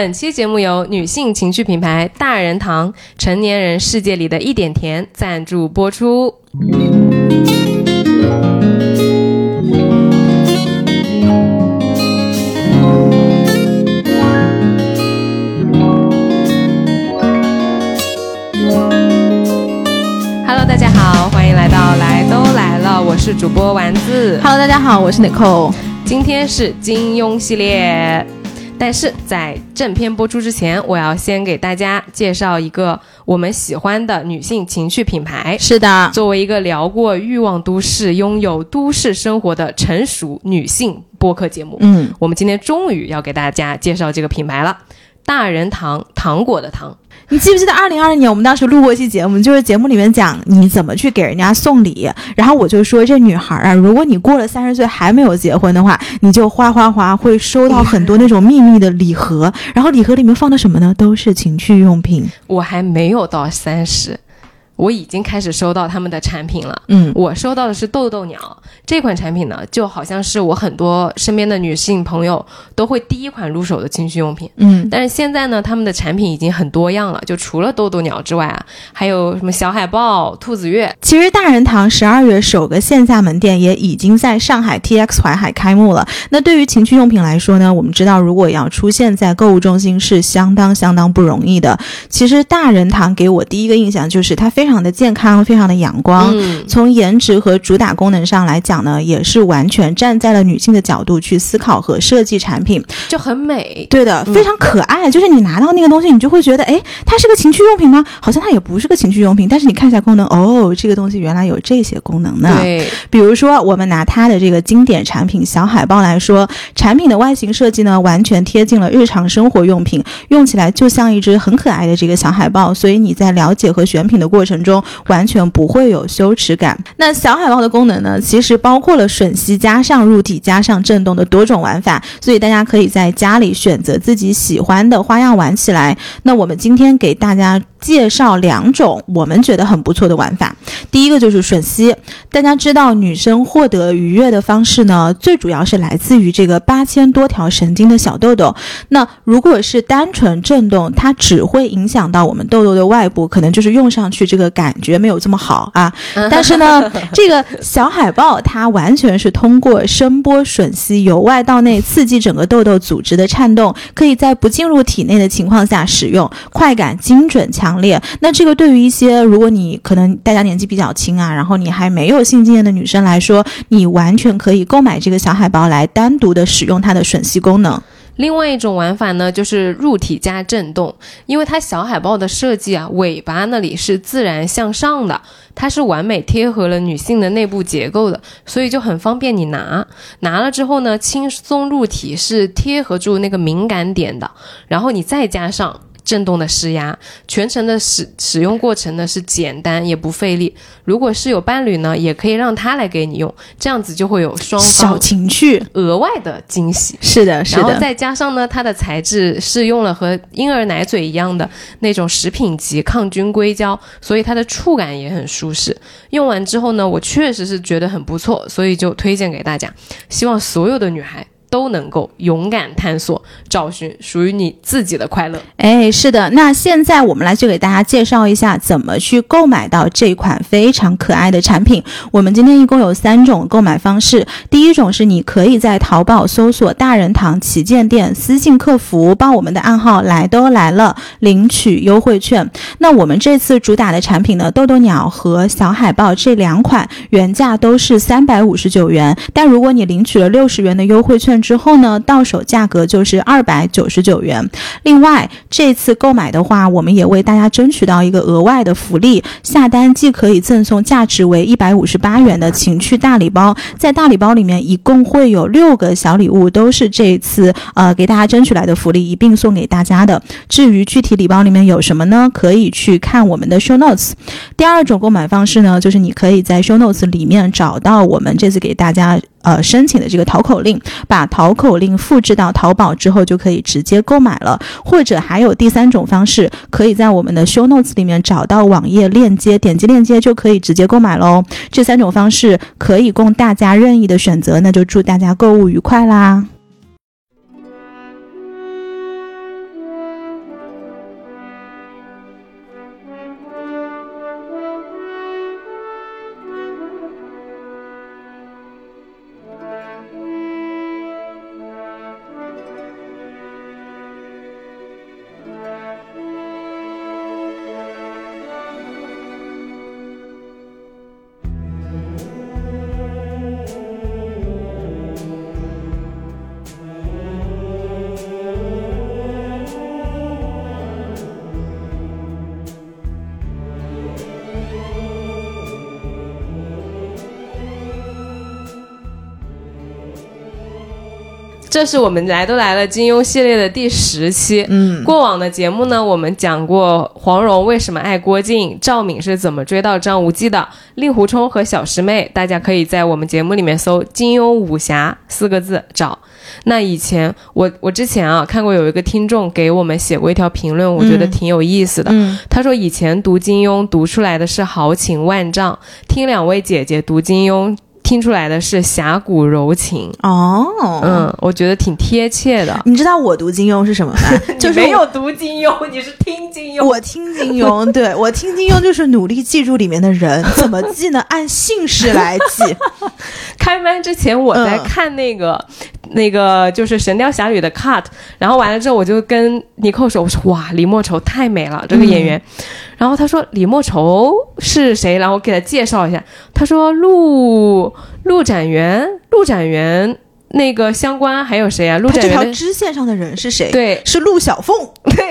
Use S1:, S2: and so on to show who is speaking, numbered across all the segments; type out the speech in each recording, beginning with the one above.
S1: 本期节目由女性情趣品牌大人堂“成年人世界里的一点甜”赞助播出。Hello，大家好，欢迎来到来都来了，我是主播丸子。
S2: Hello，大家好，我是 Nicole。
S1: 今天是金庸系列，但是在正片播出之前，我要先给大家介绍一个我们喜欢的女性情趣品牌。
S2: 是的，
S1: 作为一个聊过欲望都市、拥有都市生活的成熟女性播客节目，
S2: 嗯，
S1: 我们今天终于要给大家介绍这个品牌了——大人堂糖果的糖。
S2: 你记不记得二零二零年我们当时录过一期节目，就是节目里面讲你怎么去给人家送礼，然后我就说这女孩啊，如果你过了三十岁还没有结婚的话，你就哗哗哗会收到很多那种秘密的礼盒，然后礼盒里面放的什么呢？都是情趣用品。
S1: 我还没有到三十，我已经开始收到他们的产品了。
S2: 嗯，
S1: 我收到的是豆豆鸟这款产品呢，就好像是我很多身边的女性朋友都会第一款入手的情趣用品。
S2: 嗯，
S1: 但是现在呢，他们的产品已经很多样了，就除了豆豆鸟之外啊，还有什么小海豹、兔子月，
S2: 其实大人堂十二月首个线下门店也已经在上海 TX 淮海开幕了。那对于情趣用品来说呢，我们知道如果要出现在购物中心是相当相当不容易的。其实大人堂给我第一个印象就是它非常的健康，非常的阳光。
S1: 嗯，
S2: 从颜值和主打功能上来讲呢，也是完全站在了女性的角度去思考和设计产品。
S1: 就很美。
S2: 对的，
S1: 嗯
S2: 非常可爱。就是你拿到那个东西，你就会觉得，哎，它是个情趣用品吗？好像它也不是个情趣用品。但是你看一下功能，哦，这个东西原来有这些功能呢。
S1: 对，
S2: 比如说，我们拿它的这个经典产品小海豹来说，产品的外形设计呢，完全贴近了日常生活用品，用起来就像一只很可爱的这个小海豹。所以你在了解和选品的过程中，完全不会有羞耻感。那小海豹的功能呢，其实包括了吮吸加上入体加上震动的多种玩法，所以大家可以在家里选择自己喜欢的花样玩起来。那我们今天给大家介绍两种我们觉得很不错的玩法，第一个就是吮吸，大家知道，女生获得愉悦的方式呢，最主要是来自于这个八千多条神经的小豆豆。那如果是单纯震动，它只会影响到我们豆豆的外部，可能就是用上去这个感觉没有这么好啊。但是呢，这个小海豹它完全是通过声波吮吸，由外到内刺激整个豆豆组织的颤动，可以在不进入体内的情况下使用，快感精准强烈。那这个对于一些如果你可能大家年纪比较轻啊，然后你还没有性经验的女生来说，你完全可以购买这个小海豹来单独的使用它的吮吸功能。
S1: 另外一种玩法呢，就是入体加震动，因为它小海豹的设计啊，尾巴那里是自然向上的，它是完美贴合了女性的内部结构的，所以就很方便你拿。拿了之后呢，轻松入体是贴合住那个敏感点的，然后你再加上。震动的施压，全程的使使用过程呢是简单也不费力。如果是有伴侣呢，也可以让他来给你用，这样子就会有双
S2: 小
S1: 方
S2: 情趣，
S1: 额外的惊喜。
S2: 是的，是
S1: 然后
S2: 的。
S1: 再加上呢，它的材质是用了和婴儿奶嘴一样的那种食品级抗菌硅胶，所以它的触感也很舒适。用完之后呢，我确实是觉得很不错，所以就推荐给大家。希望所有的女孩都能够勇敢探索，找寻属于你自己的快乐。
S2: 哎，是的，那现在我们来就给大家啊介绍一下怎么去购买到这款非常可爱的产品。我们今天一共有三种购买方式，第一种是你可以在淘宝搜索“大人堂旗舰店”，私信客服报我们的暗号“来都来了”，领取优惠券。那我们这次主打的产品呢，豆豆鸟和小海豹这两款原价都是三百五十九元，但如果你领取了六十元的优惠券之后呢，到手价格就是二百九十九元。另外，这次购买的话，我们也为大家争取到一个额外的福利，下单既可以赠送价值为一百五十八元的情趣大礼包，在大礼包里面一共会有六个小礼物，都是这次呃给大家争取来的福利一并送给大家的。至于具体礼包里面有什么呢？可以去看我们的 show notes。第二种购买方式呢，就是你可以在 show notes 里面找到我们这次给大家。呃，申请的这个淘口令，把淘口令复制到淘宝之后，就可以直接购买了。或者还有第三种方式，可以在我们的 show notes 里面找到网页链接，点击链接就可以直接购买喽。这三种方式可以供大家任意的选择，那就祝大家购物愉快啦！
S1: 这是我们来都来了金庸系列的第十期。
S3: 嗯，
S1: 过往的节目呢，我们讲过黄蓉为什么爱郭靖，赵敏是怎么追到张无忌的，令狐冲和小师妹，大家可以在我们节目里面搜“金庸武侠”四个字找。那以前我我之前啊看过有一个听众给我们写过一条评论，我觉得
S3: 嗯
S1: 挺有意思的。
S3: 嗯
S1: 他说以前读金庸读出来的是豪情万丈，听两位姐姐读金庸听出来的是侠骨柔情。
S3: 哦，
S1: 嗯，我觉得挺贴切 的。
S3: 你知道我读金庸是什 么吗？就是
S1: 没有读金庸， 你是听金庸。
S3: 我听金庸，对我听金庸就是努力记住里面的 人，怎么记呢？按姓氏来 记。
S1: 开麦之前我在
S3: 嗯
S1: 看那个、那个就是《神雕侠侣》的 cut，然后完了之后我就跟尼寇说，我说哇，李莫愁太美了，这个演员。
S3: 嗯
S1: 然后他说李莫愁是谁？然后我给他介绍一下，他说陆陆展元，陆展元那个相关还有谁啊？陆
S3: 他
S1: 展
S3: 这条
S1: 元的
S3: 支线上的人是谁？，
S1: 对
S3: 是陆小凤。
S1: 对，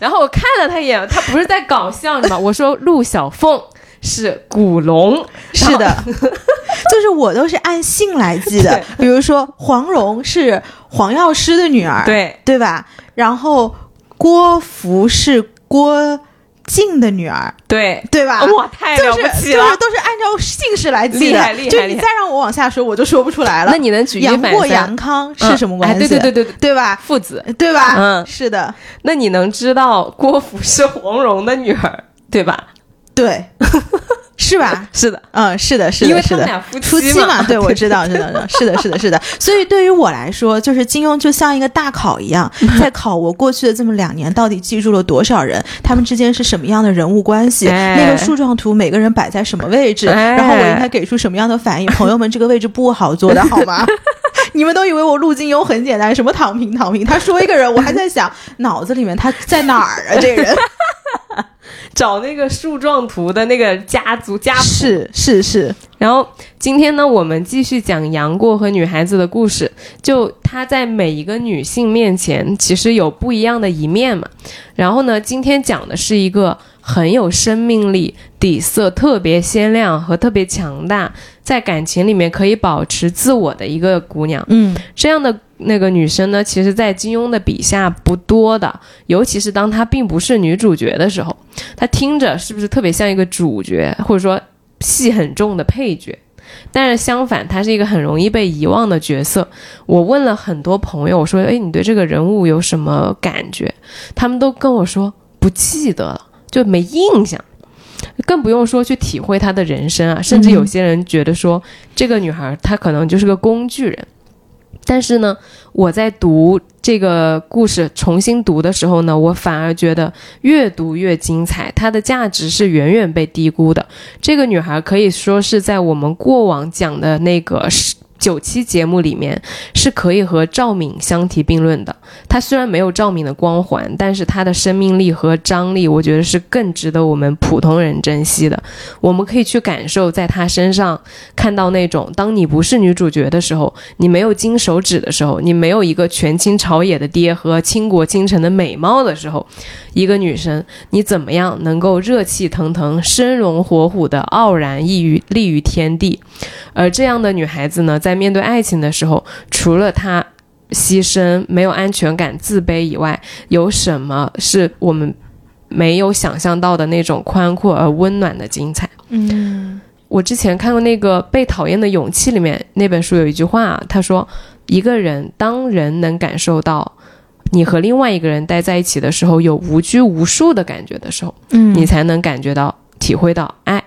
S1: 然后我看了他一眼，他不是在搞笑，你知道吗？我说陆小凤是古龙，
S3: 是的， 就是我都是按姓来记的
S1: 对。
S3: 比如说黄蓉是黄药师的女儿，
S1: 对
S3: 对吧？然后郭芙是郭靖的女儿，
S1: 对。
S3: 对吧？
S1: 哇，太了
S3: 就
S1: 不
S3: 是
S1: 起
S3: 就
S1: 了！
S3: 是都是按照姓氏来记
S1: 厉
S3: 的，
S1: 害厉害
S3: 就是
S1: 厉
S3: 你
S1: 害
S3: 再让我往下说，我就说不出来了。
S1: 那你能举一
S3: 杨
S1: 反
S3: 过、
S1: 三
S3: 杨康是什么关
S1: 嗯哎
S3: 系？
S1: 对对对对，
S3: 对吧？
S1: 父子。
S3: 对吧？
S1: 嗯
S3: 是的，
S1: 那你能知道郭芙是黄蓉的女儿，对吧？
S3: 对， 是吧？
S1: 是的，
S3: 嗯，是的，是
S1: 因为
S3: 的，
S1: 他
S3: 是
S1: 们
S3: 的。
S1: 俩夫
S3: 初
S1: 妻
S3: 期嘛，对，我 知道，知道，知道，是的，是的，是的。所以对于我来说，就是金庸就像一个大考 一样，在考我过去的这么两年到底记住了多少人，他们之间是什么样的人物关系，
S1: 哎
S3: 那个树状图每个人摆在什么位置，
S1: 哎
S3: 然后我应该给出什么样的反应。朋友们，这个位置不好坐的好吗？ 你们都以为我录金庸很简单，什么躺平躺平，他说一个人，我还在想脑子里面他在哪儿啊？这 个人
S1: 找那个树状图的那个家族家谱。
S3: 是是是，
S1: 然后今天呢，我们继续讲杨过和女孩子的故事。就她在每一个女性面前，其实有不一样的一面嘛。然后呢，今天讲的是一个很有生命力、底色特别鲜亮和特别强大，在感情里面可以保持自我的一个姑娘。
S3: 嗯
S1: 这样的那个女生呢，其实，在金庸的笔下不多的，尤其是当她并不是女主角的时候，她听着是不是特别像一个主角，或者说戏很重的配角？但是相反，她是一个很容易被遗忘的角色。我问了很多朋友，我说：“哎，你对这个人物有什么感觉？”他们都跟我说不记得了，就没印象。更不用说去体会她的人生啊，甚至有些人觉得说，这个女孩她可能就是个工具人。但是呢，我在读这个故事重新读的时候呢，我反而觉得越读越精彩，它的价值是远远被低估的。这个女孩可以说是在我们过往讲的那个十九期节目里面，是可以和赵敏相提并论的。她虽然没有赵敏的光环，但是她的生命力和张力，我觉得是更值得我们普通人珍惜的。我们可以去感受，在她身上看到那种，当你不是女主角的时候，你没有金手指的时候，你没有一个权倾朝野的爹和倾国倾城的美貌的时候，一个女生你怎么样能够热气腾腾、生龙活虎的傲然立于立于天地？而这样的女孩子呢，在面对爱情的时候，除了她牺牲、没有安全感、自卑以外，有什么是我们没有想象到的那种宽阔而温暖的精彩？
S3: 嗯，
S1: 我之前看过那个《被讨厌的勇气》里面那本书有一句话、他说：“一个人当人能感受到你和另外一个人待在一起的时候有无拘无束的感觉的时候，
S3: 嗯
S1: 你才能感觉到、体会到爱。”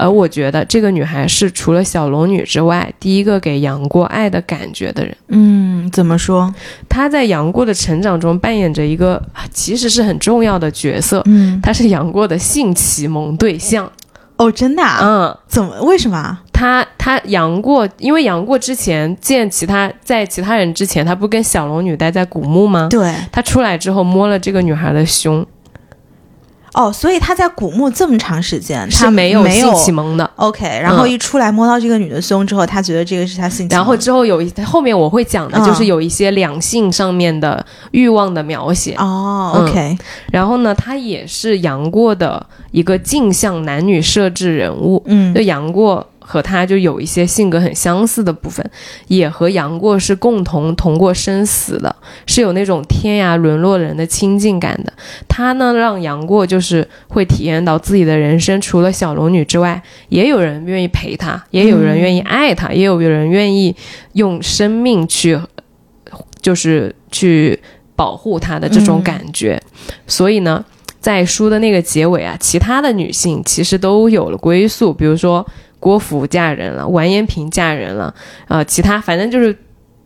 S1: 而我觉得这个女孩是除了小龙女之外，第一个给杨过爱的感觉的人。
S3: 嗯，怎么说？
S1: 她在杨过的成长中扮演着一个啊其实是很重要的角色，
S3: 嗯，
S1: 她是杨过的性启蒙对象。
S3: 哦，真的啊？
S1: 嗯，
S3: 怎么？为什么啊？
S1: 他他杨过，因为杨过之前见其他在其他人之前，他不跟小龙女待在古墓吗？
S3: 对，
S1: 他出来之后摸了这个女孩的胸，
S3: 哦，所以他在古墓这么长时间，
S1: 是
S3: 他
S1: 没有
S3: 没
S1: 性
S3: 有
S1: 启蒙的。
S3: OK，然后
S1: 嗯
S3: 一出来摸到这个女的胸之后，他觉得这个是他性启蒙，
S1: 然后之后有一后面我会讲的，
S3: 嗯
S1: 就是有一些两性上面的欲望的描写。
S3: 哦
S1: 嗯
S3: ，OK，
S1: 然后呢，他也是杨过的一个镜像男女设置人物。
S3: 嗯
S1: 就杨过和它就有一些性格很相似的部分，也和杨过是共同同过生死的，是有那种天涯沦落人的亲近感的。它呢，让杨过就是会体验到自己的人生，除了小龙女之外，也有人愿意陪他，也有人愿意爱他，
S3: 嗯
S1: 也有人愿意用生命去，就是去保护他的这
S3: 嗯
S1: 种感觉。所以呢，在书的那个结尾啊，其他的女性其实都有了归宿，比如说郭芙嫁人了，完颜萍嫁人了，呃，其他反正就是。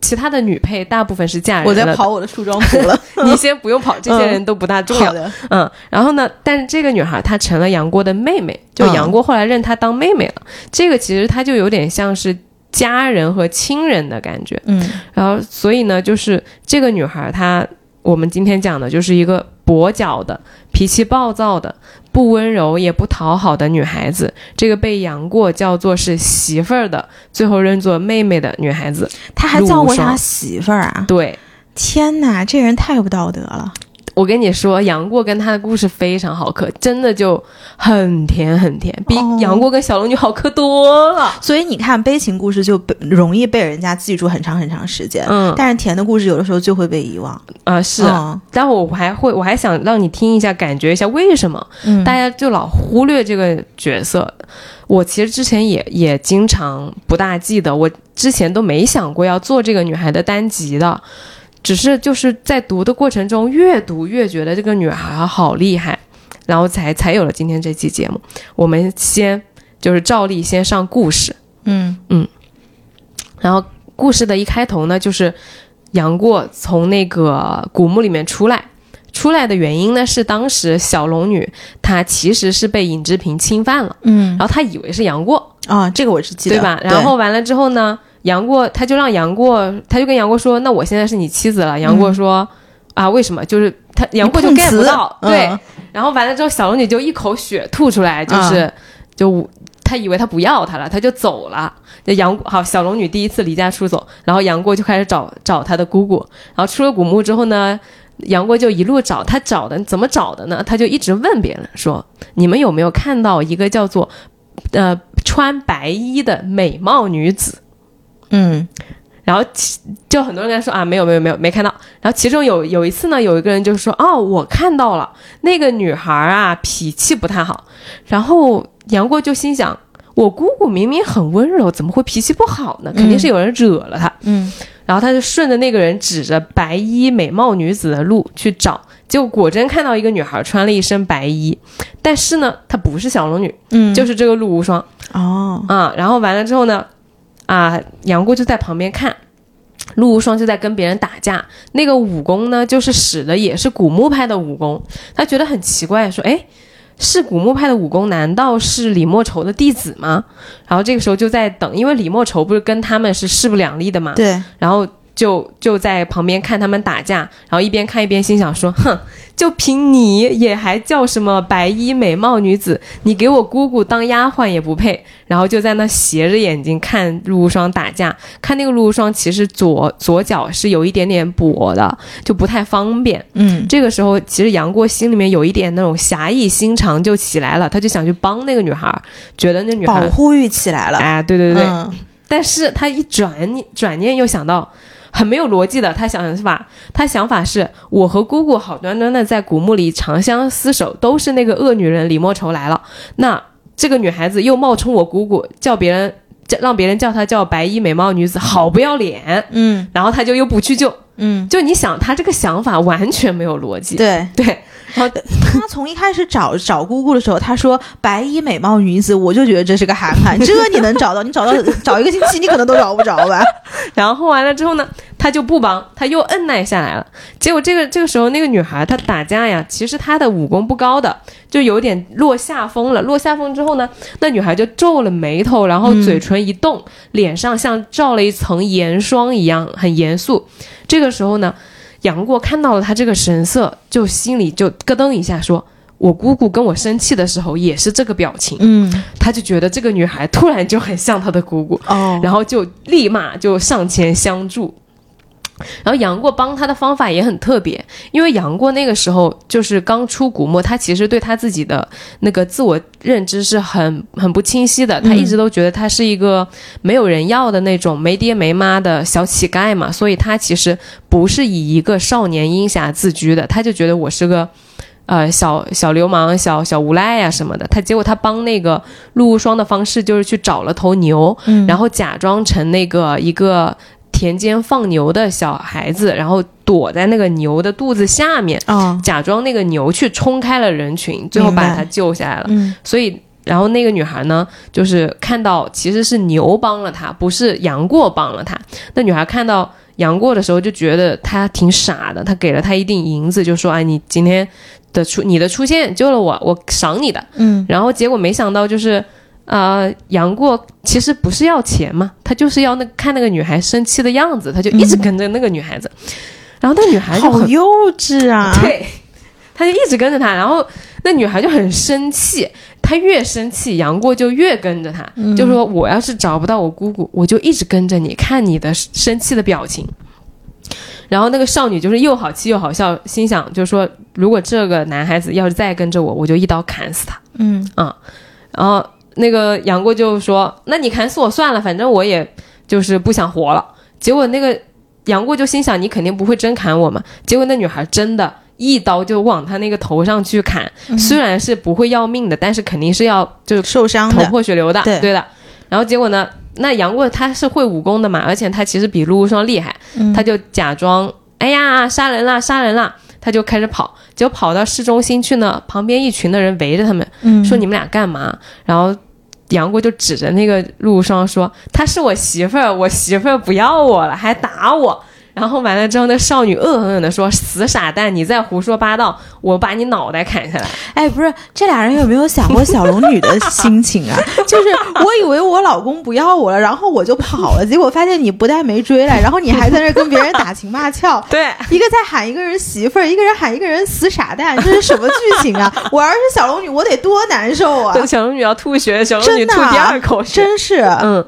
S1: 其他的女配大部分是嫁人了，
S3: 我在跑嗯我的梳妆谱了。
S1: 你先不用跑，这些人都不大重要
S3: 好。的，
S1: 嗯，然后呢，但是这个女孩她成了杨过的妹妹，就
S3: 嗯
S1: 杨过后来认她当妹妹了。这个其实她就有点像是家人和亲人的感觉。
S3: 嗯
S1: 然后所以呢，就是这个女孩她，我们今天讲的就是一个跛脚的、脾气暴躁的、不温柔也不讨好的女孩子。这个被杨过叫做是媳妇儿的，最后认作妹妹的女孩子。
S3: 他还叫过
S1: 陆无
S3: 他
S1: 双
S3: 媳妇儿啊！
S1: 对。
S3: 天哪，这人太不道德了。
S1: 我跟你说，杨过跟他的故事非常好磕，真的就很甜很甜，比
S3: 哦
S1: 杨过跟小龙女好磕多了。
S3: 所以你看，悲情故事就被容易被人家记住很长很长时间，
S1: 嗯
S3: 但是甜的故事有的时候就会被遗忘。
S1: 啊、是，
S3: 嗯
S1: 但我还会，我还想让你听一下，感觉一下为什么、
S3: 嗯
S1: 大家就老忽略这个角色。我其实之前也也经常不大记得，我之前都没想过要做这个女孩的单集的，只是就是在读的过程中越读越觉得这个女孩好厉害，然后才才有了今天这期节目。我们先就是照例先上故事，
S3: 嗯
S1: 然后故事的一开头呢，就是杨过从那个古墓里面出来。出来的原因呢，是当时小龙女她其实是被尹志平侵犯了，
S3: 嗯
S1: 然后她以为是杨过，
S3: 啊，这个我是记得，
S1: 对吧？然后完了之后呢，杨过她就让杨过，她就跟杨过说：“那我现在是你妻子了。”杨过说：“啊，为什么？就是他杨过就
S3: 嗯你碰
S1: get 不
S3: 瓷
S1: 到，对。
S3: 嗯
S1: 然后完了之后，小龙女就一口血吐出来，就是、就她以为她不要他了，她就走了。就杨好，小龙女第一次离家出走，然后杨过就开始找找她的姑姑。然后出了古墓之后呢，杨过就一路找，他找的怎么找的呢？他就一直问别人说：“你们有没有看到一个叫做呃穿白衣的美貌女子？”
S3: 嗯
S1: 然后其就很多人跟他说啊，没有没有没有没看到。然后其中有有一次呢，有一个人就说哦，我看到了那个女孩啊，脾气不太好。然后杨过就心想，我姑姑明明很温柔，怎么会脾气不好呢？肯定是有人惹了她。
S3: 嗯
S1: 然后他就顺着那个人指着白衣美貌女子的路去找，结果果真看到一个女孩穿了一身白衣，但是呢，她不是小龙女，
S3: 嗯，
S1: 就是这个陆无双。
S3: 哦，
S1: 啊，然后完了之后呢，啊，杨过就在旁边看，陆无双就在跟别人打架。那个武功呢，就是使的也是古墓派的武功，他觉得很奇怪，说：“哎，是古墓派的武功，难道是李莫愁的弟子吗？”然后这个时候就在等，因为李莫愁不是跟他们是势不两立的嘛，
S3: 对，
S1: 然后。就就在旁边看他们打架，然后一边看一边心想说：“哼，就凭你也还叫什么白衣美貌女子？你给我姑姑当丫鬟也不配。”然后就在那斜着眼睛看陆无双打架，看那个陆无双其实左左脚是有一点点跛的，就不太方便。
S3: 嗯
S1: 这个时候，其实杨过心里面有一点那种侠义心肠就起来了，他就想去帮那个女孩儿，觉得那女孩
S3: 保
S1: 儿
S3: 护欲起来了，
S1: 哎，对对对，
S3: 嗯
S1: 但是他一转念转念又想到很没有逻辑的，他想法，他想法是我和姑姑好端端的在古墓里长相厮守，都是那个恶女人李莫愁来了，那这个女孩子又冒充我姑姑，叫别人叫让别人叫她叫白衣美貌女子，好不要脸。
S3: 嗯
S1: 然后他就又不去救，
S3: 嗯，
S1: 就你想他这个想法完全没有逻辑，
S3: 对
S1: 对，然后
S3: 他从一开始找找姑姑的时候，他说白衣美貌女子，我就觉得这是个韩 寒，这你能找到？你找到找一个星期，你可能都找不着 吧？
S1: 然后完了之后呢，他就不帮，他又摁耐下来了。结果这个这个时候，那个女孩她打架呀，其实她的武功不高的，就有点落下风了。落下风之后呢，那女孩就皱了眉头，然后嘴唇一动，脸上像罩了一层盐霜一样，很严肃。这个时候呢，杨过看到了她这个神色，就心里就咯噔一下，说。我姑姑跟我生气的时候也是这个表情，
S3: 嗯，
S1: 他就觉得这个女孩突然就很像他的姑姑，
S3: 哦，
S1: 然后就立马就上前相助。然后杨过帮他的方法也很特别，因为杨过那个时候就是刚出古墓，他其实对他自己的那个自我认知是很很不清晰的，他一直都觉得他是一个没有人要的那种没爹没妈的小乞丐嘛，所以他其实不是以一个少年英侠自居的，他就觉得我是个。呃，小小流氓、小小无赖呀、啊什么的，他结果他帮那个陆无双的方式就是去找了头牛，
S3: 嗯
S1: 然后假装成那个一个田间放牛的小孩子，然后躲在那个牛的肚子下面，
S3: 哦，
S1: 假装那个牛去冲开了人群，最后
S3: 明白
S1: 把他救下来了。
S3: 嗯
S1: 所以，然后那个女孩呢，就是看到其实是牛帮了她，不是杨过帮了她。那女孩看到杨过的时候，就觉得他挺傻的，他给了他一锭银子，就说：“哎，你今天的出你的出现救了我，我赏你的。”
S3: 嗯，
S1: 然后结果没想到就是，呃，杨过其实不是要钱嘛，他就是要那看那个女孩生气的样子，他就一直跟着那个女孩子，然后那女孩哎就
S3: 嗯好
S1: 很
S3: 幼稚啊！
S1: 对，他就一直跟着他，然后那女孩就很生气，她越生气，杨过就越跟着她，就说我要是找不到我姑姑，我就一直跟着你，看你的生气的表情。然后那个少女就是又好气又好笑，心想就说，如果这个男孩子要是再跟着我，我就一刀砍死他。
S3: 嗯
S1: 然后那个杨过就说：“那你砍死我算了，反正我也就是不想活了。”结果那个杨过就心想：“你肯定不会真砍我嘛。”结果那女孩真的一刀就往他那个头上去砍，虽然是不会要命的，但是肯定是要就是
S3: 受伤
S1: 头
S3: 的，
S1: 破血流的，
S3: 对
S1: 的。然后结果呢，那杨过他是会武功的嘛，而且他其实比陆无双厉害，
S3: 嗯
S1: 他就假装哎呀杀人啦杀人啦，他就开始跑，结果跑到市中心去呢，旁边一群的人围着他们，
S3: 嗯
S1: 说你们俩干嘛？然后杨过就指着那个陆无双说：“她是我媳妇儿，我媳妇儿不要我了，还打我。”然后完了之后，那少女恶狠狠地说：“死傻蛋，你再胡说八道，我把你脑袋砍下来！。
S3: 哎，不是，这俩人有没有想过小龙女的心情啊？ 就是我以为我老公不要我了，然后我就跑了，结果发现你不但没追来，然后你还在那儿跟别人打情骂俏
S1: 对，
S3: 一个在喊一个人媳妇儿，一个人喊一个人死傻蛋，这是什么剧情啊？我要是小龙女，我得多难受啊！
S1: 小龙女要吐血，小龙女
S3: 真
S1: 吐
S3: 的啊啊
S1: 第二口血，
S3: 真是，
S1: 嗯。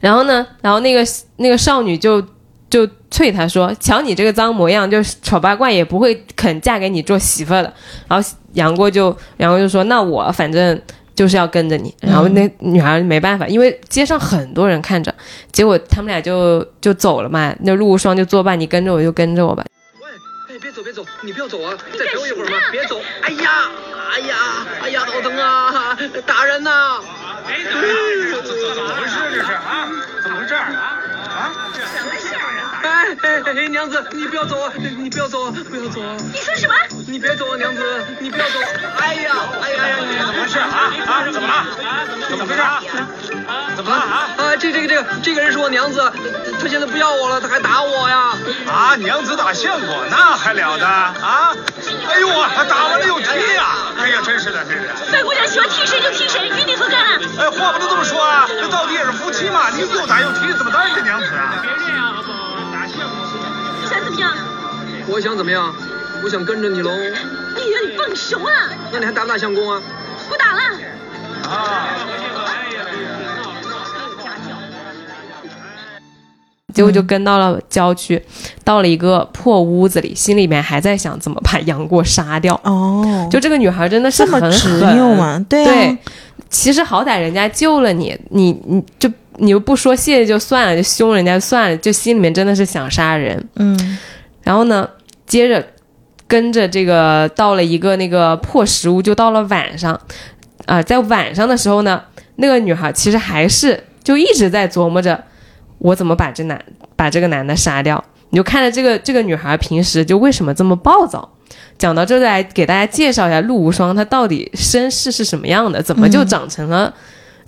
S1: 然后呢，然后那个那个少女就就啐他说：“瞧你这个脏模样，就是丑八怪也不会肯嫁给你做媳妇儿的。”然后杨过就杨过就说：“那我反正就是要跟着你。”然后
S3: 嗯
S1: 那女孩没办法，因为街上很多人看着，结果他们俩就就走了嘛。那陆无双就作伴，你跟着我就跟着我吧。
S4: 喂，哎，别走，别走，你不要走啊，再陪我一会儿嘛，别走。哎呀，哎呀，哎呀，头疼啊，打人呐、
S5: 哎，怎么怎么怎么回事？这是啊？怎么回事啊？啊？
S4: 哎哎哎，娘子，你不要走啊，你不要走啊，不要走啊！你说什么？你别走啊，娘子，你不要走！哎呀，哎呀，哎呀，
S5: 怎么回事啊？啊？怎么了？怎么回事啊？怎么了啊？
S4: 啊，这这个这个这个人是我娘子，她现在不要我了，她还打我呀！
S5: 啊，娘子打相公，那还了得啊？哎呦我，打完了又踢呀、哎呀，真是的，真是的。
S6: 本姑娘喜欢踢谁就踢谁，与你何干啊？
S5: 哎，话不能这么说啊，这到底也是夫妻嘛，你又打又踢，怎么当人家娘子啊？
S6: 你想怎么样？
S4: 我想怎么样？我想跟着你喽。
S6: 你以为你笨熟啊？
S4: 那你还打不打相公啊？
S6: 不打了。
S5: 啊。
S1: 结果就
S3: 嗯
S1: 跟到了郊区，到了一个破屋子里，心里面还在想怎么把杨过杀掉。
S3: 哦，
S1: 就这个女孩真的是
S3: 这么
S1: 很
S3: 执
S1: 狠
S3: 拗吗？对啊，
S1: 对，其实好歹人家救了你，你你就你又不说谢谢就算了，就凶人家就算了，就心里面真的是想杀人。
S3: 嗯
S1: 然后呢，接着跟着这个到了一个那个破石屋，就到了晚上，啊、在晚上的时候呢，那个女孩其实还是就一直在琢磨着我怎么把这男把这个男的杀掉。你就看着这个这个女孩平时就为什么这么暴躁。讲到这，来给大家介绍一下陆无双，他到底身世是什么样的，怎么就长成了，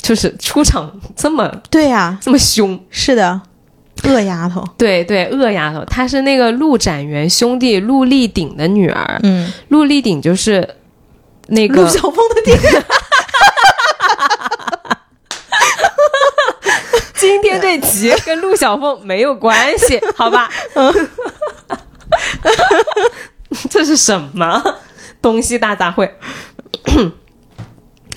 S1: 就是出场这么
S3: 对呀、
S1: 这么凶。
S3: 是的，恶丫头，
S1: 对对，恶丫头，她是那个陆展元兄弟陆立鼎的女儿。
S3: 嗯，
S1: 陆立鼎就是那
S3: 陆
S1: 个
S3: 小凤的爹，
S1: 今天这集 嗯跟陆小凤没有关 系，好吧？ 这是什么 东西大杂烩？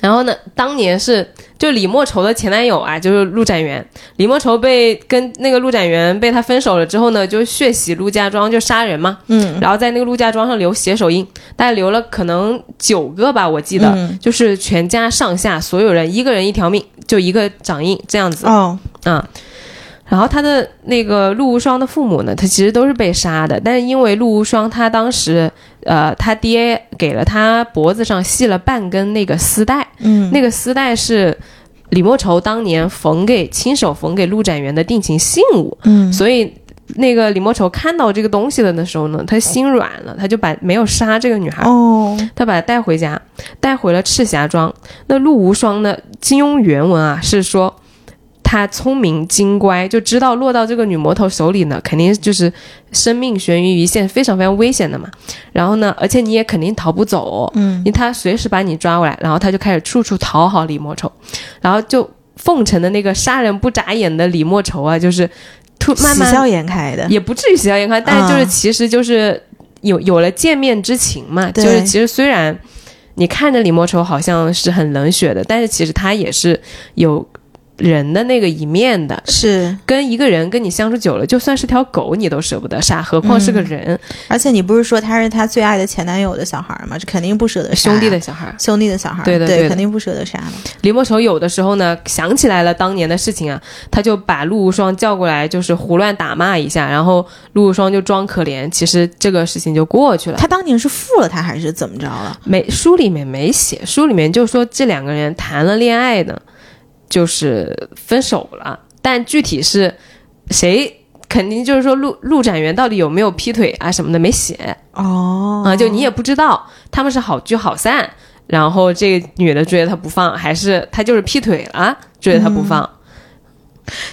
S1: 然后呢，当年是就李莫愁的前男友啊，就是陆展元。李莫愁被跟那个陆展元被他分手了之后呢，就血洗陆家庄，就杀人嘛。
S3: 嗯，
S1: 然后在那个陆家庄上留血手印，大概留了可能九个吧，我记得，
S3: 嗯
S1: 就是全家上下所有人一个人一条命，就一个掌印这样子。
S3: 哦，
S1: 啊。然后他的那个陆无双的父母呢，他其实都是被杀的，但是因为陆无双他当时，呃，他爹给了他脖子上系了半根那个丝带，
S3: 嗯，
S1: 那个丝带是李莫愁当年缝给亲手缝给陆展元的定情信物，
S3: 嗯，
S1: 所以那个李莫愁看到这个东西了的时候呢，他心软了，他就把没有杀这个女孩，
S3: 哦，
S1: 他把她带回家，带回了赤霞庄。那陆无双呢？金庸原文啊是说他聪明精乖，就知道落到这个女魔头手里呢，肯定就是生命悬于一线，非常非常危险的嘛。然后呢，而且你也肯定逃不走，哦
S3: 嗯
S1: 因为他随时把你抓过来。然后他就开始处处讨好李莫愁，然后就奉承的那个杀人不眨眼的李莫愁啊，就是突慢慢
S3: 喜笑颜开的，
S1: 也不至于喜笑颜开，但是就是其实就是有有了见面之情嘛，
S3: 对
S1: 就是其实虽然你看着李莫愁好像是很冷血的，但是其实他也是有人的那个一面的。
S3: 是，
S1: 跟一个人跟你相处久了，就算是条狗你都舍不得杀，何况是个人、
S3: 而且你不是说他是他最爱的前男友的小孩吗？这肯定不舍得杀呀
S1: 兄弟的小孩儿。
S3: 兄弟的小孩，
S1: 对的
S3: 对
S1: 对的
S3: 肯定不舍得杀嘛。
S1: 李莫愁有的时候呢，想起来了当年的事情啊，他就把陆无双叫过来，就是胡乱打骂一下，然后陆无双就装可怜，其实这个事情就过去了。
S3: 他当年是负了他还是怎么着了？
S1: 没书里面没写，书里面就说这两个人谈了恋爱呢，就是分手了，但具体是谁，肯定就是说陆陆展元到底有没有劈腿啊什么的没写
S3: 哦
S1: 啊、就你也不知道他们是好聚好散，然后这个女的追着他不放，还是他就是劈腿了追着他不放，
S3: 嗯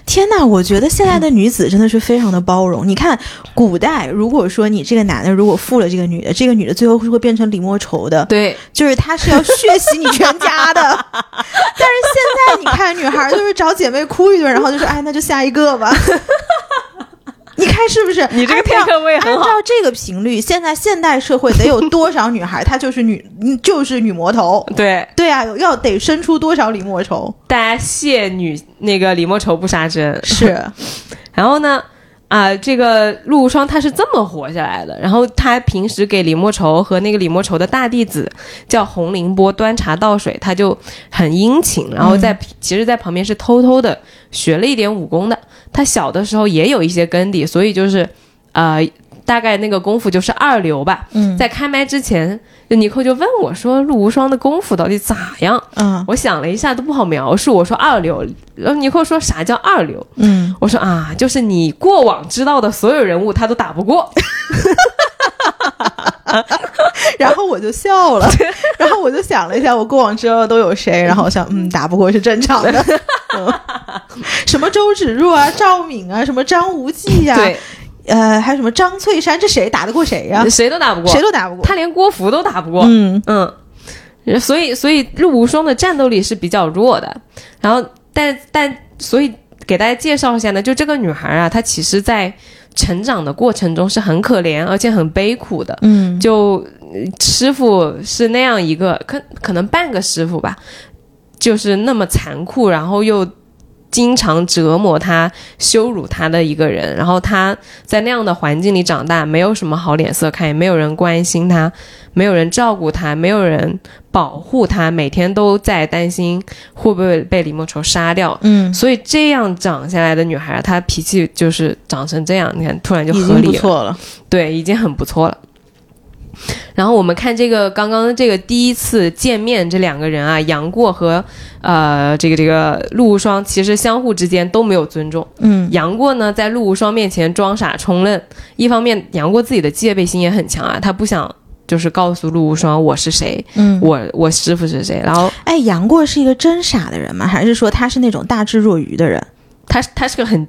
S3: 天呐，我觉得现在的女子真的是非常的包容。你看，古代如果说你这个男的如果负了这个女的，这个女的最后是会变成李莫愁的，
S1: 对。
S3: 就是她是要血洗你全家的。 但是现在你看，女孩就是找姐妹哭一顿，然后就说：“哎，那就下一个吧。”你看是不是？
S1: 你这个
S3: 按照
S1: take away 很好
S3: 按照这个频率，现在现代社会得有多少女孩，她就是女，就是女魔头？
S1: 对，
S3: 对啊，有要得生出多少李莫愁？
S1: 大家谢女那个李莫愁不杀之
S3: 是，
S1: 然后呢，啊、这个陆无双他是这么活下来的。然后他平时给李莫愁和那个李莫愁的大弟子叫洪凌波端茶倒水，他就很殷勤，然后在、其实，在旁边是偷偷的学了一点武功的。他小的时候也有一些根底，所以就是呃。大概那个功夫就是二流吧。
S3: 嗯
S1: 在开麦之前，就尼寇就问我说：“陆无双的功夫到底咋样
S3: 嗯？”
S1: 我想了一下都不好描述。我说二流，然后尼寇说啥叫二流？
S3: 嗯，
S1: 我说啊，就是你过往知道的所有人物，他都打不过。
S3: 然后我就笑 了，然后我就想了一下，我过往知道的都有 谁，然后我想，嗯，打不过是正常的， 嗯、什么周芷若啊、赵敏啊、什么张无忌呀、
S1: 对，
S3: 呃，还有什么张翠山，这谁打得过谁呀、
S1: 谁都打不过，
S3: 谁都打不过。
S1: 他连郭芙都打不过。
S3: 嗯
S1: 嗯所以所以陆无双的战斗力是比较弱的。然后，但但所以给大家介绍一下呢，就这个女孩啊，她其实在成长的过程中是很可怜，而且很悲苦的。
S3: 嗯，
S1: 就呃师傅是那样一个，可可能半个师傅吧，就是那么残酷，然后又经常折磨他、羞辱他的一个人。然后他在那样的环境里长大，没有什么好脸色看，也没有人关心他，没有人照顾他，没有人保护他，每天都在担心会不会被李莫愁杀掉。
S3: 嗯，
S1: 所以这样长下来的女孩，她脾气就是长成这样，你看突然就
S3: 已
S1: 合
S3: 经不
S1: 理了。
S3: 错了。
S1: 对，已经很不错了。然后我们看这个刚刚这个第一次见面这两个人啊，杨过和呃这个这个陆无双，其实相互之间都没有尊重。
S3: 嗯
S1: 杨过呢，在陆无双面前装傻充愣，一方面杨过自己的戒备心也很强啊，他不想就是告诉陆无双我是谁，
S3: 嗯，
S1: 我我师傅是谁。然后
S3: 哎，杨过是一个真傻的人吗？还是说他是那种大智若愚的人？
S1: 他他是个很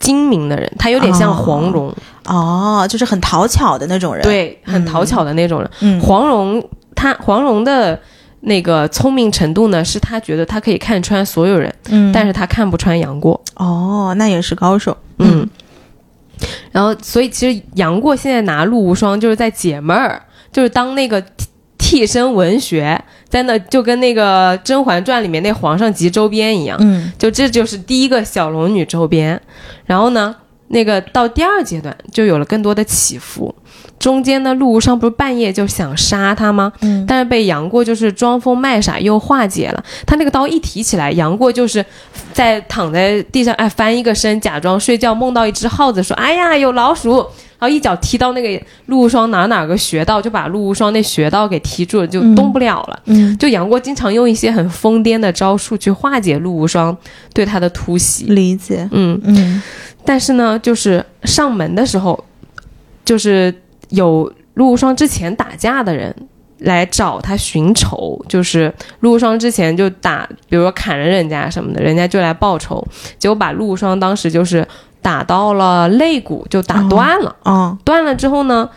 S1: 精明的人，他有点像黄蓉，
S3: 哦，就是很讨巧的那种人。，
S1: 对，很讨巧的那种人。
S3: 嗯，
S1: 黄蓉她黄蓉的那个聪明程度呢，是她觉得她可以看穿所有人，
S3: 嗯
S1: 但是她看不穿杨过。
S3: 哦，那也是高手。
S1: 嗯，然后所以其实杨过现在拿陆无双就是在解闷儿，就是当那个替替身文学，在那就跟那个《甄嬛传》里面那皇上集周边一样，
S3: 嗯，
S1: 就这就是第一个小龙女周边。然后呢，那个到第二阶段就有了更多的起伏。中间呢，陆无伤不是半夜就想杀他吗？
S3: 嗯
S1: 但是被杨过就是装疯卖傻又化解了。他那个刀一提起来，杨过就是在躺在地上，哎，翻一个身，假装睡觉，梦到一只耗子，说：“哎呀，有老鼠。”然后一脚踢到那个陆无双哪哪个穴道，就把陆无双那穴道给踢住了，就
S3: 嗯
S1: 动不了了。
S3: 嗯，
S1: 就杨过经常用一些很疯癫的招数去化解陆无双对他的突袭。
S3: 理解，
S1: 嗯，
S3: 嗯
S1: 但是呢，就是上门的时候，就是有陆无双之前打架的人来找他寻仇，就是陆无双之前就打，比如说砍了人家什么的，人家就来报仇，结果把陆无双当时就是打到了肋骨，就打断了。
S3: 哦，
S1: 断了之后呢，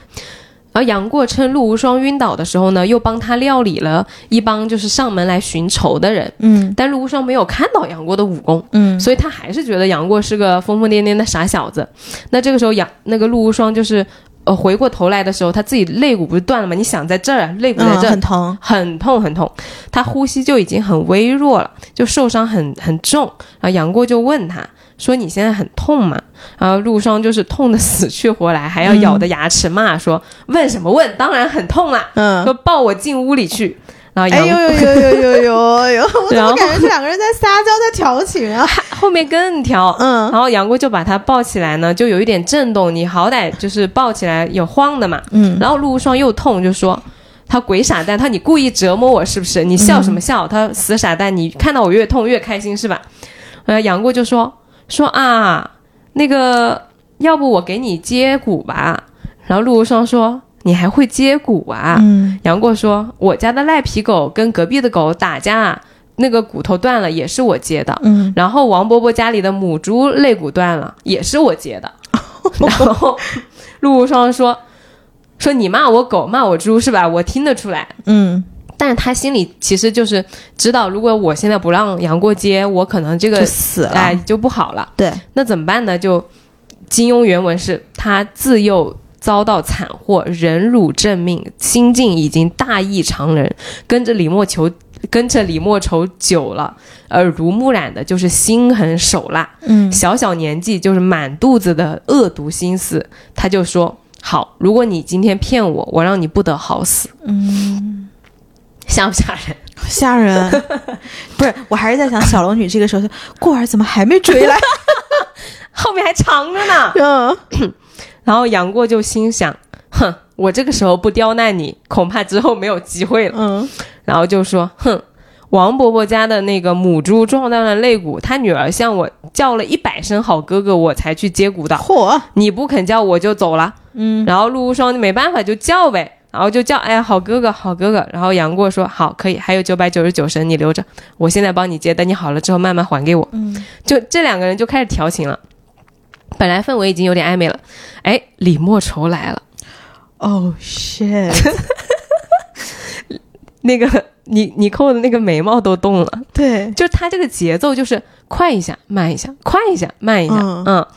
S1: 而杨过趁陆无双晕倒的时候呢，又帮他料理了一帮就是上门来寻仇的人。
S3: 嗯
S1: 但陆无双没有看到杨过的武功，
S3: 嗯，
S1: 所以他还是觉得杨过是个疯疯癫癫的傻小子。那这个时候杨那个陆无双就是呃回过头来的时候，他自己肋骨不是断了吗？你想在这儿啊，肋骨在
S3: 嗯
S1: 这儿，
S3: 很疼，
S1: 很痛很痛，他呼吸就已经很微弱了，就受伤很很重。然后杨过就问他说：“你现在很痛吗？”然后陆双就是痛得死去活来，还要咬着牙齿骂说：“问什么问？当然很痛啦！”说
S3: 嗯。
S1: 抱我进屋里去。然后
S3: 哎
S1: 杨、
S3: 呦呦呦呦呦呦呦！我怎
S1: 然
S3: 么
S1: 后
S3: 感觉这两个人在撒娇，在调情啊？
S1: 后面更挑，
S3: 嗯
S1: 然后杨过就把他抱起来呢，就有一点震动，你好歹就是抱起来有晃的嘛。
S3: 嗯
S1: 然后陆无双又痛，就说他鬼傻蛋，他你故意折磨我是不是？你笑什么笑？他死傻蛋，你看到我越痛越开心是吧？呃，杨过就说说啊，那个要不我给你接骨吧？然后陆无双说你还会接骨啊？
S3: 嗯
S1: 杨过说我家的赖皮狗跟隔壁的狗打架，那个骨头断了也是我接的。
S3: 嗯，
S1: 然后王伯伯家里的母猪肋骨断了，也是我截 的。然后陆无双说：“说你骂我狗，骂我猪是吧？我听得出来。
S3: 嗯，
S1: 但是他心里其实就是知道，如果我现在不让杨过接，我可能这个
S3: 就死了。
S1: 哎就不好了。
S3: 对，
S1: 那怎么办呢？就金庸原文是他自幼遭到惨祸，忍辱正命，心境已经大异常人，跟着李莫愁跟着李莫愁久了，耳濡目染的就是心狠手辣，
S3: 嗯
S1: 小小年纪就是满肚子的恶毒心思，他就说：“好，如果你今天骗我，我让你不得好死。
S3: 嗯，”
S1: 吓不吓人？
S3: 吓 人。不是，我还是在想小龙女这个时候，过儿怎么还没追 来？
S1: 后面还长着呢。
S3: 嗯
S1: 然后杨过就心想：“哼，我这个时候不刁难你，恐怕之后没有机会了。
S3: 嗯，”
S1: 然后就说：“哼，王伯伯家的那个母猪撞断了肋骨，他女儿向我叫了一百声好哥哥，我才去接骨的。
S3: 嚯，
S1: 你不肯叫，我就走了。”
S3: 嗯
S1: 然后陆无双就没办法就叫呗，然后就叫，哎，好哥哥，好哥哥。然后杨过说，好，可以，还有九百九十九升你留着，我现在帮你接，等你好了之后慢慢还给我。
S3: 嗯
S1: 就这两个人就开始调情了，本来氛围已经有点暧昧了，哎，李莫愁来了，
S3: ，Oh shit，
S1: 那个 你你扣的那个眉毛都动了，
S3: 对，
S1: 就是他这个节奏就是快一下慢一下，快一下慢一下，
S3: 嗯
S1: 嗯然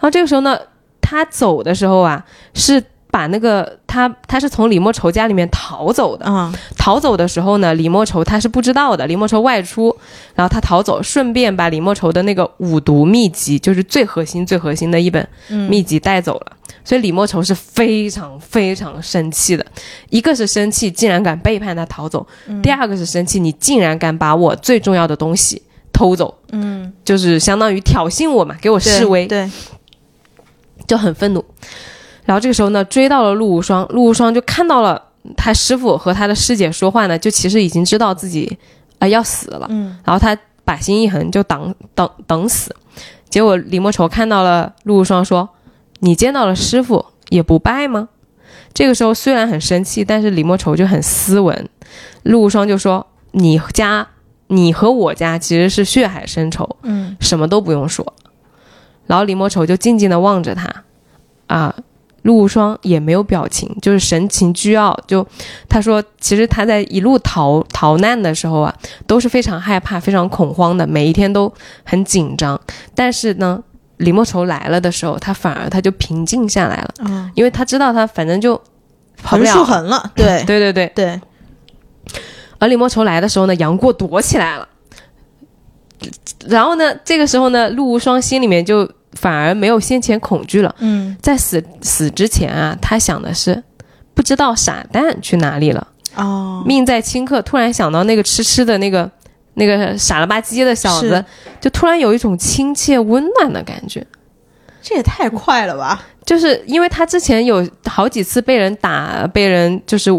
S1: 后这个时候呢，他走的时候啊是。把那个他他是从李莫愁家里面逃走的，
S3: 啊，
S1: 逃走的时候呢，李莫愁他是不知道的，李莫愁外出，然后他逃走，顺便把李莫愁的那个五毒秘籍，就是最核心、最核心的一本
S3: 嗯
S1: 秘籍带走了。所以李莫愁是非常非常生气的，一个是生气竟然敢背叛他逃走，
S3: 嗯
S1: 第二个是生气你竟然敢把我最重要的东西偷走，
S3: 嗯，
S1: 就是相当于挑衅我嘛，给我
S3: 对
S1: 示威。
S3: 对，
S1: 就很愤怒。然后这个时候呢，追到了陆无双，陆无双就看到了他师傅和他的师姐说话呢，就其实已经知道自己啊、呃要死了。
S3: 嗯
S1: 然后他把心一横，就等等等死。结果李莫愁看到了陆无双，说：“你见到了师傅也不拜吗？”这个时候虽然很生气，但是李莫愁就很斯文。陆无双就说：“你家，你和我家其实是血海深仇，
S3: 嗯
S1: 什么都不用说。然后李莫愁就静静的望着他，啊，陆无双也没有表情，就是神情倨傲。就他说，其实他在一路逃逃难的时候啊，都是非常害怕、非常恐慌的，每一天都很紧张。但是呢，李莫愁来了的时候，他反而他就平静下来了，
S3: 啊，
S1: 因为他知道他反正就跑不
S3: 横竖
S1: 了。
S3: 横了，对
S1: 对对对，
S3: 对，
S1: 而李莫愁来的时候呢，杨过躲起来了。然后呢，这个时候呢，陆无双心里面就反而没有先前恐惧了。
S3: 嗯
S1: 在死死之前啊，他想的是不知道傻蛋去哪里了。
S3: 哦，
S1: 命在顷刻，突然想到那个痴痴的那个那个傻了吧唧的小子
S3: 是，
S1: 就突然有一种亲切温暖的感觉。
S3: 这也太快了吧！
S1: 就是因为他之前有好几次被人打，被人就是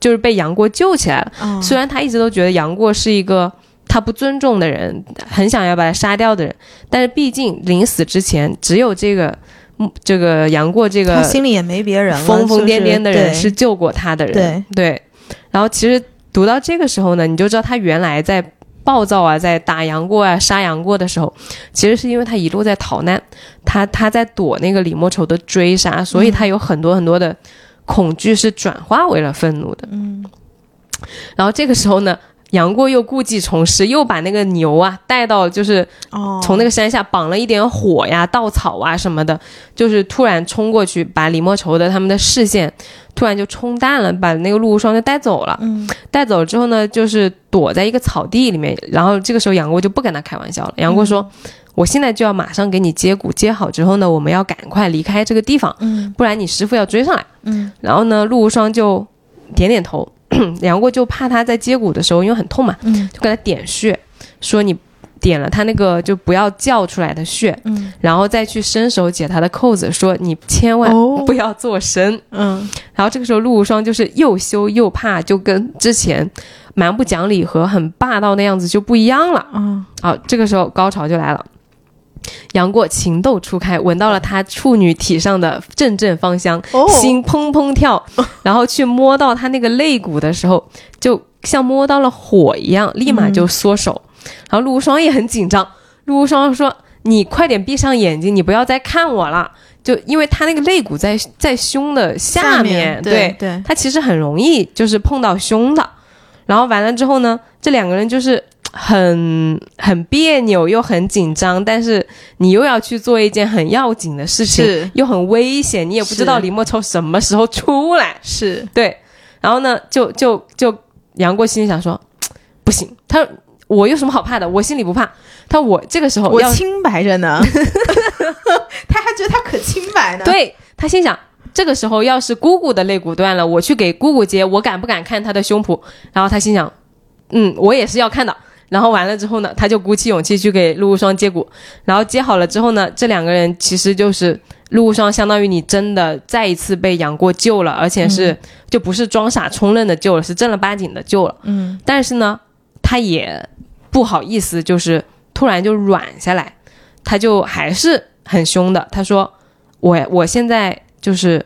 S1: 就是被杨过救起来了。
S3: 啊
S1: 虽然他一直都觉得杨过是一个他不尊重的人，很想要把他杀掉的人，但是毕竟临死之前，只有这个嗯这个杨过这个
S3: 他心里也没别人了，
S1: 疯疯癫癫的人
S3: 就是是
S1: 救过他的人，对然后其实读到这个时候呢，你就知道他原来在暴躁啊，在打杨过啊、杀杨过的时候，其实是因为他一路在逃难，他他在躲那个李莫愁的追杀，所以
S3: 嗯
S1: 他有很多很多的恐惧是转化为了愤怒的。嗯，然后这个时候呢。杨过又故技重施，又把那个牛啊带到就是
S3: 对哦，
S1: 从那个山下绑了一点火呀、稻草啊什么的，就是突然冲过去，把李莫愁的他们的视线突然就冲淡了，把那个陆无双就带走了。
S3: 嗯
S1: 带走之后呢，就是躲在一个草地里面，然后这个时候杨过就不跟他开玩笑了，杨过说。
S3: 嗯
S1: 我现在就要马上给你接骨，接好之后呢，我们要赶快离开这个地方，
S3: 嗯
S1: 不然你师傅要追上来。
S3: 嗯
S1: 然后呢，陆无双就点点头， 杨过就怕他在接骨的时候，因为很痛嘛，
S3: 嗯
S1: 就给他点穴，说你点了他那个就不要叫出来的穴，
S3: 嗯
S1: 然后再去伸手解他的扣子，说你千万
S3: 哦
S1: 不要做声。
S3: 嗯
S1: 然后这个时候陆无双就是又羞又怕，就跟之前蛮不讲理和很霸道那样子就不一样了。
S3: 嗯，
S1: 好，这个时候高潮就来了。杨过情窦初开，闻到了她处女体上的阵阵芳香，
S3: 哦
S1: 心砰砰 跳，然后去摸到她那个肋骨的时候，就像摸到了火一样，立马
S3: 嗯
S1: 就缩手。然后陆无双也很紧张，陆无双说：“你快点闭上眼睛，你不要再看我了。”就因为他那个肋骨在在胸的下
S3: 下面对对
S1: 他其实很容易就是碰到胸的。然后完了之后呢，这两个人就是很很别扭又很紧张，但是你又要去做一件很要紧的事情
S3: 是，
S1: 又很危险，你也不知道
S3: 是
S1: 李莫愁什么时候出来。
S3: 是
S1: 对，然后呢，就就就杨过心里想说，不行，他说我有什么好怕的？我心里不怕。他说我这个时候
S3: 我
S1: 哦要
S3: 清白着 呢，他还觉得他可清白呢，，
S1: 对他心想，这个时候要是姑姑的肋骨断了，我去给姑姑接，我敢不敢看她的胸脯？然后他心想，嗯，我也是要看的。然后完了之后呢，他就鼓起勇气去给陆无双接骨，然后接好了之后呢，这两个人其实就是陆无双，相当于你真的再一次被杨过救了，而且是、就不是装傻充愣的救了，是正儿八经的救了。
S3: 嗯
S1: 但是呢，他也不好意思，就是突然就软下来，他就还是很凶的。他说：“我我现在就是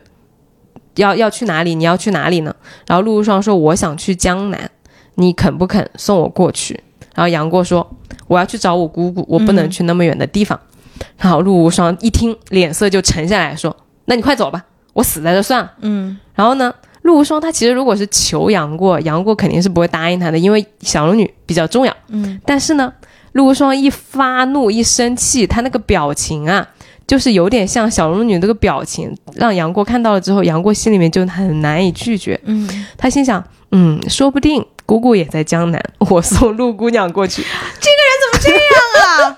S1: 要要去哪里？你要去哪里呢？”然后陆无双说：“我想去江南，你肯不肯送我过去？”然后杨过说：“我要去找我姑姑，我不能
S3: 嗯
S1: 去那么远的地方。然后陆无双一听，脸色就沉下来，说：“那你快走吧，我死在这算了。”
S3: 嗯
S1: 然后呢，陆无双他其实如果是求杨过，杨过肯定是不会答应他的，因为小龙女比较重要。
S3: 嗯，
S1: 但是呢，陆无双一发怒一生气，他那个表情啊，就是有点像小龙女那个表情，让杨过看到了之后，杨过心里面就很难以拒绝。
S3: 嗯，
S1: 他心想，嗯，说不定姑姑也在江南，我送陆姑娘过去。
S3: 这个人怎么这样啊？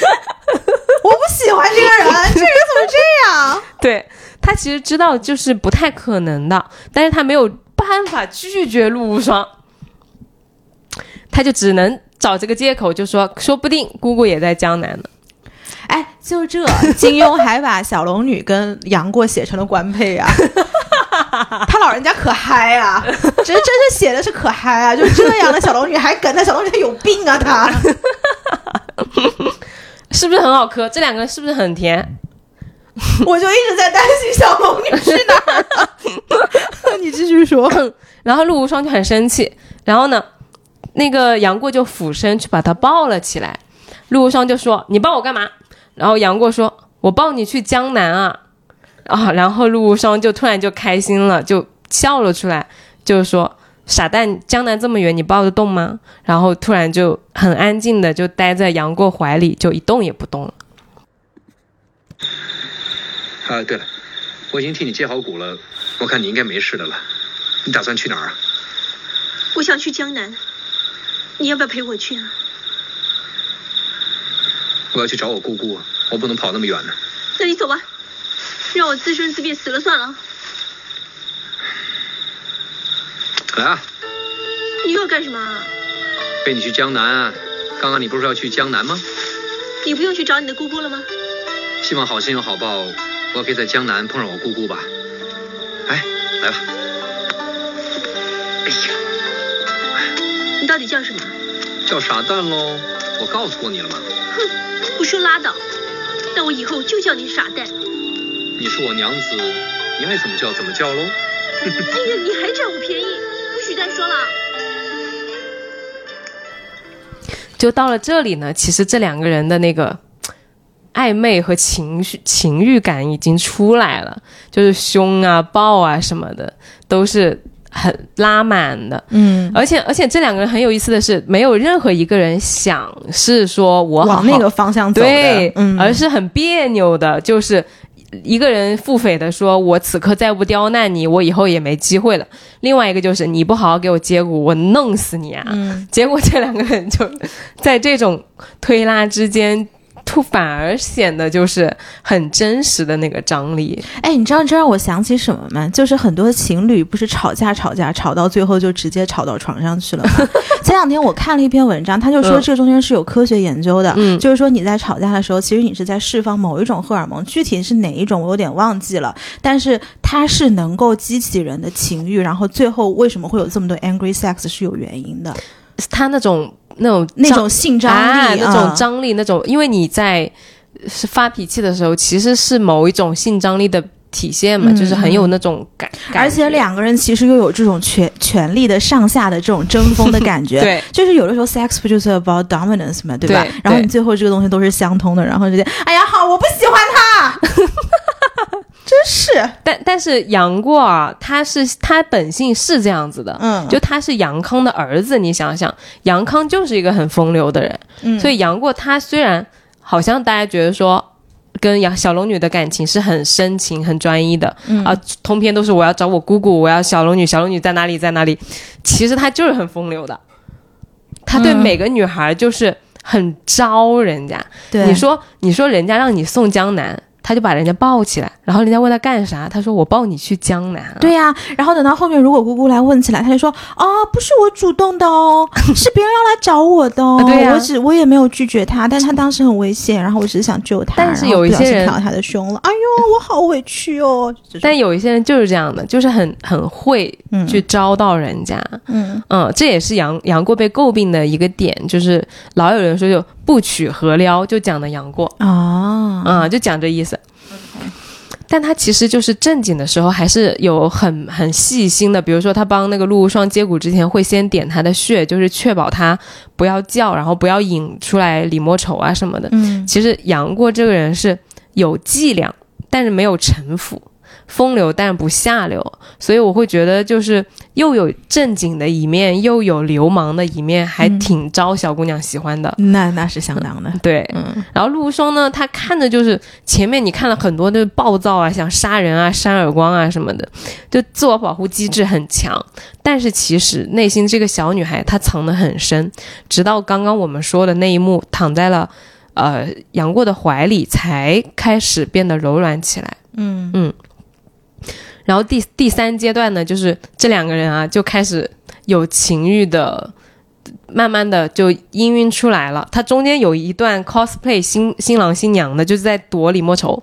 S3: 我不喜欢这个人，这个人怎么这样？
S1: 对他其实知道就是不太可能的，但是他没有办法拒绝陆无双，他就只能找这个借口，就说说不定姑姑也在江南呢。
S3: 哎，就这，金庸还把小龙女跟杨过写成了官配 啊。他老人家可嗨啊，真真是写的是可嗨啊，就这样的小龙女还跟那小龙女她有病啊 她。
S1: 是不是很好磕？这两个人是不是很甜？
S3: 我就一直在担心小龙女去哪儿啊了。 你继续说，
S1: 然后陆无双就很生气，然后呢，那个杨过就俯身去把他抱了起来。陆无双就说：“你抱我干嘛？”然后杨过说：“我抱你去江南啊！”啊，然后陆无双就突然就开心了，就笑了出来，就是说：“傻蛋，江南这么远，你抱得动吗？”然后突然就很安静的就待在杨过怀里，就一动也不动了。
S7: 啊，对了，我已经替你接好骨了，我看你应该没事的了。你打算去哪儿啊？
S6: 我想去江南，你要不要陪我去啊？
S7: 我要去找我姑姑，我不能跑那么远呢。
S6: 那你走吧，让我自生自灭死了算了。
S7: 来啊，
S6: 你又要干什么啊？
S7: 陪你去江南啊！刚刚你不是要去江南吗？
S6: 你不用去找你的姑姑了吗？
S7: 希望好心有好报，我可以在江南碰上我姑姑吧。哎，来吧。哎呀，
S6: 你到底叫什么？啊
S7: 叫傻蛋喽！我告诉过你了吗？
S6: 哼，不说拉倒。那我以后就叫你傻蛋。
S7: 你是我娘子，你爱怎么叫怎么叫喽。
S6: 哎呀，你还占我便宜，不许再说了。
S1: 就到了这里呢，其实这两个人的那个暧昧和情绪情欲感已经出来了，就是凶啊、暴啊什么的，都是很拉满的。
S3: 嗯，
S1: 而且而且这两个人很有意思的是，没有任何一个人想是说我好好
S3: 往那个方向走的，
S1: 对，
S3: 嗯，
S1: 而是很别扭的，就是一个人腹诽的说：“我此刻再不刁难你，我以后也没机会了。”另外一个就是你不好好给我接骨，我弄死你啊！
S3: 嗯
S1: 结果这两个人就在这种推拉之间。突反而显得就是很真实的那个张力，
S3: 哎，你知道这让我想起什么吗？就是很多情侣不是吵架吵架吵到最后就直接吵到床上去了吗？ 前两天我看了一篇文章，他就
S1: 嗯
S3: 说这中间是有科学研究的，
S1: 嗯
S3: 就是说你在吵架的时候，其实你是在释放某一种荷尔蒙，具体是哪一种我有点忘记了，但是它是能够激起人的情欲，然后最后为什么会有这么多 angry sex 是有原因的，
S1: 他那种那种
S3: 那
S1: 张
S3: 种性张
S1: 啊，
S3: 力，
S1: 那种
S3: 嗯
S1: 张力，那种，因为你在是发脾气的时候，其实是某一种性张力的体现嘛，
S3: 嗯
S1: 就是很有那种感，感
S3: 而且
S1: 觉
S3: 两个人其实又有这种权权力的上下的这种争锋的感觉。
S1: 对
S3: 就是有的时候 sex 不就是 about dominance 嘛，对吧？
S1: 对
S3: 然后
S1: 对
S3: 你最后这个东西都是相通的，然后直接，哎呀，好，我不喜欢他， 真是，
S1: 但但是杨过啊，他是他本性是这样子的，
S3: 嗯
S1: 就他是杨康的儿子，你想想，杨康就是一个很风流的人，
S3: 嗯
S1: 所以杨过他虽然好像大家觉得说。跟杨小龙女的感情是很深情、很专一的、
S3: 嗯
S1: 啊，通篇都是我要找我姑姑，我要小龙女，小龙女在哪里，在哪里。其实他就是很风流的，他对
S3: 嗯
S1: 每个女孩就是很招人家。
S3: 对，
S1: 你说你说人家让你送江南，他就把人家抱起来，然后人家问他干啥，他说我抱你去江南、啊。
S3: 对呀、然后等到后面如果姑姑来问起来，他就说啊，不是我主动的 哦，是别人要来找我的哦，
S1: 啊对呀
S3: 我只我也没有拒绝他，但他当时很危险，然后我只是想救他，
S1: 但是
S3: 然后
S1: 有一
S3: 不小
S1: 些
S3: 心
S1: 人
S3: 看到他的胸了，哎呦，我好委屈哦，这种
S1: 但有一些人就是这样的，就是很很会
S3: 嗯
S1: 去招到人家，
S3: 嗯
S1: 嗯，这也是杨杨过被诟病的一个点，就是老有人说就不娶何撩，就讲的杨过，
S3: 啊，
S1: 啊、就讲这意思。但他其实就是正经的时候，还是有很很细心的。比如说，他帮那个陆无双接骨之前，会先点他的穴，就是确保他不要叫，然后不要引出来李莫愁啊什么的。
S3: 嗯，
S1: 其实杨过这个人是有伎俩，但是没有城府，风流但不下流，所以我会觉得就是又有正经的一面，又有流氓的一面，还
S3: 嗯
S1: 挺招小姑娘喜欢的。
S3: 那那是相当的。
S1: 对，
S3: 嗯，
S1: 然后陆无双呢，他看着就是前面你看了很多的暴躁啊，想杀人啊、扇耳光啊什么的，就自我保护机制很强。但是其实内心这个小女孩她藏得很深，直到刚刚我们说的那一幕，躺在了呃杨过的怀里，才开始变得柔软起来。
S3: 嗯
S1: 然后第第三阶段呢，就是这两个人啊就开始有情欲的，慢慢的就氤氲出来了。他中间有一段 cosplay 新新郎新娘的，就是在躲李莫愁，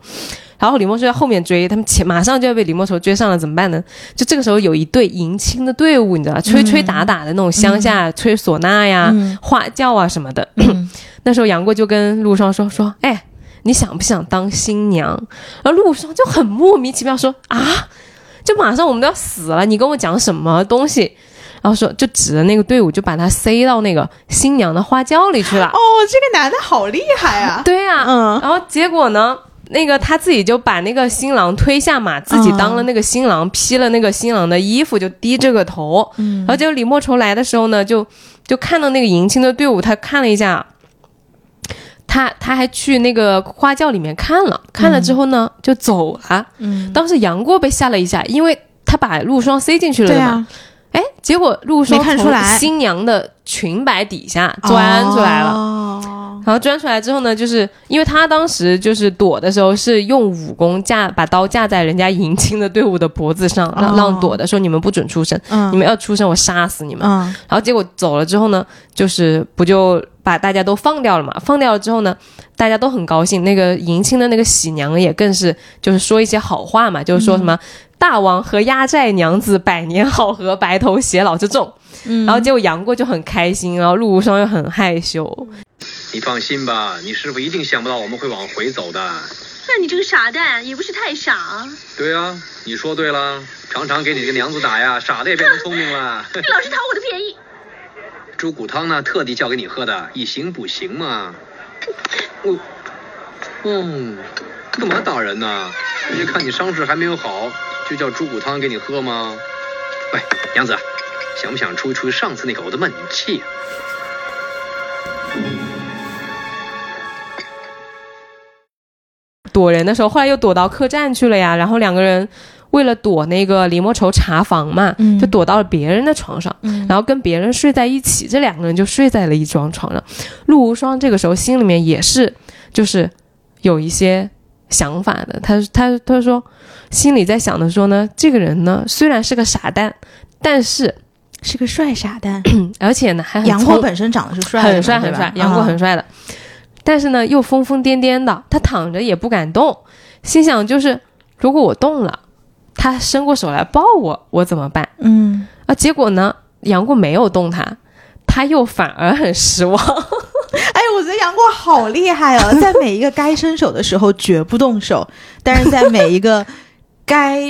S1: 然后李莫愁在后面追，他们前马上就要被李莫愁追上了，怎么办呢？就这个时候有一队迎亲的队伍，你知道吧，吹吹打打的那种乡下、吹唢呐呀、 花轿啊什么的。 那时候杨过就跟陆双说说，哎。你想不想当新娘？然后陆双就很莫名其妙说啊，就马上我们都要死了，你跟我讲什么东西？然后说就指着那个队伍，就把他塞到那个新娘的花轿里去了。
S3: 哦，这个男的好厉害 啊！
S1: 对呀、
S3: 嗯
S1: 然后结果呢？那个他自己就把那个新郎推下马，自己
S3: 嗯
S1: 当了那个新郎，披了那个新郎的衣服，就低着个头。嗯、然后结果李莫愁来的时候呢，就就看到那个迎亲的队伍，他看了一下，他他还去那个花轿里面看了，看了之后呢、就走了。
S3: 嗯，
S1: 当时杨过被吓了一下，因为他把陆双塞进去了
S3: 对
S1: 嘛。
S3: 啊，
S1: 哎，结果陆
S3: 没
S1: 收
S3: 看出
S1: 从
S3: 来
S1: 新娘的裙摆底下钻出来了。
S3: 哦
S1: 然后钻出来之后呢，就是因为他当时就是躲的时候是用武功架把刀架在人家迎亲的队伍的脖子上，让、
S3: 哦
S1: 让躲的时候你们不准出声，
S3: 嗯，
S1: 你们要出声我杀死你们。
S3: 嗯
S1: 然后结果走了之后呢，就是不就把大家都放掉了嘛？放掉了之后呢，大家都很高兴。那个迎亲的那个喜娘也更是就是说一些好话嘛，就是说什么、大王和压寨娘子百年好合，白头偕老这种。
S3: 嗯，
S1: 然后结果杨过就很开心，然后陆无双又很害羞。
S7: 你放心吧，你师傅一定想不到我们会往回走的。
S6: 那你这个傻蛋也不是太傻啊，
S7: 对啊，你说对了，常常给你这个娘子打呀，傻的也变成聪明了。
S6: 你老是讨我的便宜，
S7: 猪骨汤呢，特地叫给你喝的，一行补行嘛。我，嗯，干嘛打人呢？人家看你伤势还没有好，就叫猪骨汤给你喝吗？喂，娘子，想不想出一出上次那个呕的闷气？
S1: 躲人的时候，后来又躲到客栈去了呀。然后两个人为了躲那个李莫愁查房嘛，
S3: 嗯
S1: 就躲到了别人的床上，然后跟别人睡在一起。这两个人就睡在了一张床上。陆无双这个时候心里面也是，就是有一些想法的。他他他说，心里在想的说呢，这个人呢虽然是个傻蛋，但是
S3: 是个帅傻蛋。
S1: 而且呢还很
S3: 杨
S1: 聪
S3: 过本身长得是帅的嘛，
S1: 嗯很帅
S3: 对
S1: 很
S3: 吧
S1: 帅，杨过很
S3: 啊
S1: 帅的，但是呢又疯疯癫癫的，他躺着也不敢动，心想就是如果我动了，他伸过手来抱我，我怎么办
S3: 嗯，
S1: 啊？结果呢，杨过没有动他，他又反而很失 望，
S3: 哎，我觉得杨过好厉害哦， 在每一个该伸手的时候绝不动手，但是在每一个该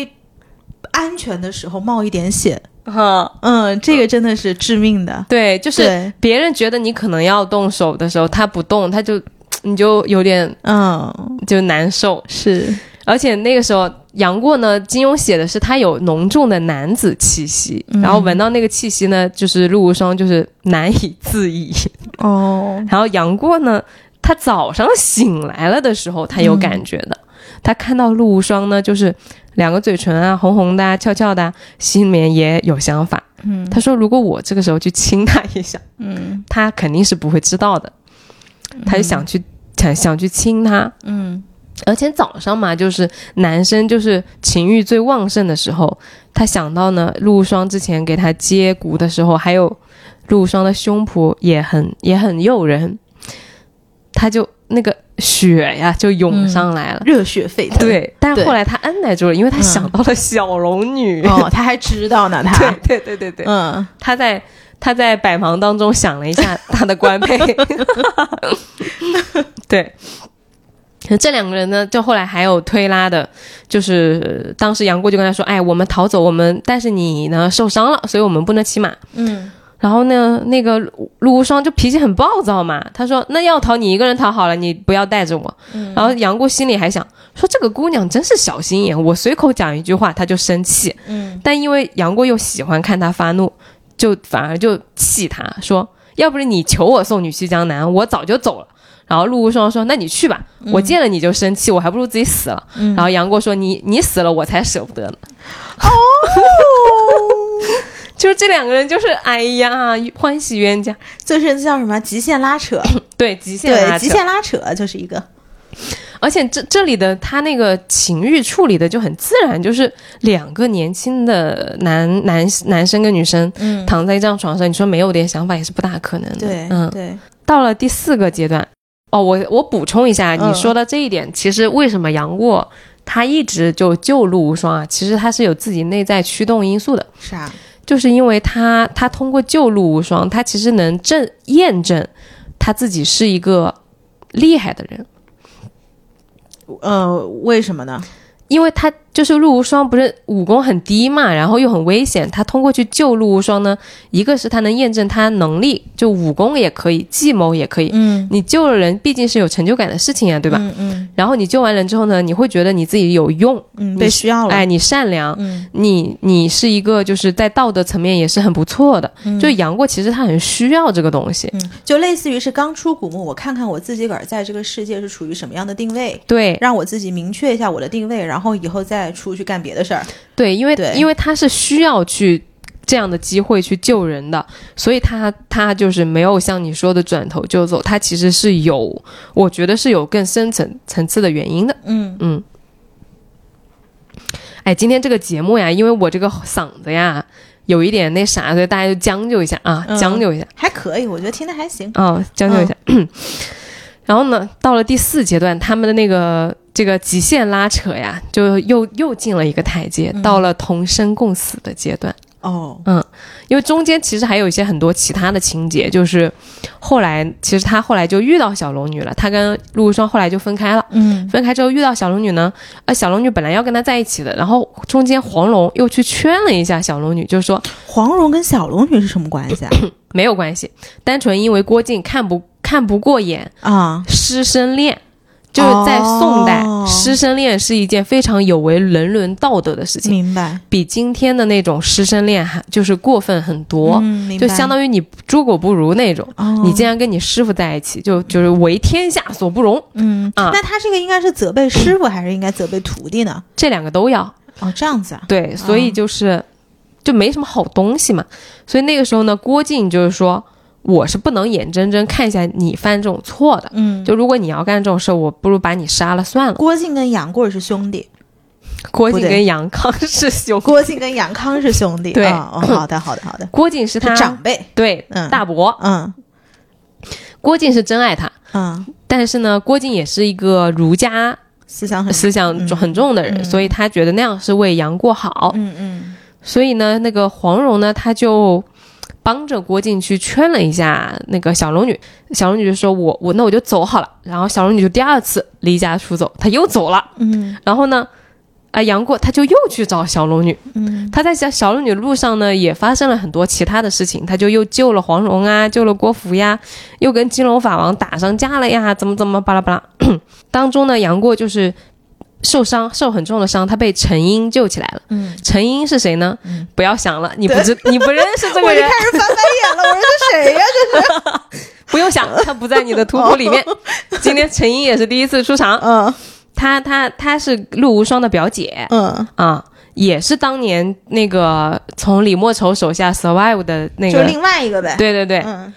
S3: 安全的时候冒一点险，
S1: 哈，
S3: 嗯，这个真的是致命的。
S1: 对，就是
S3: 对，
S1: 别人觉得你可能要动手的时候，他不动，他就你就有点
S3: 嗯，
S1: 就难受，
S3: 是，
S1: 而且那个时候，杨过呢，金庸写的是他有浓重的男子气息，
S3: 嗯
S1: 然后闻到那个气息呢，就是陆无双就是难以自 已。
S3: 哦，
S1: 然后杨过呢，他早上醒来了的时候，他有感觉的，他看到陆无双呢，就是两个嘴唇啊，红红的、啊、翘翘的、啊，心里面也有想法。
S3: 嗯
S1: 他说，如果我这个时候去亲他一下，
S3: 嗯
S1: 他肯定是不会知道的。他就想去想想去亲他，
S3: 嗯
S1: 而且早上嘛，就是男生就是情欲最旺盛的时候，他想到呢，陆无双之前给他接骨的时候，还有陆无双的胸脯也很也很诱人，他就那个血呀就涌上来了。
S3: 热血沸腾。，
S1: 对，但
S3: 嗯对
S1: 后来他按耐住了，因为他
S3: 嗯
S1: 想到了小龙女。
S3: 哦，啊他还知道呢，他，
S1: 对对对对对，
S3: 嗯，
S1: 他在他在百忙当中想了一下他的官配， 对。这两个人呢，就后来还有推拉的，就是呃当时杨过就跟他说：“哎，我们逃走，我们但是你呢受伤了，所以我们不能骑马。”
S3: 嗯，
S1: 然后呢，那个陆陆无双就脾气很暴躁嘛，他说：“那要逃你一个人逃好了，你不要带着我。
S3: 嗯
S1: 然后杨过心里还想说：“这个姑娘真是小心眼，我随口讲一句话她就生气。”
S3: 嗯，
S1: 但因为杨过又喜欢看她发怒，就反而就气她说：“要不是你求我送你去江南，我早就走了。”然后陆无双说：“那你去吧，
S3: 嗯
S1: 我见了你就生气，我还不如自己死了。然后杨过说：“你你死了，我才舍不得呢。”就是这两个人，就是哎呀，欢喜冤家，
S3: 就是叫什么极限拉扯，
S1: 对极限啊拉
S3: 对，
S1: 扯
S3: 极限啊拉扯就是一个，
S1: 而且这这里的他那个情欲处理的就很自然，就是两个年轻的男男男生跟女生
S3: 嗯
S1: 躺在一张床上，你说没有点想法也是不大可能的。
S3: 对，
S1: 嗯，
S3: 对，
S1: 到了第四个阶段，哦，我我补充一下，
S3: 嗯
S1: 你说到这一点，其实为什么杨过他一直就救陆无双啊？其实他是有自己内在驱动因素的，
S3: 啥？
S1: 就是因为他他通过救陆无双，他其实能证验证他自己是一个厉害的人。
S3: 呃，为什么呢？
S1: 因为他就是陆无双，不是武功很低嘛，然后又很危险。他通过去救陆无双呢，一个是他能验证他能力，就武功也可以，计谋也可以。
S3: 嗯，
S1: 你救了人，毕竟是有成就感的事情呀、啊对吧？
S3: 嗯嗯
S1: 然后你救完人之后呢，你会觉得你自己有用，
S3: 嗯，
S1: 你
S3: 被需要了，
S1: 哎，你善良，
S3: 嗯
S1: 你你是一个就是在道德层面也是很不错的。就杨过其实他很需要这个东西，
S3: 嗯，就类似于是刚出古墓，我看看我自己个儿在这个世界是处于什么样的定位。
S1: 对
S3: 让我自己明确一下我的定位，然后以后再出去干别的事儿。
S1: 对，因为
S3: 对
S1: 因为他是需要去这样的机会去救人的，所以他他就是没有像你说的转头就走，他其实是有，我觉得是有更深层层次的原因的。
S3: 嗯，
S1: 嗯。哎，今天这个节目呀，因为我这个嗓子呀有一点那啥，所以大家就将就一下啊，
S3: 嗯
S1: 将就一下，
S3: 还可以，我觉得听的还行。
S1: 哦，将就一下。 然后呢，到了第四阶段，他们的那个这个极限拉扯呀，就又又进了一个台阶，到了同生共死的阶段。
S3: 哦，
S1: 因为中间其实还有一些很多其他的情节，就是后来其实他后来就遇到小龙女了，他跟陆无双后来就分开了。
S3: 嗯
S1: 分开之后遇到小龙女呢，呃，小龙女本来要跟他在一起的，然后中间黄蓉又去圈了一下小龙女，就说
S3: 黄蓉跟小龙女是什么关系啊？
S1: 没有关系，单纯因为郭靖看不看不过眼
S3: 啊，
S1: 师生恋，就是在宋代，
S3: 哦
S1: 师生恋是一件非常有违人伦道德的事情，
S3: 明白。
S1: 比今天的那种师生恋还就是过分很多，
S3: 嗯，明白
S1: 就相当于你猪狗不如那种。
S3: 哦，
S1: 你竟然跟你师傅在一起，就就是为天下所不容，
S3: 嗯，
S1: 啊
S3: 那他这个应该是责备师傅，还是应该责备徒弟呢？
S1: 这两个都要。
S3: 哦，这样子啊。
S1: 对，所以
S3: 嗯
S1: 就是、就没什么好东西嘛。所以那个时候呢，郭靖就是说，我是不能眼睁睁看一下你犯这种错的。
S3: 嗯，
S1: 就如果你要干这种事，我不如把你杀了算了。
S3: 郭靖跟杨过是兄弟，
S1: 郭靖
S3: 对
S1: 跟杨康是兄，
S3: 郭靖跟杨康是兄弟。
S1: 对
S3: 啊哦，好的，好的，好的，
S1: 郭靖是他
S3: 是长辈。
S1: 对、
S3: 嗯
S1: 大伯，
S3: 嗯
S1: 郭靖是真爱他，
S3: 嗯，
S1: 但是呢，郭靖也是一个儒家
S3: 思想很
S1: 思想
S3: 嗯
S1: 很重的人，
S3: 嗯
S1: 所以他觉得那样是为杨过好。
S3: 嗯嗯
S1: 所以呢，那个黄蓉呢，她就帮着郭靖去劝了一下那个小龙女。小龙女就说我：“我那我就走好了。”然后小龙女就第二次离家出走，她又走了。
S3: 嗯
S1: 然后呢，啊、杨过他就又去找小龙女。
S3: 嗯
S1: 他在小小龙女路上呢，也发生了很多其他的事情，他就又救了黄蓉啊，救了郭芙呀，又跟金龙法王打上架了呀，怎么怎么巴拉巴拉。 当中呢，杨过就是受伤，受很重的伤，他被陈英救起来了。
S3: 嗯，
S1: 陈英是谁呢？
S3: 嗯
S1: 不要想了，你不 知你不认识这
S3: 我
S1: 个
S3: 就
S1: 人
S3: 开，始翻白眼了，我说这谁 呀？这
S1: 不用想，他不在你的图谱 里面。
S3: 哦
S1: 今天陈英也是第一次出场，
S3: 嗯
S1: 她她她是陆无双的表姐
S3: 嗯，
S1: 啊，也是当年那个从李莫愁手下 survive 的那
S3: 就是
S1: 个。
S3: 另外一个呗。，
S1: 对对对，
S3: 嗯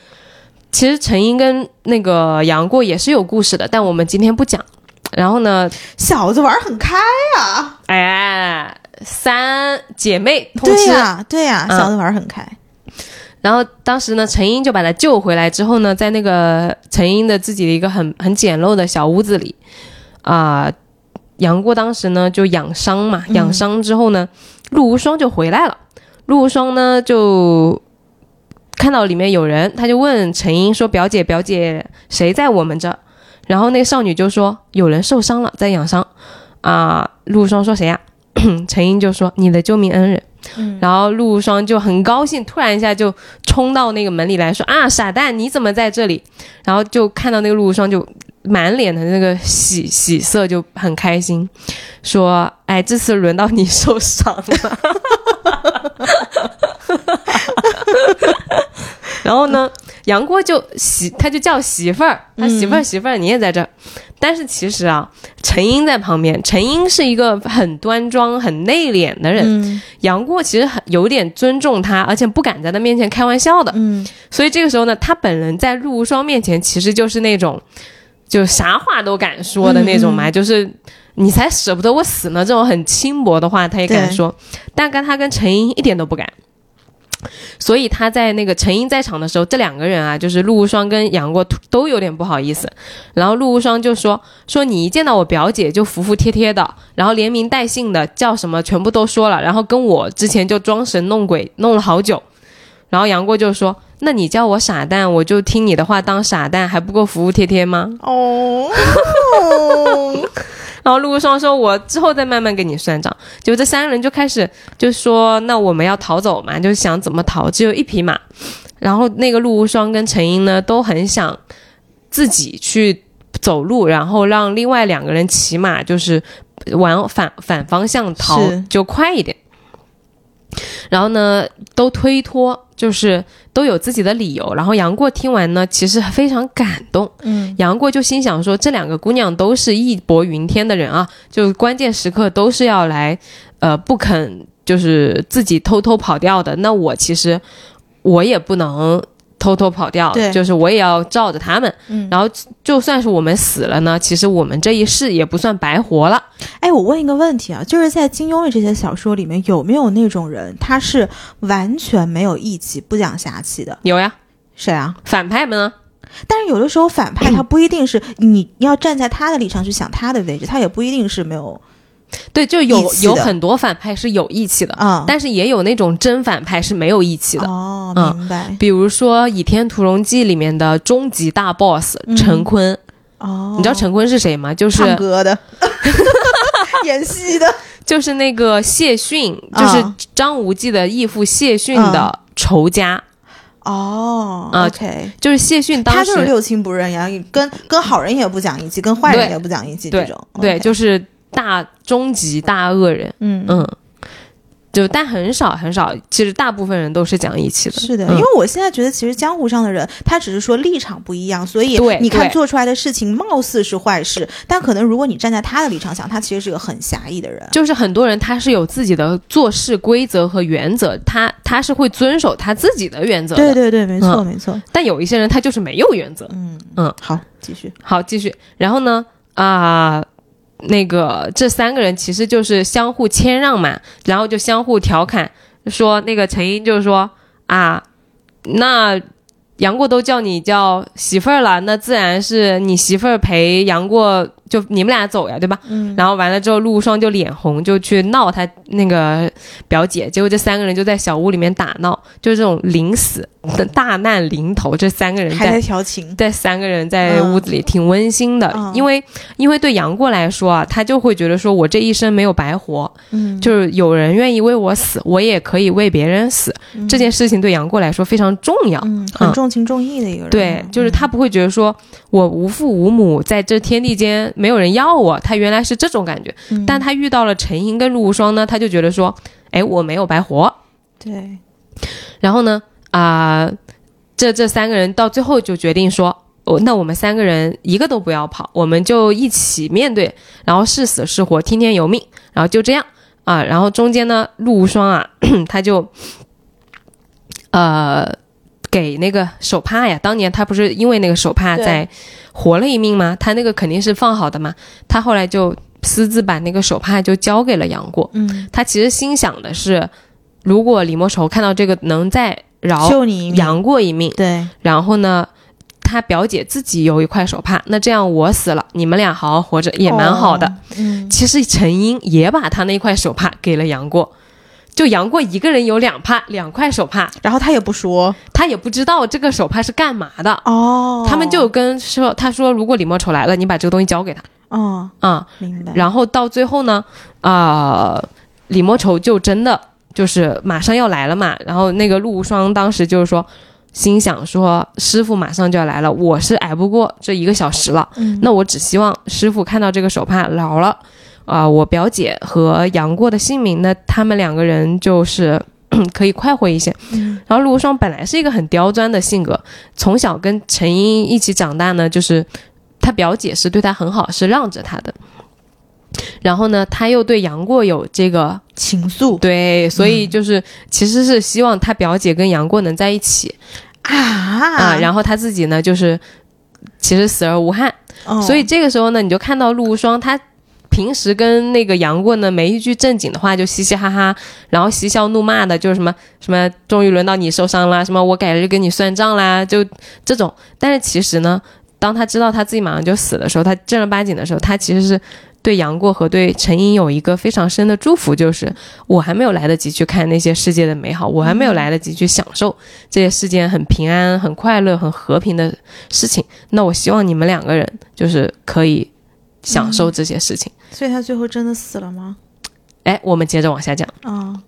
S1: 其实陈英跟那个杨过也是有故事的，但我们今天不讲。然后呢，
S3: 小子玩儿很开啊，
S1: 哎，三姐妹通
S3: 对
S1: 吃。啊
S3: 呀对呀，
S1: 嗯
S3: 小子玩儿很开。
S1: 然后当时呢，陈英就把她救回来之后呢，在那个陈英的自己的一个很很简陋的小屋子里，啊、杨过当时呢就养伤嘛，
S3: 嗯
S1: 养伤之后呢，陆无双就回来了。陆无双呢就看到里面有人，他就问陈英说：“表姐，表姐，谁在我们这儿？”然后那个少女就说：“有人受伤了，在养伤。”啊，陆无双说：“谁呀、陈英就说：“你的救命恩人。”
S3: 嗯
S1: 然后陆无双就很高兴，突然一下就冲到那个门里来说：“啊，傻蛋，你怎么在这里？”然后就看到那个陆无双就满脸的那个喜喜色，就很开心，说：“哎，这次轮到你受伤了。” 然后呢，杨过就媳，他就叫媳妇儿，他媳妇儿媳妇儿，你也在这儿。但是其实啊，陈英在旁边，陈英是一个很端庄、很内敛的人，
S3: 嗯
S1: 杨过其实很有点尊重他，而且不敢在他面前开玩笑的。
S3: 嗯，
S1: 所以这个时候呢，他本人在陆无双面前其实就是那种，就啥话都敢说的那种
S3: 嗯
S1: 嘛，就是你才舍不得我死呢这种很轻薄的话他也敢
S3: 对
S1: 说，但跟他跟陈英一点都不敢。所以他在那个陈英在场的时候，这两个人啊，就是陆无双跟杨过都有点不好意思。然后陆无双就说：“说你一见到我表姐就服服帖帖的，然后连名带姓的叫什么全部都说了，然后跟我之前就装神弄鬼弄了好久。”然后杨过就说：“那你叫我傻蛋，我就听你的话当傻蛋，还不够服服帖帖吗
S3: 哦，？”
S1: 然后陆无双说：“我之后再慢慢跟你算账。”结果这三个人就开始就说：“那我们要逃走嘛，就想怎么逃，只有一匹马。”然后那个陆无双跟陈英呢都很想自己去走路，然后让另外两个人骑马，就是往反反方向逃
S3: 是
S1: 就快一点。然后呢，都推脱，就是都有自己的理由。然后杨过听完呢，其实非常感动，
S3: 嗯，
S1: 杨过就心想说，这两个姑娘都是义薄云天的人啊，就关键时刻都是要来，呃，不肯。就是自己偷偷跑掉的，那我其实我也不能偷偷跑掉，
S3: 对
S1: 就是我也要罩着他们。
S3: 嗯
S1: 然后就算是我们死了呢，其实我们这一世也不算白活了。
S3: 哎，我问一个问题啊，就是在金庸的这些小说里面，有没有那种人，他是完全没有义气、不讲侠气的？
S1: 有呀，
S3: 谁啊？
S1: 反派们呢？
S3: 但是有的时候反 派他不一定是你要站在他的立场去想他的位置，他也不一定是没有
S1: 对，就
S3: 义
S1: 有
S3: 气
S1: 有
S3: 的
S1: 很多反派是有义气的，
S3: 啊。
S1: 但是也有那种真反派是没有义气的。
S3: 哦，
S1: 嗯
S3: 明白、
S1: 比如说《倚天屠龙记》里面的终极大 boss
S3: 嗯
S1: 陈坤，
S3: 哦，
S1: 你知道陈坤是谁吗？就是
S3: 唱 歌的， 演戏的，
S1: 就是那个谢逊，
S3: 啊嗯
S1: 就是张无忌的义父谢逊的仇家，
S3: 哦、
S1: 啊
S3: o k
S1: 就是谢逊当
S3: 他就是
S1: 时
S3: 六亲不认，然后跟跟好人也不讲义气，跟坏人
S1: 对
S3: 也不讲义气，这
S1: 对
S3: 种
S1: 对，
S3: OK
S1: 就是大终极大恶人，
S3: 嗯
S1: 嗯，就但很少很少，其实大部分人都是讲义气的，
S3: 是的，啊
S1: 嗯
S3: 因为我现在觉得，其实江湖上的人，他只是说立场不一样，所以
S1: 对
S3: 你看
S1: 对
S3: 做出来的事情貌似是坏事，但可能如果你站在他的立场想，他其实是个很狭义的人。
S1: 就是很多人他是有自己的做事规则和原则，他他是会遵守他自己的原则的，
S3: 对对对，没错、
S1: 嗯
S3: 没错。
S1: 但有一些人他就是没有原则，
S3: 嗯
S1: 嗯，
S3: 好，继续。
S1: 好，继续。然后呢，啊、那个这三个人其实就是相互谦让嘛，然后就相互调侃，说那个陈英就说啊，那杨过都叫你叫媳妇儿了，那自然是你媳妇儿陪杨过，就你们俩走呀，对吧？
S3: 嗯，
S1: 然后完了之后，陆无双就脸红，就去闹他那个表姐。结果这三个人就在小屋里面打闹，就是这种临死的大难临头，这三个人
S3: 还
S1: 在
S3: 在调情。
S1: 带三个人在屋子里挺温馨的，
S3: 嗯
S1: 因为因为对杨过来说啊，他就会觉得说我这一生没有白活，
S3: 嗯，
S1: 就是有人愿意为我死，我也可以为别人死，这件事情对杨过来说非常重要。
S3: 嗯，很
S1: 嗯
S3: 重情重义的一个人。啊嗯
S1: 对，就是他不会觉得说我无父无母，在这天地间没有人要我，他原来是这种感觉。
S3: 嗯，
S1: 但他遇到了陈英跟陆无双呢，他就觉得说，哎，我没有白活。
S3: 对，
S1: 然后呢，啊、这这三个人到最后就决定说，哦，那我们三个人一个都不要跑，我们就一起面对，然后是死是活，听天由命，然后就这样啊、然后中间呢，陆无双啊， 他就呃给那个手帕呀，当年他不是因为那个手帕
S3: 对
S1: 在活了一命吗？他那个肯定是放好的嘛，他后来就私自把那个手帕就交给了杨过。
S3: 嗯，
S1: 他其实心想的是，如果李莫愁看到这个能再饶
S3: 救你一命。
S1: 杨过一命，
S3: 对，
S1: 然后呢，他表姐自己有一块手帕，那这样我死了，你们俩好好活着也蛮好的。
S3: 哦。嗯，
S1: 其实陈英也把他那块手帕给了杨过，就杨过一个人有两帕两块手帕，
S3: 然后他也不说。
S1: 他也不知道这个手帕是干嘛的。
S3: 哦，
S1: 他们就跟说，他说如果李莫愁来了，你把这个东西交给他
S3: 哦，
S1: 啊、
S3: 明白。
S1: 然后到最后呢，啊、李莫愁就真的就是马上要来了嘛。然后那个陆无双当时就是说，心想说师傅马上就要来了，我是挨不过这一个小时了，
S3: 嗯
S1: 那我只希望师傅看到这个手帕饶了啊、我表姐和杨过的性命，那他们两个人就是。 可以快活一些。
S3: 嗯
S1: 然后陆无双本来是一个很刁钻的性格，从小跟陈英一起长大呢，就是他表姐是对他很好，是让着他的。然后呢，他又对杨过有这个
S3: 情愫
S1: 对，所以就是、其实是希望他表姐跟杨过能在一起
S3: 啊
S1: 啊
S3: 啊
S1: 然后他自己呢就是其实死而无憾。
S3: 后
S1: 所以这个时候呢，你就看到陆无双他。平时跟那个杨过呢，没一句正经的话就嘻嘻哈哈，然后嬉笑怒骂的，就是什么什么，终于轮到你受伤啦，什么我改日跟你算账啦，就这种。但是其实呢，当他知道他自己马上就死的时候，他正儿八经的时候，他其实是对杨过和对陈英有一个非常深的祝福，就是我还没有来得及去看那些世界的美好，我还没有来得及去享受这些世间很平安、很快乐、很和平的事情。那我希望你们两个人就是可以享受这些事情。
S3: 所以他最后真的死了吗？
S1: 哎，我们接着往下讲。
S3: 啊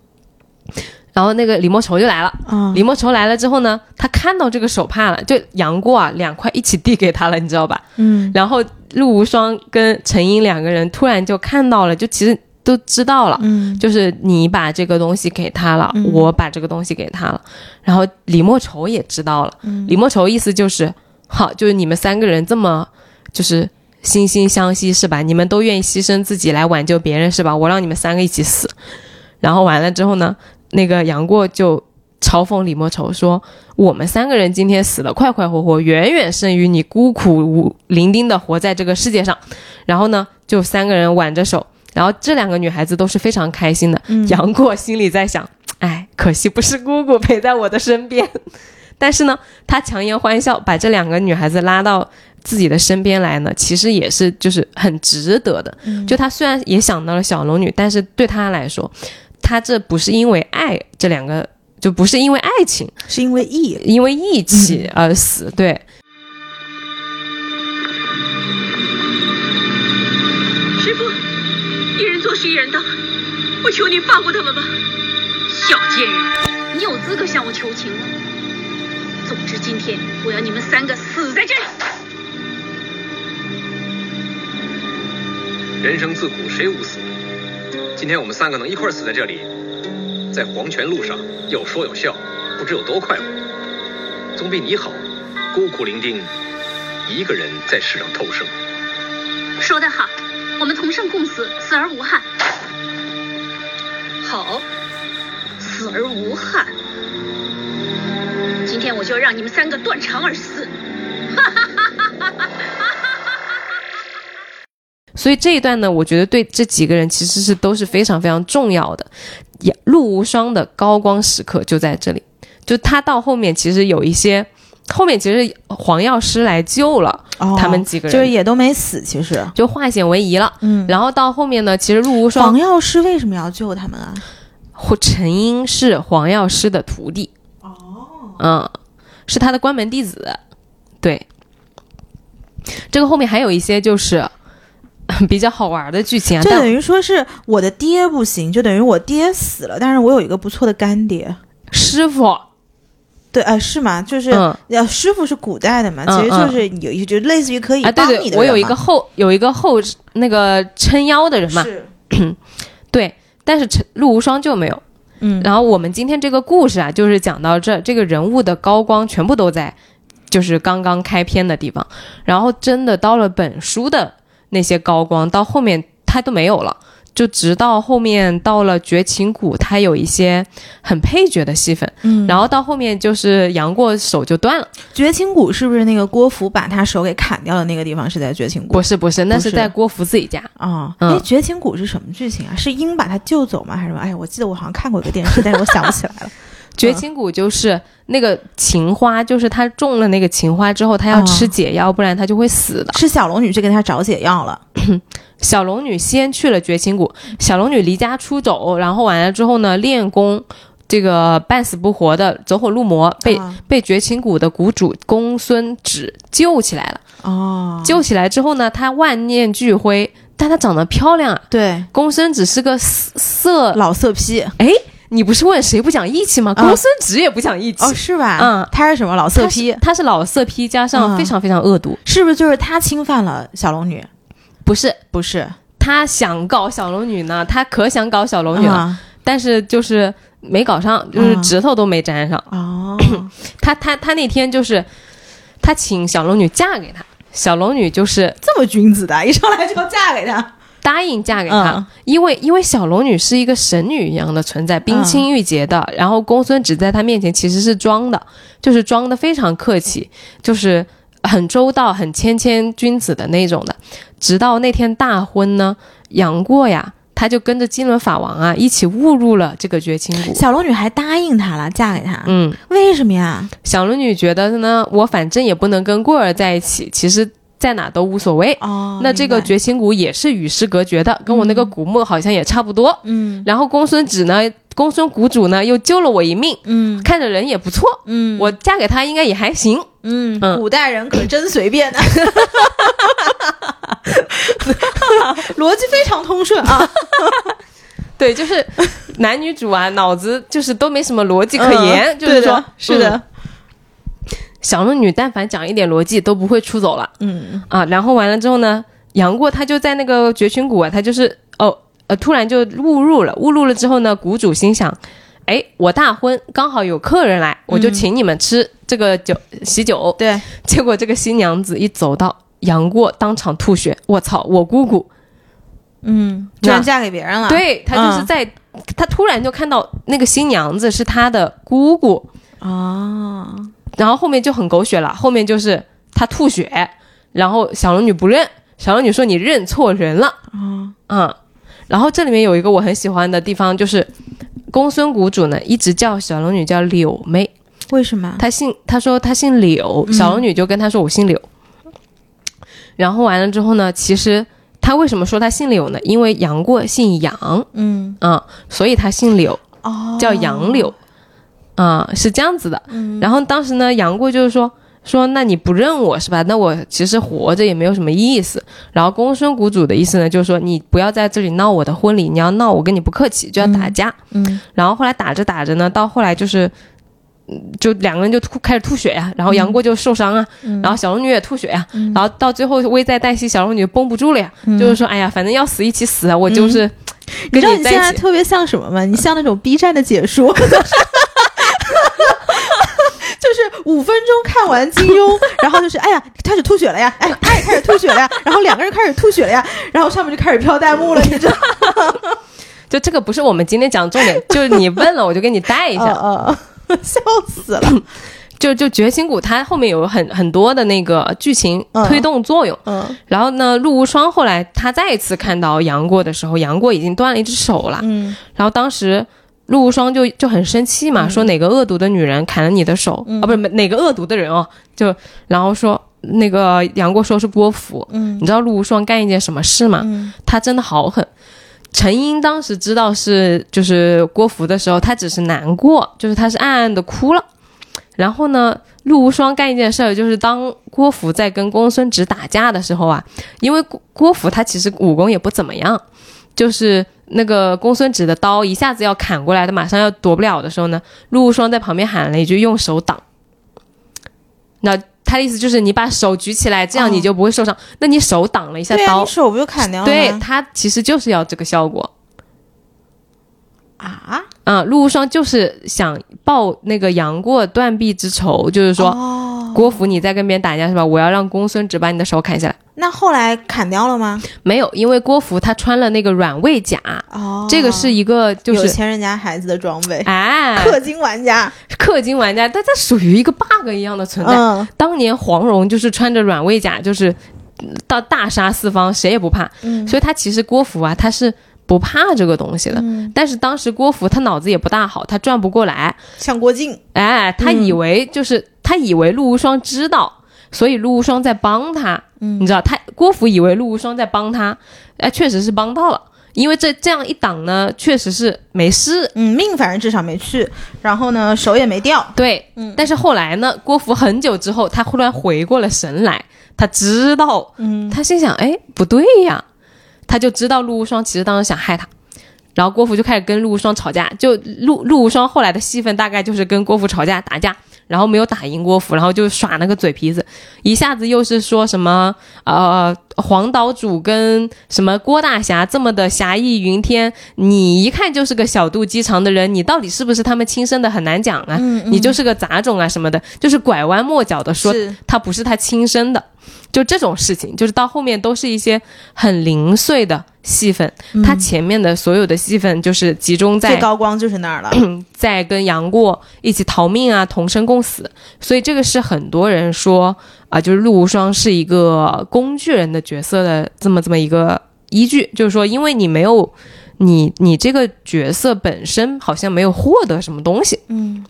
S1: 然后那个李莫愁就来了。
S3: 啊
S1: 李莫愁来了之后呢，他看到这个手帕了，就杨过啊两块一起递给他了，你知道吧？
S3: 嗯
S1: 然后陆无双跟陈英两个人突然就看到了，就其实都知道了，
S3: 嗯
S1: 就是你把这个东西给他了，
S3: 嗯
S1: 我把这个东西给他了，然后李莫愁也知道了，
S3: 嗯
S1: 李莫愁意思就是，好，就是你们三个人这么就是惺惺相惜是吧？你们都愿意牺牲自己来挽救别人是吧？我让你们三个一起死。然后完了之后呢，那个杨过就嘲讽李莫愁说：“我们三个人今天死的快快活活，远远胜于你孤苦无伶仃的活在这个世界上。”然后呢，就三个人挽着手，然后这两个女孩子都是非常开心的。
S3: 嗯
S1: 杨过心里在想：“哎，可惜不是姑姑陪在我的身边。”但是呢，他强颜欢笑，把这两个女孩子拉到自己的身边来呢，其实也是就是很值得的。就他虽然也想到了小龙女，但是对他来说，他这不是因为爱这两个，就不是因为爱情，
S3: 是因为义，
S1: 因为义气而死。对，
S6: 师傅，一人做事一人当，我求你放过他们吧。小贱人，你有资格向我求情吗？总之，今天我要你们三个死在这里。
S7: 人生自古谁无死？今天我们三个能一块儿死在这里，在黄泉路上有说有笑，不知有多快活。总比你好，孤苦伶仃，一个人在世上偷生。
S6: 说得好，我们同生共死，死而无憾。好，死而无憾。今天我就让你们三个断肠而死。
S1: 所以这一段呢，我觉得对这几个人其实是都是非常非常重要的，也陆无双的高光时刻就在这里。就他到后面其实有一些，后面其实黄药师来救了，
S3: 哦
S1: 他们几个人
S3: 就是也都没死，其实。
S1: 就化险为夷了。
S3: 嗯，
S1: 然后到后面呢，其实陆无
S3: 黄
S1: 双
S3: 药师为什么要救他们啊？
S1: 陈英是黄药师的徒弟，哦，嗯，是他的关门弟子。对，这个后面还有一些就是 比较好玩的剧情啊，
S3: 就
S1: 但
S3: 等于说是我的爹不行，就等于我爹死了，但是我有一个不错的干爹。
S1: 师傅
S3: 对，呃，是吗？就是
S1: 嗯
S3: 呃，师傅是古代的嘛，
S1: 嗯
S3: 其实就是有一就类似于可以
S1: 啊，
S3: 帮
S1: 对
S3: 你
S1: 对，
S3: 的人嘛。
S1: 我有一个后有一个后那个撑腰的人嘛，
S3: 是，
S1: 对，但是陈陆无双就没有。
S3: 嗯，
S1: 然后我们今天这个故事啊，就是讲到这，这个人物的高光全部都在，就是刚刚开篇的地方。然后真的到了本书的那些高光，到后面他都没有了，就直到后面到了绝情谷，他有一些很配角的戏份。
S3: 嗯
S1: 然后到后面就是杨过手就断了，
S3: 绝情谷是不是那个郭芙把他手给砍掉的那个地方是在绝情谷？
S1: 不是不是，那是
S3: 不是
S1: 在郭芙自己家。
S3: 啊，哎、
S1: 嗯
S3: 绝情谷是什么剧情啊？是鹰把他救走吗？还是什么？哎，我记得我好像看过一个电视，但是我想不起来了。
S1: 绝
S3: 嗯
S1: 情谷就是那个芹花，就是他中了那个芹花之后，他要
S3: 哦
S1: 吃解药，不然他就会死的。
S3: 是小龙女去给他找解药了。
S1: 小龙女先去了绝情谷，小龙女离家出走，然后完了之后呢，练功，这个半死不活的走火入魔，被、
S3: 啊
S1: 被绝情谷的谷主公孙止救起来了。
S3: 哦，
S1: 救起来之后呢，她万念俱灰，但她长得漂亮啊。
S3: 对
S1: 公孙止是个色色，
S3: 老色批
S1: 哎，你不是问谁不讲义气吗？
S3: 啊
S1: 公孙止也不讲义气，
S3: 哦，是吧？
S1: 嗯
S3: 他是什么老色
S1: 他是
S3: 批？
S1: 他是老色批加上
S3: 嗯
S1: 非常非常恶毒，
S3: 是不是就是他侵犯了小龙女？
S1: 不是
S3: 不是，
S1: 他想搞小龙女呢，他可想搞小龙女了，
S3: 啊
S1: 但是就是没搞上，就是指头都没沾上。
S3: 哦，
S1: 他他他那天就是他请小龙女嫁给他，小龙女就是
S3: 这么君子的，一上来就嫁给他。
S1: 答应嫁给他，
S3: 嗯
S1: 因为因为小龙女是一个神女一样的存在，
S3: 嗯
S1: 冰清玉洁的。然后公孙止在她面前其实是装的，就是装的非常客气，就是很周到、很谦谦君子的那种的。直到那天大婚呢，杨过呀，他就跟着金轮法王啊一起误入了这个绝情谷。
S3: 小龙女还答应他了，嫁给他。
S1: 嗯，
S3: 为什么呀？
S1: 小龙女觉得呢，我反正也不能跟过儿在一起，其实在哪都无所谓。
S3: 哦，
S1: 那这个
S3: 明白
S1: 绝情谷也是与世隔绝的，跟我那个古墓好像也差不多。
S3: 嗯
S1: 然后公孙止呢，公孙谷主呢又救了我一命，
S3: 嗯
S1: 看着人也不错，
S3: 嗯
S1: 我嫁给他应该也还 行。
S3: 嗯
S1: 嗯
S3: 古代人可真随 便的，啊逻辑非常通顺 啊。
S1: 对，就是男女主啊，脑子就是都没什么逻辑可言，
S3: 嗯
S1: 就是
S3: 对
S1: 说
S3: 的，是
S1: 嗯
S3: 的，
S1: 小龙女但凡讲一点逻辑都不会出走了
S3: 嗯
S1: 啊。然后完了之后呢，杨过他就在那个绝群谷啊，他就是哦呃，突然就误入了，误入了之后呢，谷主心想。哎，我大婚刚好有客人来，我就
S3: 嗯
S1: 请你们吃这个酒喜酒。
S3: 对，
S1: 结果这个新娘子一走到杨过，当场吐血。我操，我姑姑！
S3: 嗯，居然
S1: 那
S3: 嫁给别人了。
S1: 对她就是
S3: 啊嗯
S1: 在他突然就看到那个新娘子是他的姑姑，
S3: 哦，
S1: 然后后面就很狗血了，后面就是他吐血，然后小龙女不认，小龙女说你认错人了，
S3: 哦
S1: 啊、嗯，然后这里面有一个我很喜欢的地方，就是公孙谷主呢一直叫小龙女叫柳妹，
S3: 为什么？
S1: 他姓他说他姓柳，小
S3: 嗯
S1: 龙女就跟他说我姓柳，然后完了之后呢，其实他为什么说他姓柳呢？因为杨过姓杨，
S3: 嗯，
S1: 啊、所以他姓柳，
S3: 哦，
S1: 叫杨柳，啊、是这样子的。
S3: 嗯
S1: 然后当时呢，杨过就是说说，那你不认我是吧？那我其实活着也没有什么意思。然后公孙谷主的意思呢，就是说你不要在这里闹我的婚礼，你要闹我跟你不客气，就要打架。
S3: 嗯，
S1: 然后后来打着打着呢，到后来就是。嗯就两个人就吐开始吐血呀、然后
S3: 嗯
S1: 杨过就受伤啊，然后小龙女也吐血呀、然后到最后危在旦夕，小龙女绷不住了呀，就是说，哎呀，反正要死一起死啊，我就是
S3: 你
S1: 跟
S3: 知道嗯你
S1: 在
S3: 现
S1: 一
S3: 在
S1: 起。
S3: 特别像什么吗？你像那种 B 站的解说。 就是五分钟看完金庸， 然后就是哎呀开始吐血了呀，哎他也开始吐血了呀， 然后两个人开始吐血了呀，然后上面就开始飘弹幕了，你知道吗？
S1: 就这个不是我们今天讲的重点，就是 你问了我就给你带一下。
S3: 呃，呃 笑死了。
S1: 就就绝情谷它后面有很很多的那个剧情
S3: 嗯
S1: 推动作用。
S3: 嗯
S1: 然后呢，陆无双后来他再一次看到杨过的时候，杨过已经断了一只手了。
S3: 嗯
S1: 然后当时陆无双就就很生气嘛，说哪个恶毒的女人砍了你的手、啊？不是哪个恶毒的人哦，就然后说那个杨过说是郭芙。
S3: 嗯
S1: 你知道陆无双干一件什么事吗？
S3: 嗯
S1: 他真的好狠。陈英当时知道是就是郭芙的时候，他只是难过，就是他是暗暗的哭了。然后呢，陆无双干一件事儿，就是当郭芙在跟公孙止打架的时候啊，因为郭郭芙他其实武功也不怎么样，就是那个公孙止的刀一下子要砍过来，他马上要躲不了的时候呢，陆无双在旁边喊了一句“用手挡”，那他的意思就是你把手举起来，这样你就不会受伤。那你手挡了一下
S3: 对啊，
S1: 刀
S3: 你，手不就砍掉了
S1: 对
S3: 吗
S1: 他其实就是要这个效果
S3: 啊，
S1: 啊。陆无双就是想报那个杨过断臂之仇，就是说、
S3: 哦，
S1: 郭芙你在跟别人打架是吧？我要让公孙止把你的手砍下来。
S3: 那后来砍掉了吗？
S1: 没有，因为郭芙她穿了那个软猬甲，
S3: 哦，
S1: 这个是一个就
S3: 有
S1: 是
S3: 钱人家孩子的装备，
S1: 哎
S3: 氪金玩家，
S1: 氪金玩家，但它属于一个 bug 一样的存在。
S3: 嗯
S1: 当年黄蓉就是穿着软猬甲，就是嗯到大杀四方，谁也不怕。
S3: 嗯
S1: 所以他其实郭芙啊，他是不怕这个东西的。
S3: 嗯，
S1: 但是当时郭芙他脑子也不大好，他转不过来，
S3: 像郭靖，
S1: 哎，他以为就是、他以为陆无双知道，所以陆无双在帮他，
S3: 嗯
S1: 你知道，他郭芙以为陆无双在帮他，哎，确实是帮到了，因为这这样一挡呢，确实是没事，
S3: 嗯，命反正至少没去，然后呢，手也没掉，
S1: 对，
S3: 嗯
S1: 但是后来呢，郭芙很久之后，他忽然回过了神来，他知道，
S3: 嗯，
S1: 他心想，哎，不对呀，他就知道陆无双其实当时想害他。然后郭芙就开始跟陆无双吵架，就陆陆无双后来的戏份大概就是跟郭芙吵架打架，然后没有打赢郭芙，然后就耍那个嘴皮子，一下子又是说什么呃黄岛主跟什么郭大侠这么的侠义云天，你一看就是个小肚鸡肠的人，你到底是不是他们亲生的很难讲啊，
S3: 嗯
S1: 你就是个杂种啊什么的，就是拐弯抹角的说
S3: 是
S1: 他不是他亲生的，就这种事情，就是到后面都是一些很零碎的戏份，他前面的所有的戏份就是集中
S3: 嗯最
S1: 在
S3: 高光就是那 儿了，
S1: 在跟杨过一起逃命啊，同生共死，所以这个是很多人说啊、就是陆无双是一个工具人的角色的这么这么一个依据，就是说因为你没有你你这个角色本身好像没有获得什么东西，
S3: 嗯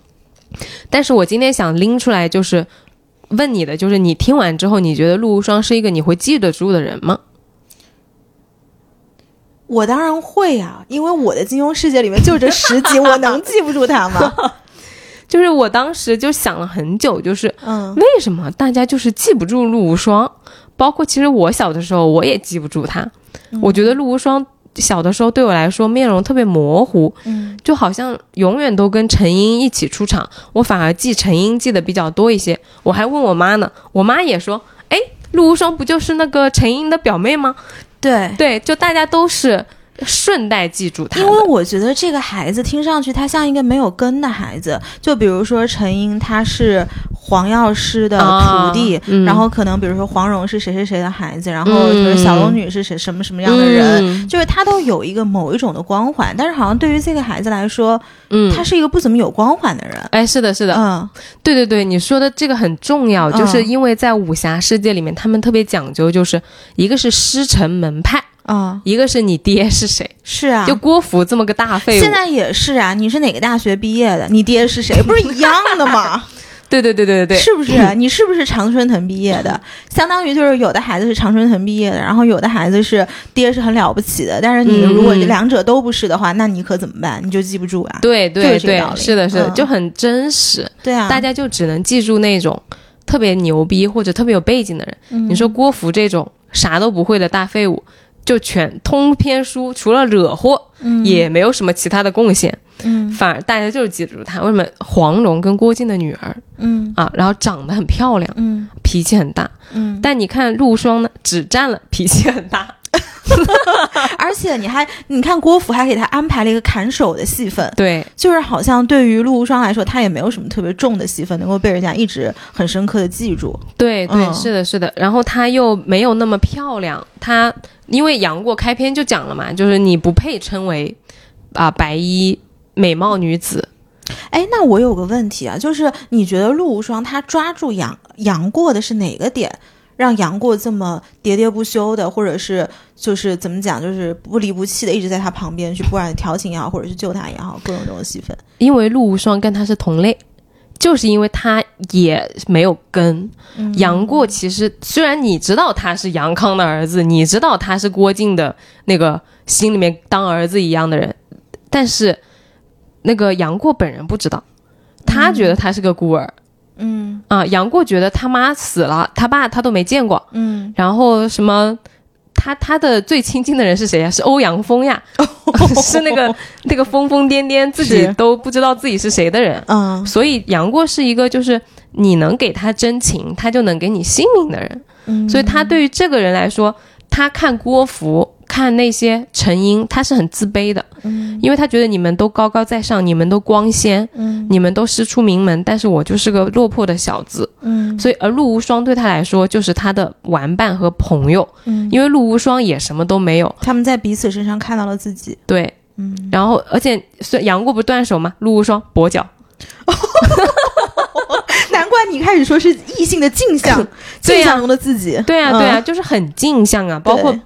S1: 但是我今天想拎出来就是问你的，就是你听完之后，你觉得陆无双是一个你会记得住的人吗？
S3: 我当然会啊，因为我的金庸世界里面就这十 集，我能记不住他吗？
S1: 就是我当时就想了很久，就是
S3: 嗯，
S1: 为什么大家就是记不住陆无双？包括其实我小的时候我也记不住他，我觉得陆无双小的时候对我来说面容特别模糊，
S3: 嗯
S1: 就好像永远都跟陈英一起出场，我反而记陈英记得比较多一些。我还问我妈呢，我妈也说，哎，陆无双不就是那个陈英的表妹吗？
S3: 对，
S1: 对，就大家都是顺带记住他
S3: 因
S1: 们。
S3: 为我觉得这个孩子听上去他像一个没有根的孩子，就比如说陈英，他是黄药师的
S1: 啊
S3: 徒弟，
S1: 嗯
S3: 然后可能比如说黄蓉是谁谁谁的孩子，然后
S1: 嗯
S3: 比如小龙女是谁什么什么样的人，
S1: 嗯
S3: 就是他都有一个某一种的光环，但是好像对于这个孩子来说，
S1: 嗯，
S3: 他是一个不怎么有光环的人。
S1: 哎，是的，是的，
S3: 嗯，
S1: 对对对，你说的这个很重要，
S3: 嗯
S1: 就是因为在武侠世界里面，他们特别讲究，就是一个是师承门派，
S3: 啊、
S1: 一个是你爹是谁，
S3: 是啊，
S1: 就郭芙这么个大废物。
S3: 现在也是啊，你是哪个大学毕业的？你爹是谁？不是一样的吗？
S1: 对对对对对对，
S3: 是不是？你是不是常春藤毕业的？相当于就是有的孩子是常春藤毕业的，然后有的孩子是爹是很了不起的，但是你
S1: 嗯
S3: 如果两者都不是的话，那你可怎么办？你就记不住啊。
S1: 对对
S3: 就是这个道
S1: 对，
S3: 理
S1: 是的，是的，
S3: 嗯
S1: 就很真实，
S3: 对啊，
S1: 大家就只能记住那种特别牛逼或者特别有背景的人。
S3: 嗯
S1: 你说郭芙这种啥都不会的大废物，就全通篇书除了惹祸，
S3: 嗯
S1: 也没有什么其他的贡献，
S3: 嗯
S1: 反而大家就是记住他。为什么黄蓉跟郭靖的女儿
S3: 嗯
S1: 啊，然后长得很漂亮，
S3: 嗯
S1: 脾气很大，
S3: 嗯，
S1: 但你看陆霜呢，只占了脾气很 大。
S3: 而且你还你看郭芙还给他安排了一个砍手的戏份，
S1: 对，
S3: 就是好像对于陆无双来说，他也没有什么特别重的戏份能够被人家一直很深刻的记住。
S1: 对对，
S3: 嗯
S1: 是的，是的。然后她又没有那么漂亮，她因为杨过开篇就讲了嘛，就是你不配称为啊、白衣美貌女子。
S3: 哎，那我有个问题啊，就是你觉得陆无双他抓住杨杨过的是哪个点，让杨过这么喋喋不休的，或者是就是怎么讲，就是不离不弃的一直在他旁边去，不管调情也好，或者是救他也好，各种这种戏份。
S1: 因为陆无双跟她是同类，就是因为她也没有根。嗯
S3: 嗯
S1: 杨过其实虽然你知道他是杨康的儿子，你知道他是郭靖的那个心里面当儿子一样的人，但是那个杨过本人不知道，他觉得他是个孤儿。
S3: 嗯
S1: 啊，杨过觉得他妈死了，他爸他都没见过，
S3: 嗯，
S1: 然后什么。他他的最亲近的人是谁呀、是欧阳锋 呀， 是那个那个疯疯癫癫，自己
S3: 是
S1: 都不知道自己是谁的人。
S3: 嗯
S1: 所以杨过是一个，就是你能给他真情，他就能给你性命的人。
S3: 嗯，
S1: 所以他对于这个人来说，他看郭芙，看那些陈英，他是很自卑的，
S3: 嗯
S1: 因为他觉得你们都高高在上，你们都光鲜，
S3: 嗯
S1: 你们都师出名门，但是我就是个落魄的小子。
S3: 嗯
S1: 所以，而陆无双对他来说就是他的玩伴和朋友，
S3: 嗯，
S1: 因为陆无双也什么都没有。
S3: 他们在彼此身上看到了自己。
S1: 对，
S3: 嗯，
S1: 然后而且虽杨过不是断手吗？陆无双跛脚，
S3: 难怪你开始说是异性的 镜像，
S1: 对呀
S3: 镜像中的自己。
S1: 对啊，
S3: 嗯
S1: 对啊，，就是很镜像啊，包括
S3: 对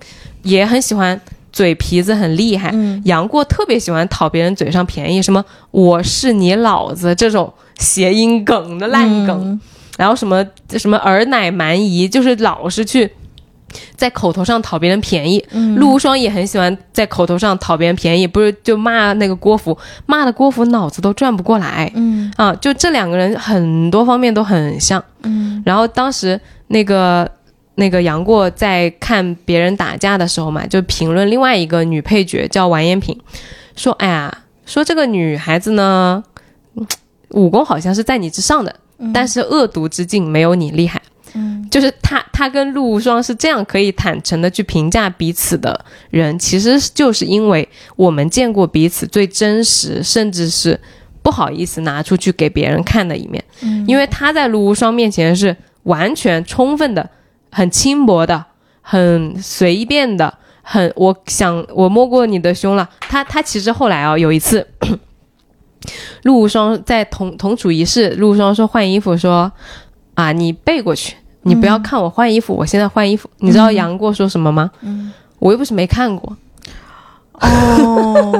S1: 也很喜欢嘴皮子很厉害。
S3: 嗯
S1: 杨过特别喜欢讨别人嘴上便宜，什么我是你老子这种谐音梗的烂梗，
S3: 嗯
S1: 然后什么什么儿奶蛮夷，就是老是去在口头上讨别人便宜。
S3: 嗯
S1: 陆无双也很喜欢在口头上讨别人便宜，不是就骂那个郭芙，骂的郭芙脑子都转不过来。
S3: 嗯
S1: 啊，就这两个人很多方面都很像。
S3: 嗯
S1: 然后当时那个那个杨过在看别人打架的时候嘛，就评论另外一个女配角叫完颜萍，说：“哎呀，说这个女孩子呢，嗯武功好像是在你之上的，但是恶毒之境没有你厉害。”
S3: 嗯，
S1: 就是他，他跟陆无双是这样可以坦诚的去评价彼此的人，其实就是因为我们见过彼此最真实，甚至是不好意思拿出去给别人看的一面。因为他在陆无双面前是完全充分的、很轻薄的、很随便的、很我想我摸过你的胸了。他他其实后来啊、有一次，陆无双在同同处一室，陆无双说换衣服说啊你背过去，你不要看我换衣服，我现在换衣服。你知道杨过说什么吗？
S3: 嗯
S1: 我又不是没看过。
S3: 哦。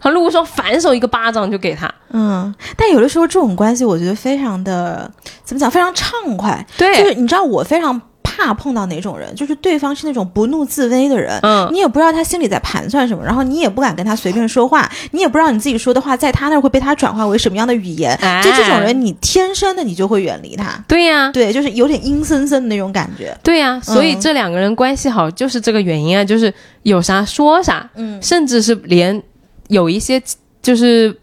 S1: 然后陆无双反手一个巴掌就给他，
S3: 嗯，但有的时候这种关系，我觉得非常的怎么讲，非常畅快。
S1: 对
S3: 就是你知道，我非常怕碰到哪种人，就是对方是那种不怒自威的人，
S1: 嗯
S3: 你也不知道他心里在盘算什么，然后你也不敢跟他随便说话，你也不知道你自己说的话在他那儿会被他转化为什么样的语言。
S1: 哎
S3: 就这种人，你天生的你就会远离他。
S1: 对呀、
S3: 对，就是有点阴森森的那种感觉。
S1: 对呀、所以
S3: 嗯
S1: 这两个人关系好就是这个原因啊，就是有啥说啥，
S3: 嗯
S1: 甚至是连有一些就是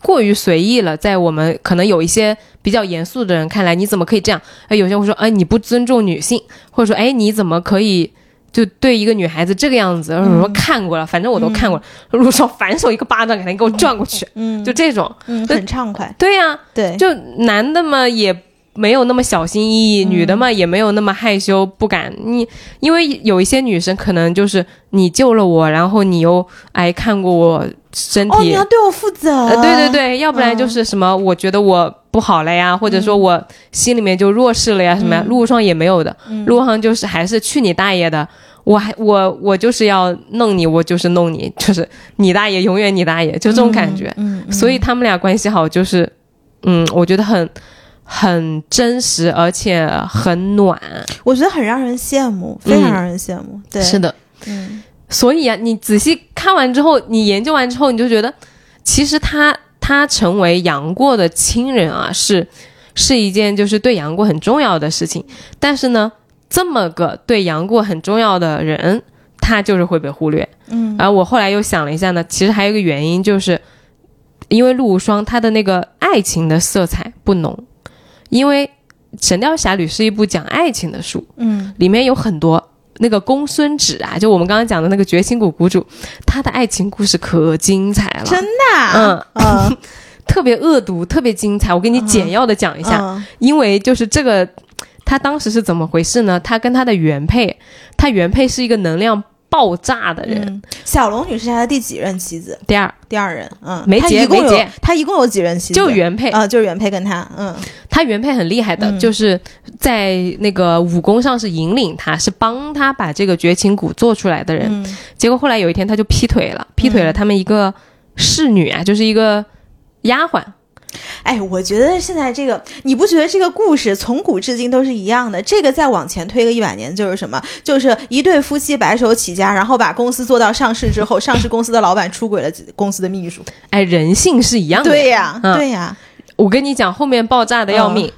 S1: 过于随意了，在我们可能有一些比较严肃的人看来，你怎么可以这样？哎，有些人会说，哎，你不尊重女性，或者说，哎，你怎么可以就对一个女孩子这个样子，我说看过了，反正我都看过了。陆少反手一个巴掌给他给我转过去，
S3: 嗯，
S1: 就这种。
S3: 嗯
S1: 就
S3: 很畅快，
S1: 对呀、
S3: 对，
S1: 就男的嘛也没有那么小心翼翼，女的嘛也没有那么害羞，不敢你，因为有一些女生可能就是你救了我，然后你又哎看过我身
S3: 哦，你
S1: 体，
S3: 要啊对我负责，
S1: 呃对对，对，要不然就是什么我觉得我不好了呀，或者说我心里面就弱势了呀什么
S3: 嗯
S1: 呀，陆上也没有的，陆上就是还是去你大爷的。我还我我就是要弄你，我就是弄你，就是你大爷，永远你大爷，就这种感觉。
S3: 嗯，嗯
S1: 所以他们俩关系好，就是，嗯，我觉得很很真实，而且很暖。
S3: 我觉得很让人羡慕，非常让人羡慕，对，
S1: 嗯是
S3: 的，
S1: 的，
S3: 嗯
S1: 所以啊，你仔细看完之后，你研究完之后，你就觉得，其实他他成为杨过的亲人啊，是是一件就是对杨过很重要的事情。但是呢，这么个对杨过很重要的人，他就是会被忽略。
S3: 嗯
S1: 而我后来又想了一下呢，其实还有一个原因，就是因为陆无双他的那个爱情的色彩不浓，因为《神雕侠侣》是一部讲爱情的书，
S3: 嗯
S1: 里面有很多那个公孙止啊，就我们刚刚讲的那个绝情谷谷主，他的爱情故事可精彩了，
S3: 真的啊， 嗯
S1: 特别恶毒，特别精彩。我给你简要的讲一下，
S3: 嗯
S1: 因为就是这个，他当时是怎么回事呢？他跟他的原配，他原配是一个能量爆炸的人，
S3: 嗯，小龙女是他的第几任妻子？
S1: 第二。
S3: 第二任，嗯，
S1: 没
S3: 他
S1: 结
S3: 一共
S1: 没
S3: 有
S1: 结
S3: 他一共有几任妻子？
S1: 就原配
S3: 啊、就是原配跟他，嗯
S1: 他原配很厉害的，
S3: 嗯
S1: 就是在那个武功上是引领他，是帮他把这个绝情谷做出来的人。
S3: 嗯
S1: 结果后来有一天他就劈腿了，劈腿了他们一个侍女啊，就是一个丫鬟。
S3: 哎，我觉得现在这个，你不觉得这个故事从古至今都是一样的？这个再往前推个一百年，就是什么？就是一对夫妻白手起家，然后把公司做到上市 之后，上市公司的老板出轨了自公司的秘书。
S1: 哎，人性是一样的。
S3: 对呀、
S1: 嗯
S3: 对呀、
S1: 我跟你讲，后面爆炸的要命。
S3: 嗯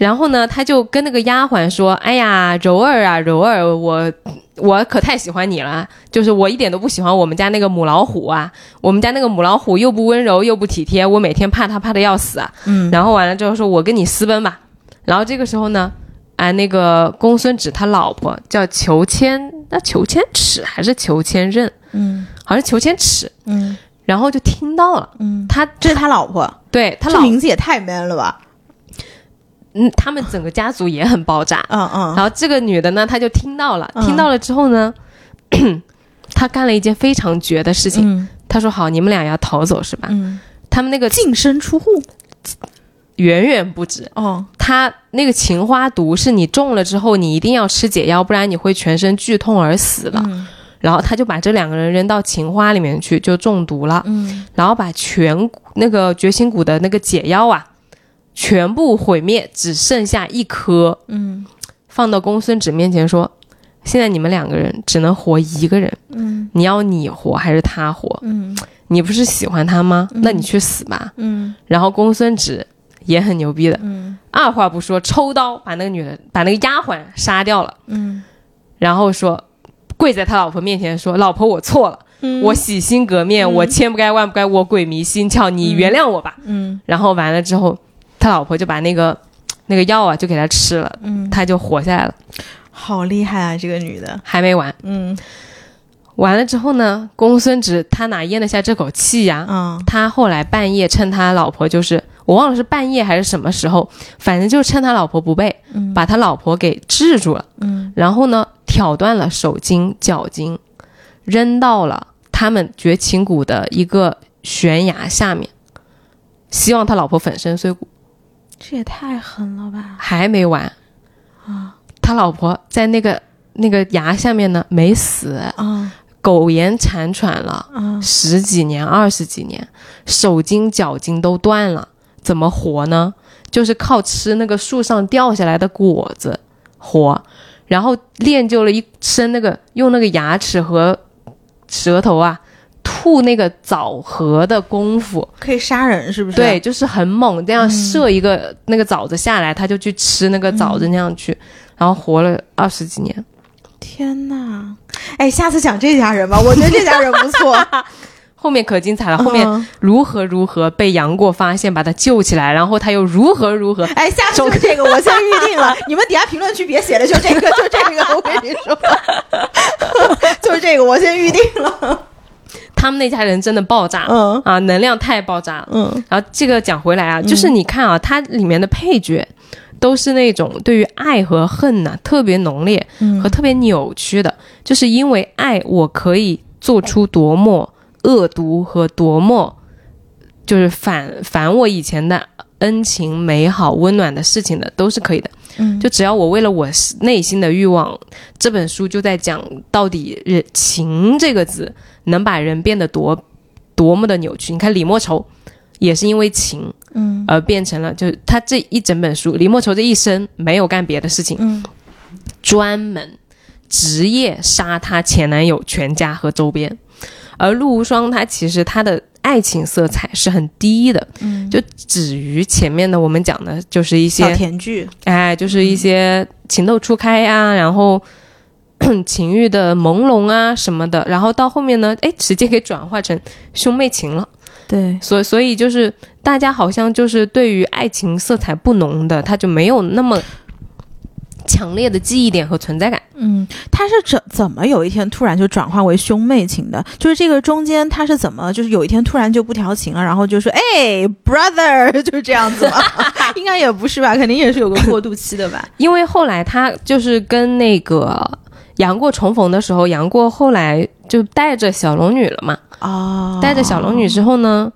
S1: 然后呢，他就跟那个丫鬟说：“哎呀，柔儿啊，柔儿，我我可太喜欢你了，就是我一点都不喜欢我们家那个母老虎啊，我们家那个母老虎又不温柔又不体贴，我每天怕它怕的要死啊。”
S3: 嗯，
S1: 然后完了之后说：“我跟你私奔吧。”然后这个时候呢，啊，那个公孙止他老婆叫裘千，那裘千尺还是裘千仞？
S3: 嗯
S1: 好像是裘千尺。
S3: 嗯
S1: 然后就听到了，
S3: 嗯，
S1: 他
S3: 这是他老婆，
S1: 对他
S3: 这
S1: 老
S3: 名字也太 man 了吧？
S1: 嗯，他们整个家族也很 爆炸。
S3: 嗯嗯，
S1: 然后这个女的呢，她就听到了，
S3: 嗯
S1: 听到了之后呢， 她干了一件非常绝的事情。
S3: 嗯
S1: 她说：“好，你们俩要逃走是吧？”
S3: 嗯，
S1: 他们那个
S3: 净身出户
S1: 远远不止，
S3: 哦，
S1: 她那个情花毒是你中了之后，你一定要吃解药，不然你会全身剧痛而死的。
S3: 嗯
S1: 然后她就把这两个人扔到情花里面去，就中毒了。
S3: 嗯
S1: 然后把全那个绝情谷的那个解药啊，全部毁灭，只剩下一颗。
S3: 嗯
S1: 放到公孙止面前说：“现在你们两个人只能活一个人，
S3: 嗯
S1: 你要你活还是他活？
S3: 嗯
S1: 你不是喜欢他吗？那你去死吧。
S3: 嗯
S1: 然后公孙止也很牛逼的，
S3: 嗯
S1: 二话不说，抽刀把那个女的，把那个丫鬟杀掉了，
S3: 嗯
S1: 然后说跪在他老婆面前说：‘老婆，我错了，
S3: 嗯
S1: 我洗心革面，我千不该万不该，我鬼迷心窍，你原谅我吧。
S3: 嗯
S1: 然后完了之后，他老婆就把那个那个药啊就给他吃了，
S3: 嗯，
S1: 他就活下来了。
S3: 好厉害啊，这个女的，
S1: 还没完。
S3: 嗯
S1: 完了之后呢，公孙止他哪咽得下这口气呀、
S3: 嗯
S1: 他后来半夜趁他老婆就是我忘了是半夜还是什么时候，反正就趁他老婆不备，
S3: 嗯
S1: 把他老婆给制住了，
S3: 嗯
S1: 然后呢挑断了手筋脚筋，扔到了他们绝情谷的一个悬崖下面，希望他老婆粉身碎骨。
S3: 这也太狠了吧！
S1: 还没完啊，他老婆在那个那个崖下面呢没死，
S3: 啊
S1: 苟延残喘了。
S3: 啊
S1: 十几年、二十几年，手筋脚筋都断了，怎么活呢？就是靠吃那个树上掉下来的果子活，然后练就了一身那个用那个牙齿和舌头啊吐那个枣核的功夫，
S3: 可以杀人是不是？啊嗯
S1: 对，，就是很猛，这样射一个、那个枣子下来，他就去吃那个枣子
S3: 嗯
S1: 那样去，然后活了二十几年。
S3: 天呐！哎，下次讲这家人吧，我觉得这家人不错。
S1: 后面可精彩了，后面
S3: 嗯
S1: 如何如何被杨过发现，把他救起来，然后他又如何如 何，
S3: 哎，下次就这个，我先预 定了。你们底下评论区别写的就这个，就 这个，我跟你说， 就是这个，我先预定了。
S1: 他们那家人真的爆炸，
S3: 嗯
S1: 啊，能量太爆炸了，
S3: 嗯，
S1: 然后这个讲回来啊，就是你看啊，它里面的配角都是那种对于爱和恨呐、特别浓烈
S3: 嗯
S1: 和特别扭曲的，就是因为爱，我可以做出多么恶毒和多么就是反反我以前的恩情、美好、温暖的事情的，都是可以的。
S3: 嗯
S1: 就只要我为了我内心的欲望，这本书就在讲到底人“情”这个字能把人变得多多么的扭曲。你看李莫愁也是因为情，
S3: 嗯
S1: 而变成了，就是他这一整本书，李莫愁这一生没有干别的事情，
S3: 嗯
S1: 专门职业杀她前男友全家和周边。而陆无双，她其实她的爱情色彩是很低的，
S3: 嗯，
S1: 就止于前面的我们讲的，就是一些
S3: 小甜剧，
S1: 哎，就是一些情窦初开啊，然后 情欲的朦胧啊什么的，然后到后面呢，哎，直接给转化成兄妹情了。
S3: 对，
S1: 所所以就是大家好像就是对于爱情色彩不浓的，他就没有那么强烈的记忆点和存在感。
S3: 嗯，他是怎怎么有一天突然就转化为兄妹情的？就是这个中间他是怎么，就是有一天突然就不调情了，然后就说哎，brother，就是 这样子 吗？应该也不是吧，肯定也是有个过渡期的吧？
S1: 因为后来他就是跟那个杨过重逢的时候，杨过后来就带着小龙女了嘛。
S3: 哦，
S1: 带着小龙女之后呢，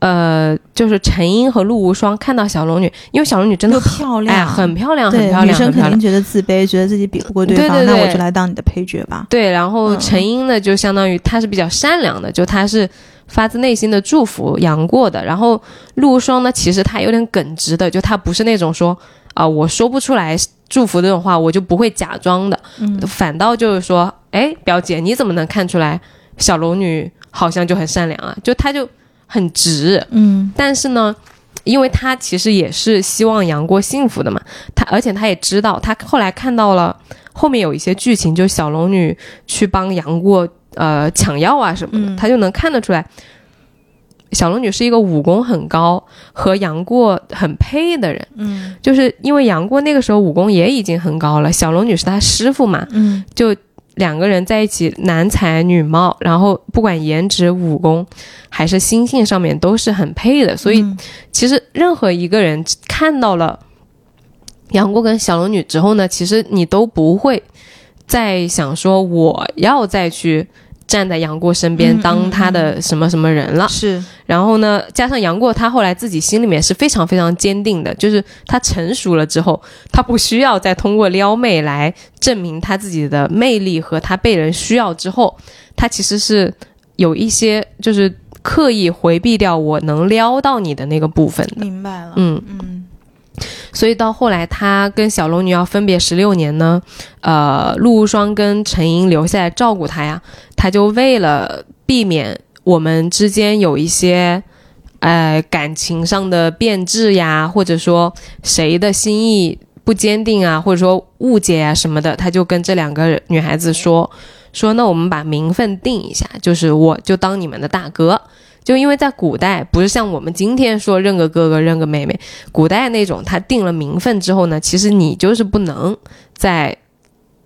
S1: 呃，就是陈英和陆无双看到小龙女，因为小龙女真的
S3: 又
S1: 很
S3: 漂亮，
S1: 哎，很漂亮，很
S3: 对，
S1: 漂
S3: 女
S1: 亮，
S3: 生
S1: 很漂
S3: 肯
S1: 亮。
S3: 定觉得自卑，觉得自己比不过
S1: 对
S3: 方，
S1: 对
S3: 那我
S1: 对
S3: 就来当你的配角吧。
S1: 对，然后
S3: 嗯
S1: 陈英呢，就相当于她是比较善良的，就她是发自内心的祝福杨过的。然后陆无双呢，其实她有点耿直的，就她不是那种说啊、我说不出来祝福这种话，我就不会假装的，
S3: 嗯
S1: 反倒就是说，哎，表姐你怎么能看出来小龙女好像就很善良啊？就她就很直，
S3: 嗯
S1: 但是呢，因为他其实也是希望杨过幸福的嘛，他而且他也知道，他后来看到了后面有一些剧情，就是小龙女去帮杨过呃抢药啊什么的，
S3: 嗯
S1: 他就能看得出来。小龙女是一个武功很高和杨过很配的人，
S3: 嗯
S1: 就是因为杨过那个时候武功也已经很高了，小龙女是他师傅嘛，
S3: 嗯
S1: 就两个人在一起，男才女貌，然后不管颜值、武功还是心性上面都是很配的，所以
S3: 嗯
S1: 其实任何一个人看到了杨过跟小龙女之后呢，其实你都不会再想说我要再去站在杨过身边
S3: 嗯
S1: 当他的什么什么人了。
S3: 是
S1: 然后呢，加上杨过他后来自己心里面是非常非常坚定的，就是他成熟了之后，他不需要再通过撩妹来证明他自己的魅力和他被人需要之后，他其实是有一些就是刻意回避掉我能撩到你的那个部分的。
S3: 明白了。
S1: 嗯，
S3: 嗯
S1: 所以到后来，他跟小龙女要分别十六年呢，呃，陆无双跟陈英留下来照顾他呀，他就为了避免我们之间有一些。呃，感情上的变质呀，或者说谁的心意不坚定啊，或者说误解啊什么的，他就跟这两个女孩子说说，那我们把名分定一下，就是我就当你们的大哥，就因为在古代不是像我们今天说认个哥哥认个妹妹，古代那种他定了名分之后呢，其实你就是不能在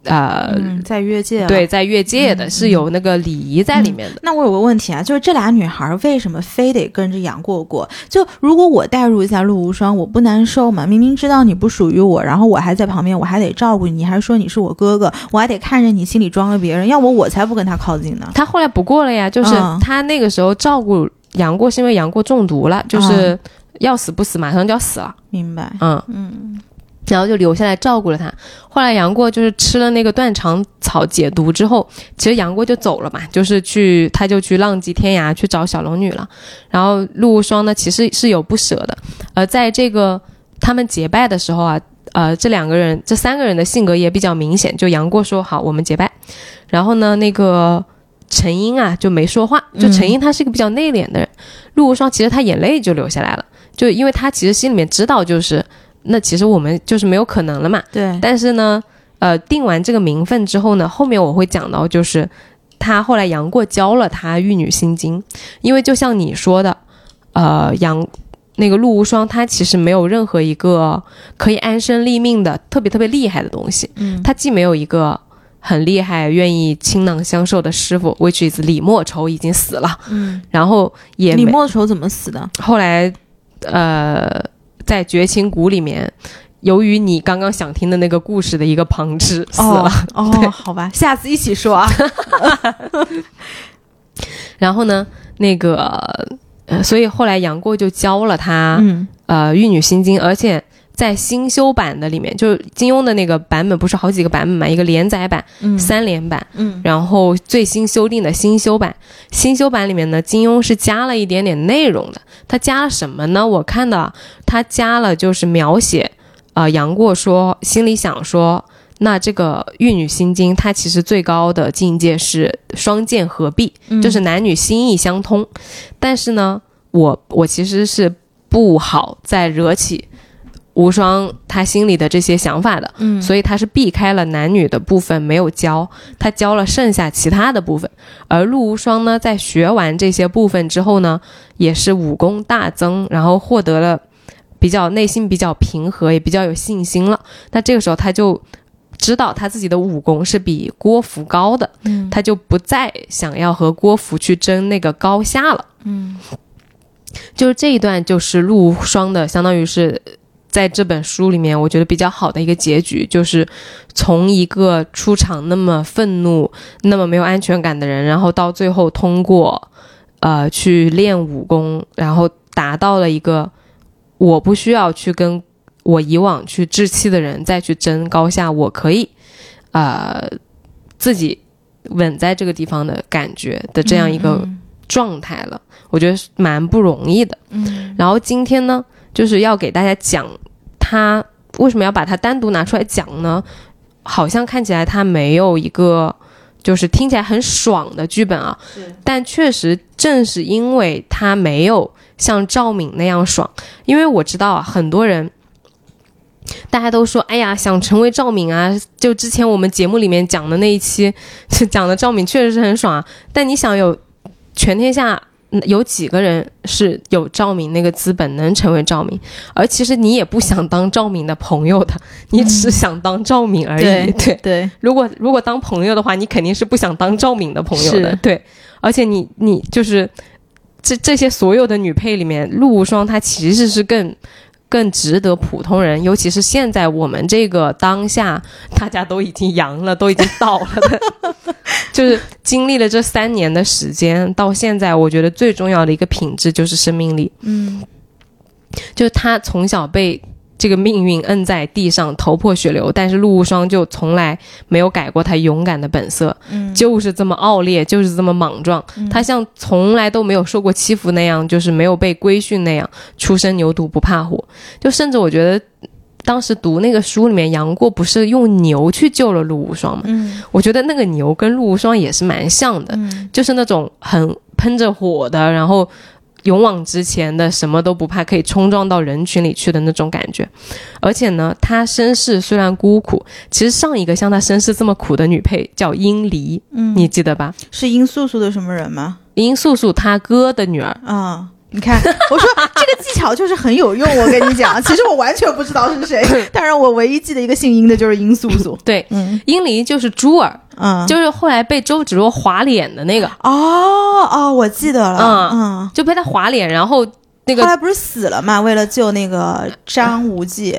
S1: 呃、
S3: 嗯，在越界了
S1: 对。在越界的，是有那个礼仪在里面的。
S3: 那我有个问题啊，就是这俩女孩为什么非得跟着杨过过？就如果我代入一下陆无双，我不难受吗？明明知道你不属于我，然后我还在旁边，我还得照顾你，你还说你是我哥哥，我还得看着你，心里装着别人，要我我才不跟他靠近呢。
S1: 他后来不过了呀，就是
S3: 嗯
S1: 他那个时候照顾杨过，是因为杨过中毒了，就是要死不死，马上就要死了，
S3: 明白？
S1: 嗯
S3: 嗯
S1: 然后就留下来照顾了他。后来杨过就是吃了那个断肠草解毒之后，其实杨过就走了嘛，就是去他就去浪迹天涯去找小龙女了。然后陆无双呢，其实是有不舍的。而在这个他们结拜的时候啊，呃，这两个人这三个人的性格也比较明显。就杨过说好，我们结拜。然后呢，那个。陈英啊，就没说话。就陈英，她是一个比较内敛的人。陆无双其实她眼泪就流下来了，就因为她其实心里面知道，就是那其实我们就是没有可能了嘛。
S3: 对，
S1: 但是呢，呃，定完这个名分之后呢，后面我会讲到，就是他后来杨过教了他《玉女心经》，因为就像你说的，呃，杨那个陆无双他其实没有任何一个可以安身立命的特别特别厉害的东西，
S3: 嗯，
S1: 他既没有一个很厉害、愿意倾囊相授的师傅，which is 李莫愁已经死了，
S3: 嗯，
S1: 然后也
S3: 李
S1: 没
S3: 莫愁怎么死的？
S1: 后来呃，在绝情谷里面，由于你刚刚想听的那个故事的一个旁支死了，
S3: 哦，
S1: 对
S3: 哦好吧，下次一起说啊。
S1: 然后呢，那个呃，所以后来杨过就教了他、
S3: 嗯
S1: 呃《玉女心经》，而且。在新修版的里面，就是金庸的那个版本，不是好几个版本嘛？一个连载版、
S3: 嗯
S1: 三连版，
S3: 嗯
S1: 然后最新修订的新修版，新修版里面呢，金庸是加了一点点内容的。他加了什么呢？我看到啊他加了就是描写，呃，杨过说心里想说，那这个《玉女心经》它其实最高的境界是双剑合璧，
S3: 嗯
S1: 就是男女心意相通。但是呢，我我其实是不好再惹起无双他心里的这些想法的。
S3: 嗯
S1: 所以他是避开了男女的部分没有教，他教了剩下其他的部分。而陆无双呢，在学完这些部分之后呢，也是武功大增，然后获得了比较内心比较平和，也比较有信心了。那这个时候他就知道他自己的武功是比郭芙高的，
S3: 嗯
S1: 他就不再想要和郭芙去争那个高下了。
S3: 嗯
S1: 就是这一段就是陆无双的，相当于是在这本书里面，我觉得比较好的一个结局，就是从一个出场那么愤怒、那么没有安全感的人，然后到最后通过呃去练武功，然后达到了一个我不需要去跟我以往去置气的人再去争高下，我可以呃自己稳在这个地方的感觉的这样一个状态了，我觉得是蛮不容易的。
S3: 嗯
S1: 然后今天呢，就是要给大家讲他为什么要把它单独拿出来讲呢？好像看起来他没有一个就是听起来很爽的剧本啊，但确实正是因为他没有像赵敏那样爽，因为我知道啊，很多人。大家都说，哎呀，想成为赵敏啊！就之前我们节目里面讲的那一期， 就讲的赵敏确实是很爽啊。但你想有全天下嗯有几个人是有赵敏那个资本能成为赵敏？而其实你也不想当赵敏的朋友的，你只想当赵敏而已。
S3: 对
S1: 对，
S3: 对，
S1: 如果如果当朋友的话，你肯定是不想当赵敏的朋友的
S3: 是，
S1: 对。而且你你就是这这些所有的女配里面，陆无双她其实是更更值得普通人，尤其是现在我们这个当下，大家都已经阳了，都已经到了的，就是经历了这三年的时间，到现在，我觉得最重要的一个品质就是生命力。
S3: 嗯
S1: 就是他从小被这个命运摁在地上，头破血流，但是陆无双就从来没有改过他勇敢的本色，
S3: 嗯
S1: 就是这么傲烈，就是这么莽撞。他像从来都没有受过欺负那样，就是没有被规训那样，初生牛犊不怕虎。就甚至我觉得。当时读那个书里面，杨过不是用牛去救了陆无双吗？
S3: 嗯
S1: 我觉得那个牛跟陆无双也是蛮像的，
S3: 嗯
S1: 就是那种很喷着火的，然后勇往直前的，什么都不怕，可以冲撞到人群里去的那种感觉。而且呢，她身世虽然孤苦，其实上一个像她身世这么苦的女配叫殷离，
S3: 嗯，
S1: 你记得吧？
S3: 是殷素素的什么人吗？
S1: 殷素素她哥的女儿，
S3: 啊、你看，我说这个技巧就是很有用，我跟你 讲，其实我完全不知道是谁，当然我唯一记得一个姓殷的就是殷素素，
S1: 对，
S3: 嗯
S1: 殷离就是珠儿，
S3: 嗯，
S1: 就是后来被周芷若划脸的那个，
S3: 哦哦，我记得了，
S1: 嗯
S3: 嗯
S1: 就被她划脸，然后那个
S3: 后来不是死了嘛？为了救那个张无忌，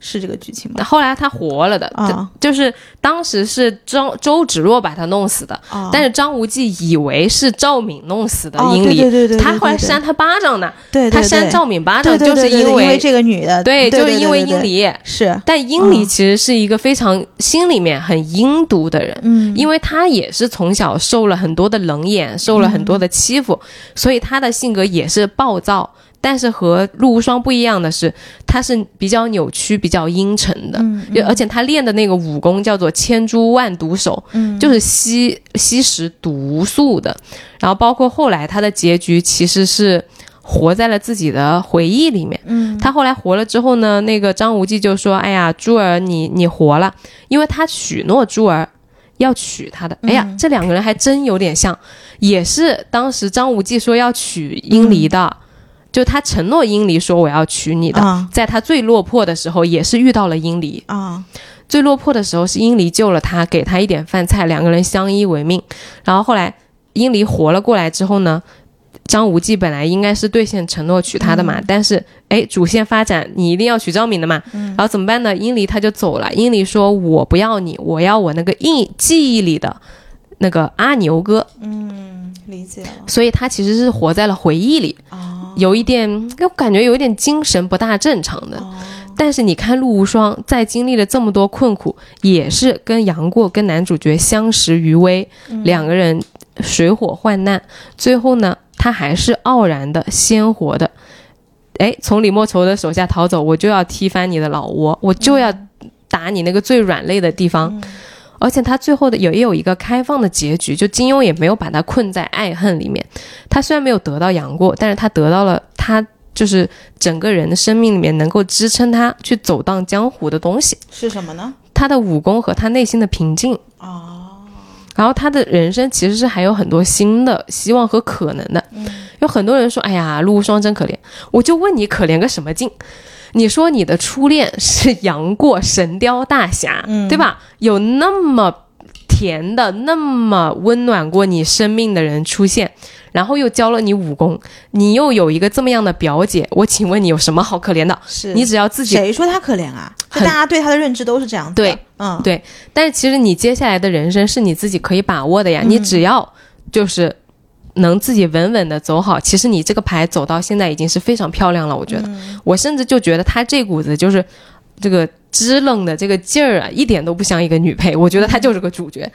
S3: 是这个剧情吗？
S1: 后来她活了的，
S3: 啊
S1: 就就是当时是周周芷若把她弄死的，
S3: 哦
S1: 但是张无忌以为是赵敏弄死的
S3: 哦
S1: 殷离，
S3: 对对对对对
S1: 他后来
S3: 对对
S1: 扇他巴掌呢，
S3: 对对
S1: 他
S3: 对
S1: 扇赵敏巴掌
S3: 对对
S1: 就
S3: 对
S1: 是
S3: 对对因
S1: 为
S3: 这个女的，
S1: 对
S3: 对，对
S1: 就是因为
S3: 对
S1: 殷
S3: 对
S1: 离。
S3: 是，
S1: 但殷离
S3: 嗯
S1: 其实是一个非常心里面很阴毒的人，
S3: 嗯，
S1: 因为他也是从小受了很多的冷眼，受了很多的欺负，所以他的性格也是暴躁。但是和陆无双不一样的是，他是比较扭曲、比较阴沉的，
S3: 嗯
S1: 就而且他练的那个武功叫做千珠万毒手，
S3: 嗯
S1: 就是吸吸食毒素的。然后包括后来他的结局其实是活在了自己的回忆里面。
S3: 嗯
S1: 他后来活了之后呢，那个张无忌就说：“哎呀，珠儿你你活了，因为他许诺珠儿要娶她的。哎呀，这两个人还真有点像，也是当时张无忌说要娶英离的，就他承诺英离说我要娶你的，
S3: 啊
S1: 在他最落魄的时候也是遇到了英离，
S3: 啊
S1: 最落魄的时候是英离救了他，给他一点饭菜，两个人相依为命。然后后来英离活了过来之后呢，张无忌本来应该是兑现承诺娶她的嘛，但是哎，主线发展你一定要娶赵敏的嘛，然后怎么办呢？英离他就走了，英离说我不要你，我要我那个印记忆里的那个阿牛哥，
S3: 理解了
S1: 所以他其实是活在了回忆里，
S3: 哦
S1: 有一点，我感觉有一点精神不大正常的。但是你看陆无双在经历了这么多困苦，也是跟杨过跟男主角相识于微，两个人水火患难，最后呢，他还是傲然的鲜活的，哎，从李莫愁的手下逃走，我就要踢翻你的老窝，我就要打你那个最软肋的地方。而且他最后的有也有一个开放的结局，就金庸也没有把他困在爱恨里面。他虽然没有得到杨过，但是他得到了他就是整个人的生命里面能够支撑他去走荡江湖的东西，
S3: 是什么呢？
S1: 他的武功和他内心的平静。
S3: 哦，
S1: 然后他的人生其实是还有很多新的希望和可能的。
S3: 嗯
S1: 有很多人说：“哎呀，陆无双真可怜。”我就问你，可怜个什么劲？你说你的初恋是杨过《神雕大侠》
S3: 嗯
S1: 对吧？有那么甜的、那么温暖过你生命的人出现，然后又教了你武功，你又有一个这么样的表姐，我请问你有什么好可怜的？
S3: 是
S1: 你只要自己
S3: 谁说他可怜啊？就
S1: 很
S3: 大家对他的认知都是这样子的。
S1: 对，
S3: 嗯，
S1: 对，但是其实你接下来的人生是你自己可以把握的呀，
S3: 嗯
S1: 你只要就是能自己稳稳的走好，其实你这个牌走到现在已经是非常漂亮了。我觉得，
S3: 嗯
S1: 我甚至就觉得她这股子就是这个支棱的这个劲儿啊，一点都不像一个女配，我觉得她就是个主角。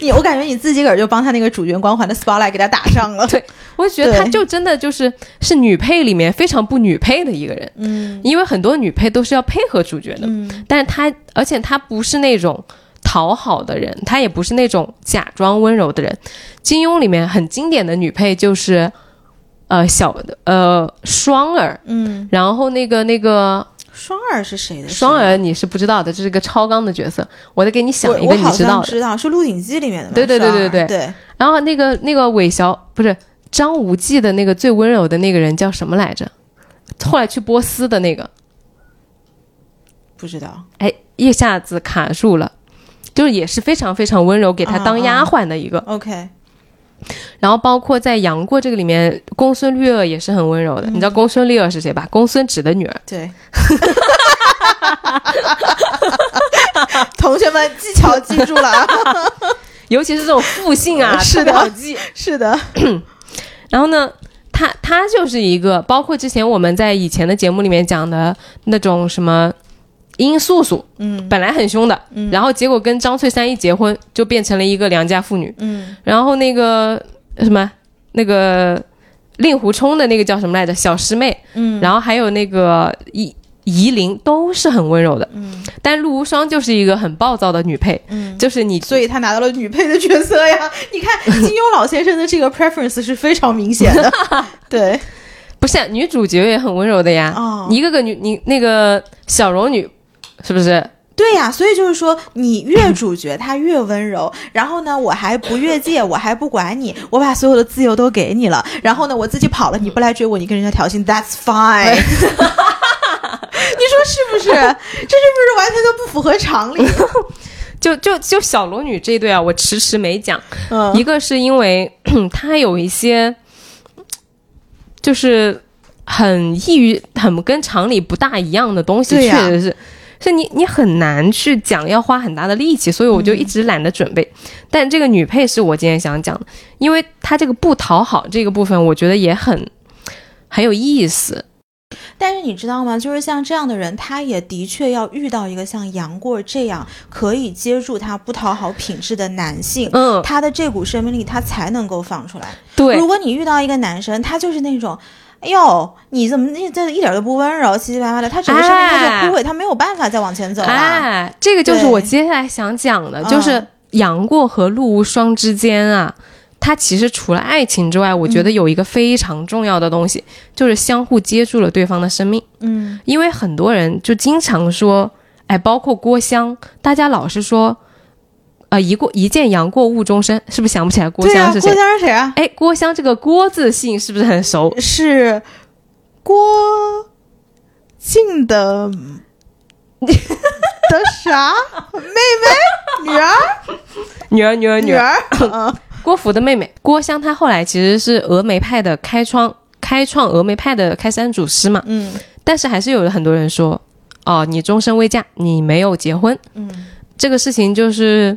S3: 你我感觉你自己个儿就帮他那个主角光环的 spotlight 给他打上 了。
S1: 对我就觉得她
S3: 对
S1: 就真的就是是女配里面非常不女配的一个人，
S3: 嗯
S1: 因为很多女配都是要配合主角的，
S3: 嗯
S1: 但是她而且她不是那种讨好的人，她也不是那种假装温柔的人。金庸里面很经典的女配就是，呃，小呃双儿，
S3: 嗯，
S1: 然后那个那个
S3: 双儿是谁的？
S1: 双儿你是不知道的，这是个超纲的角色，我再给你
S3: 是吧，
S1: 想
S3: 我
S1: 一个
S3: 我
S1: 你
S3: 好
S1: 知
S3: 像
S1: 道
S3: 知
S1: 的。
S3: 道是《鹿鼎记》里面的吧。
S1: 对对对对
S3: 双儿
S1: 对
S3: 对，
S1: 然后那个那个韦小不是张无忌的那个最温柔的那个人叫什么来着？后来去波斯的那个，
S3: 不知道。
S1: 哎，一下子卡住了，就是也是非常非常温柔，给他
S3: 嗯
S1: 当丫鬟的一个。
S3: OK，
S1: 然后包括在杨过这个里面，公孙绿萼也是很温柔的。你知道公孙绿萼是谁吧？公孙止的女儿。
S3: 对。同学们，技巧记住了啊！
S1: 尤其是这种复姓啊，
S3: 是
S1: 特别
S3: 的
S1: 好记。
S3: 是的，
S1: 然后呢，她她就是一个，包括之前我们在以前的节目里面讲的那种什么。殷素素，嗯，本来很凶的，嗯，然后结果跟张翠山一结婚，就变成了一个良家妇女，
S3: 嗯，
S1: 然后那个什么，那个令狐冲的那个叫什么来着？小师妹，嗯，然后还有那个夷夷陵都是很温柔的，嗯，但陆无双就是一个很暴躁的女配，嗯，就是你
S3: 所以他拿到了女配的角色呀。你看金庸老先生的这个 preference 是非常明 显的，对，
S1: 不是、啊、女主角也很温柔的呀，
S3: 哦
S1: 一个个女你那个小柔女是不是？
S3: 对呀、所以就是说，你越主角他越温柔，然后呢，我还不越界，我还不管你，我把所有的自由都给你了，然后呢，我自己跑了，你不来追我，你跟人家挑衅，That's fine。你 说是不是？这是不是完全就不符合常理？
S1: 就就就小柔女这一对啊，我迟迟没讲，
S3: 嗯
S1: 一个是因为 她有一些就是很异于很跟常理不大一样的东西，
S3: 对
S1: 确
S3: 呀
S1: 实是。是你，你很难去讲，要花很大的力气，所以我就
S3: 嗯
S1: 一直懒得准备。但这个女配是我今天想讲的，因为她这个不讨好这个部分，我觉得也很很有意思。
S3: 但是你知道吗？就是像这样的人，他也的确要遇到一个像杨过这样可以接住他不讨好品质的男性，
S1: 嗯
S3: 他的这股生命力他才能够放出来。
S1: 对
S3: 如，果你遇到一个男生，他就是那种。哎呦，你怎么你这一点都不温柔，七七八八的，他整个生命他就枯萎，他没有办法再往前走了。
S1: 哎，这个就是
S3: 对
S1: 我接下来想讲的，
S3: 嗯
S1: 就是杨过和陆无双之间啊，他其实除了爱情之外，我
S3: 嗯
S1: 觉得有一个非常重要的东西，就是相互接住了对方的生命。
S3: 嗯，
S1: 因为很多人就经常说，哎，包括郭襄，大家老是说，呃一过一见杨过误终身，是不是想不起来郭
S2: 对呀、
S1: 襄是谁
S2: 郭？襄是谁啊？
S1: 哎，郭襄这个“郭”字姓是不是很熟？
S2: 是郭靖的的啥 妹妹、女儿、
S1: 女儿，女儿，
S2: 女
S1: 女儿。
S2: 儿？嗯，
S1: 郭芙的妹妹郭襄，她后来其实是峨眉派的开创开创峨眉派的开山祖师嘛。
S2: 嗯，
S1: 但是还是有很多人说，哦，你终身未嫁，你没有结婚。
S2: 嗯，
S1: 这个事情就是。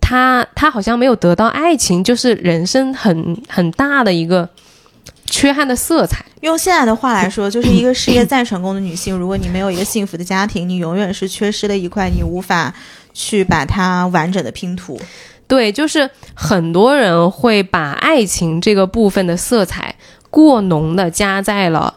S1: 她她好像没有得到爱情，就是人生很很大的一个缺憾的色彩。
S2: 用现在的话来说，就是一个事业再成功的女性，如果你没有一个幸福的家庭，你永远是缺失了一块，你无法去把它完整的拼图。
S1: 对，就是很多人会把爱情这个部分的色彩过浓的加在了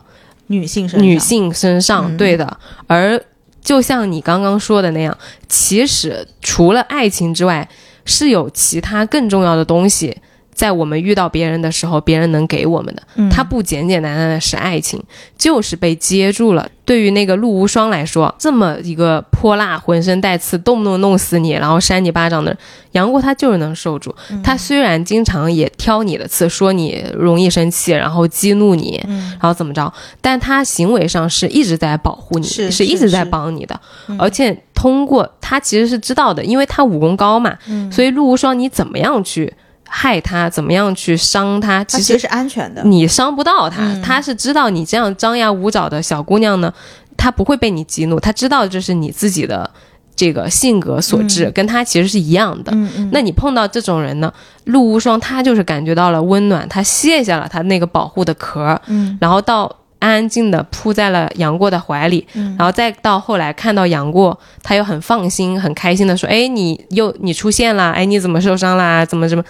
S2: 女性身上，
S1: 女性身上，
S2: 嗯
S1: 对的。而就像你刚刚说的那样，其实除了爱情之外，是有其他更重要的东西，在我们遇到别人的时候，别人能给我们的。
S2: 嗯
S1: 它不简简单单的是爱情，就是被接住了。对于那个陆无双来说，这么一个泼辣、浑身带刺、动不动弄死你，然后扇你巴掌的人杨过，他就是能受住。
S2: 嗯
S1: 他虽然经常也挑你的刺，说你容易生气，然后激怒你，
S2: 嗯
S1: 然后怎么着，但他行为上是一直在保护你，
S2: 是嗯
S1: 一直在
S2: 是是
S1: 帮你的。而且通过他其实是知道的，因为他武功高嘛，
S2: 嗯
S1: 所以陆无双你怎么样去害他，怎么样去伤他，
S2: 她
S1: 其
S2: 其实
S1: 实
S2: 是安全的。嗯
S1: 你伤不到他，他是知道你这样张牙舞爪的小姑娘呢，她不会被你激怒，她知道这是你自己的这个性格所致，跟她其实是一样的。
S2: 嗯嗯嗯，
S1: 那你碰到这种人呢，陆无双他就是感觉到了温暖，他卸下了他那个保护的壳儿，
S2: 嗯
S1: 然后到安安静的扑在了杨过的怀里，
S2: 嗯
S1: 然后再到后来看到杨过，他又很放心、很开心的说：“哎，你又你出现啦，哎，你怎么受伤啦？怎么怎么？”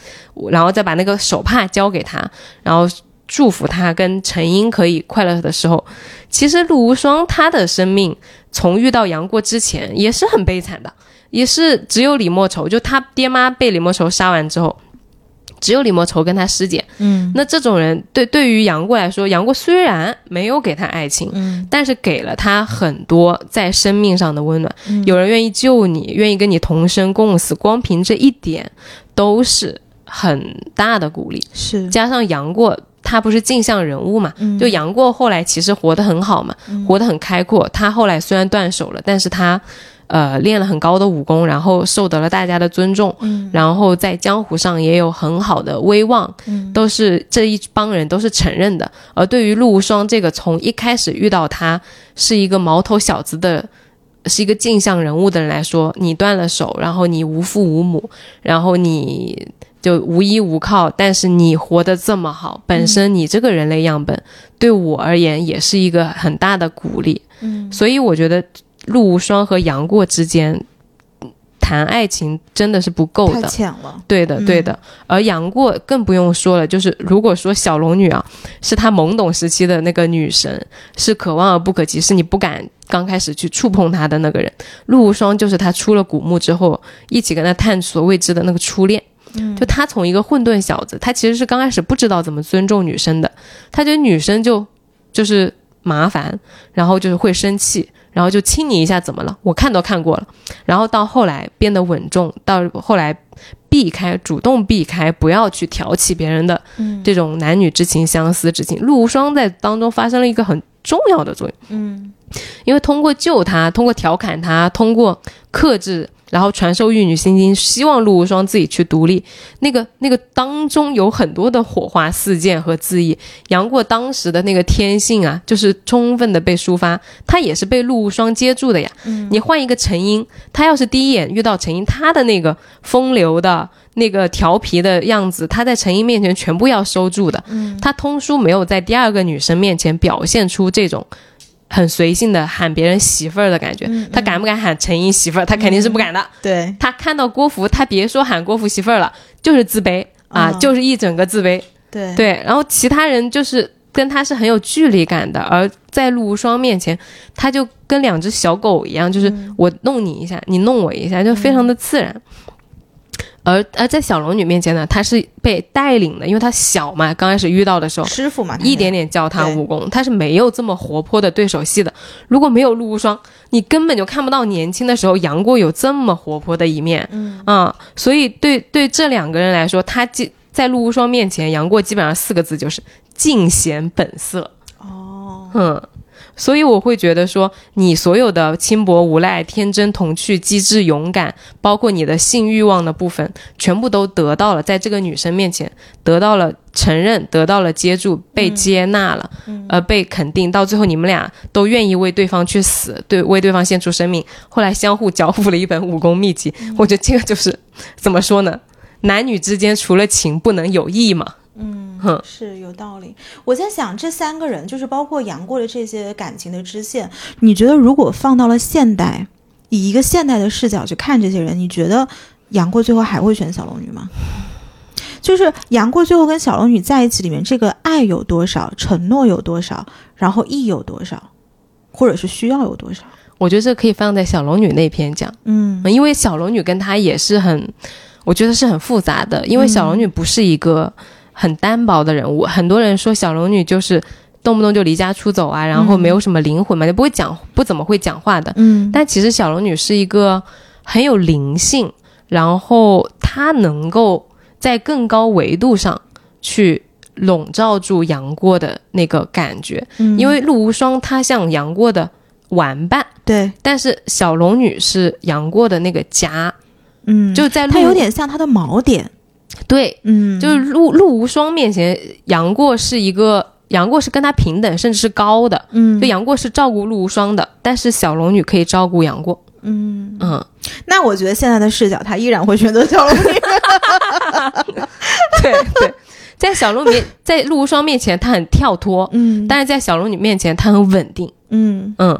S1: 然后再把那个手帕交给他，然后祝福他跟陈英可以快乐的时候，其实陆无双他的生命从遇到杨过之前也是很悲惨的，也是只有李莫愁，就他爹妈被李莫愁杀完之后。只有李莫愁跟他师姐，
S2: 嗯
S1: 那这种人对对于杨过来说，杨过虽然没有给他爱情，
S2: 嗯
S1: 但是给了他很多在生命上的温暖。
S2: 嗯
S1: 有人愿意救你，愿意跟你同生共死，光凭这一点都是很大的鼓励。
S2: 是
S1: 加上杨过，他不是镜像人物嘛，就杨过后来其实活得很好嘛，活得很开阔。他后来虽然断手了，但是他。呃，练了很高的武功，然后受得了大家的尊重，然后在江湖上也有很好的威望，都是这一帮人都是承认的。而对于陆无双这个，从一开始遇到他是一个毛头小子的，是一个镜像人物的人来说，你断了手，然后你无父无母，然后你就无依无靠，但是你活得这么好，本身你这个人类样本、对我而言也是一个很大的鼓励。嗯，所以我觉得陆无双和杨过之间。谈爱情真的是不够
S2: 太
S1: 的，
S2: 浅了。
S1: 对的，
S2: 嗯
S1: 对的。而杨过更不用说了，就是如果说小龙女啊，是她懵懂时期的那个女神，是可望而不可及，是你不敢刚开始去触碰她的那个人。陆无双就是她出了古墓之后，一起跟她探索未知的那个初恋。就她从一个混沌小子，她其实是刚开始不知道怎么尊重女生的，她觉得女生就就是麻烦，然后就是会生气，然后就亲你一下怎么了？我看都看过了。然后到后来变得稳重，到后来避开，主动避开，不要去挑起别人的这种男女之情、相思之情。陆无双在当中发生了一个很重要的作用，
S2: 嗯
S1: 因为通过救他，通过调侃他，通过克制，然后传授《玉女心经》，希望陆无双自己去独立。那个那个当中有很多的火花四溅和恣意，杨过当时的那个天性啊，就是充分的被抒发，他也是被陆无双接住的呀。你换一个陈英，他要是第一眼遇到陈英，他的那个风流的。那个调皮的样子，他在陈英面前全部要收住的。他通书没有在第二个女生面前表现出这种很随性的喊别人媳妇儿的感觉。
S3: 嗯
S1: 他敢不敢喊陈英媳妇儿？他肯定是不敢的。
S2: 对，
S1: 他看到郭芙，他别说喊郭芙媳妇儿了，就是自卑啊，
S2: 嗯
S1: 就是一整个自卑。
S2: 对，
S1: 对，然后其他人就是跟他是很有距离感的，而在陆无双面前，他就跟两只小狗一样，就是我弄你一下，你弄我一下，就非常的自然。而而在小龙女面前呢，她是被带领的，因为她小嘛，刚开始遇到的时候，
S3: 师傅嘛，
S1: 一点点教她
S3: 对
S1: 武功，她是没有这么活泼的对手戏的。如果没有陆无双，你根本就看不到年轻的时候杨过有这么活泼的一面。嗯啊，所以对对这两个人来说，他基在陆无双面前，杨过基本上四个字就是尽显本色。哦，嗯。所以我会觉得说，你所有的轻薄无赖、天真童趣、机智勇敢，包括你的性欲望的部分，全部都得到了，在这个女生面前得到了承认，得到了接住，被接纳了，呃，被肯定。到最后，你们俩都愿意为对方去死，对，为对方献出生命。后来相互交付了一本武功秘籍，我觉得这个就是怎么说呢？男女之间除了情不能有义嘛。嗯
S3: 是有道理。我在想，这三个人就是包括杨过的这些感情的支线，你觉得如果放到了现代，以一个现代的视角去看这些人，你觉得杨过最后还会选小龙女 吗？就是杨过最后跟小龙女在一起里面，这个爱有多少，承诺有多少，然后义有多少，或者是需要有多少？
S1: 我觉得这可以放在小龙女那篇讲。
S3: 嗯，
S1: 因为小龙女跟她也是很，我觉得是很复杂的，因为小龙女不是一个很单薄的人物，很多人说小龙女就是动不动就离家出走啊，然后没有什么灵魂嘛，就不会讲，不怎么会讲话的。
S3: 嗯，
S1: 但其实小龙女是一个很有灵性，然后她能够在更高维度上去笼罩住杨过的那个感觉，
S3: 嗯
S1: 因为陆无双他像杨过的玩伴。
S3: 对，
S1: 但是小龙女是杨过的那个家，
S3: 嗯，
S1: 就在陆
S3: 他有点像他的锚点，
S1: 对，
S3: 嗯，
S1: 就是陆陆无双面前，杨过是一个杨过是跟他平等，甚至是高的，
S3: 嗯
S1: 就杨过是照顾陆无双的，但是小龙女可以照顾杨过，嗯 嗯，
S3: 那我觉得现在的视角，他依然会选择小龙女。
S1: 对对， 在小龙女在陆无双面前，她很跳脱，
S3: 嗯
S1: 但是在小龙女面前，她很稳定，
S3: 嗯
S1: 嗯，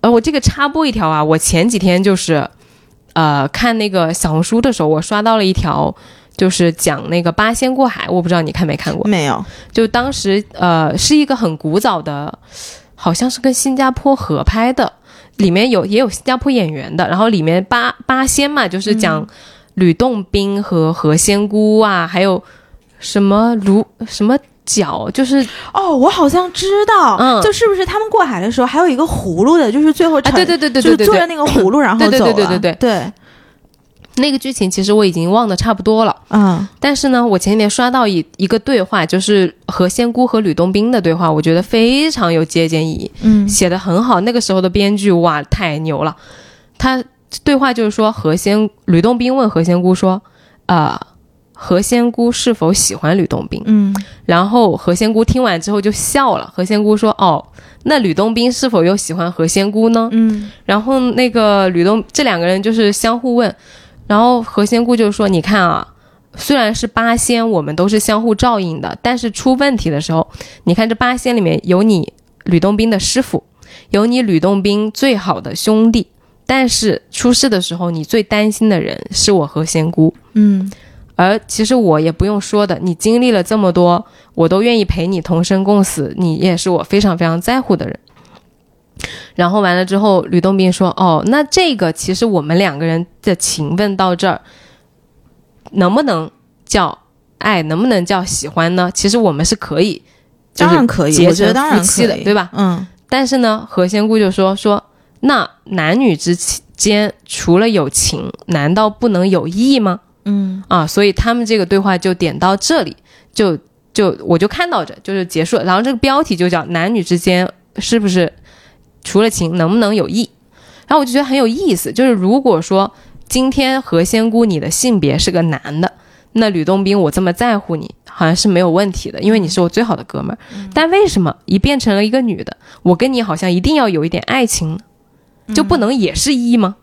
S1: 呃，我这个插播一条啊，我前几天就是，呃，看那个小红书的时候，我刷到了一条，就是讲那个八仙过海，我不知道你看没看过，
S3: 没有，
S1: 就当时呃是一个很古早的，好像是跟新加坡合拍的，里面有也有新加坡演员的，然后里面八八仙嘛，就是
S3: 嗯
S1: 讲吕洞宾和何仙姑啊，还有什么卢什么角，就是
S3: 哦，我好像知道，
S1: 嗯
S3: 就是不是他们过海的时候还有一个葫芦的，就是最后
S1: 啊，
S3: 沉、
S1: 对对对对对对
S3: 就是坐
S1: 对
S3: 着，那个 葫芦然后
S1: 对
S3: 走
S1: 对
S3: 了，
S1: 对对对对
S3: 对，
S1: 那个剧情其实我已经忘得差不多了。
S3: 嗯
S1: 但是呢，我前几天刷到一一个对话，就是何仙姑和吕洞宾的对话，我觉得非常有借鉴意义，
S3: 嗯
S1: 写的很好。那个时候的编剧哇，太牛了！他对话就是说，何仙吕洞宾问何仙姑说：“啊、何仙姑是否喜欢吕洞宾？”
S3: 嗯
S1: 然后何仙姑听完之后就笑了。何仙姑说：“哦，那吕洞宾是否又喜欢何仙姑呢？”
S3: 嗯
S1: 然后那个吕洞这两个人就是相互问，然后何仙姑就说：“你看啊，虽然是八仙，我们都是相互照应的，但是出问题的时候，你看这八仙里面有你吕洞宾的师傅，有你吕洞宾最好的兄弟，但是出事的时候，你最担心的人是我何仙姑。
S3: 嗯
S1: 而其实我也不用说的，你经历了这么多，我都愿意陪你同生共死，你也是我非常非常在乎的人。然后完了之后，吕洞宾说：“哦，那这个其实我们两个人的情分到这儿，能不能叫爱？能不能叫喜欢呢？其实我们是可以，就是
S3: 当然可以，
S1: 结
S3: 我觉
S1: 成
S3: 得当
S1: 夫
S3: 然可
S1: 妻
S3: 以
S1: 的，对吧？
S3: 嗯
S1: 但是呢，何仙姑就说说，那男女之间除了有情，难道不能有义吗？
S3: 嗯
S1: 啊，所以他们这个对话就点到这里，就就我就看到这就是结束了。然后这个标题就叫“男女之间是不是除了情能不能有义”，然后我就觉得很有意思。就是如果说今天何仙姑你的性别是个男的，那吕洞宾我这么在乎你，好像是没有问题的，因为你是我最好的哥们儿。
S3: 嗯
S1: 但为什么一变成了一个女的，我跟你好像一定要有一点爱情呢？就
S3: 嗯
S1: 不能也是义吗？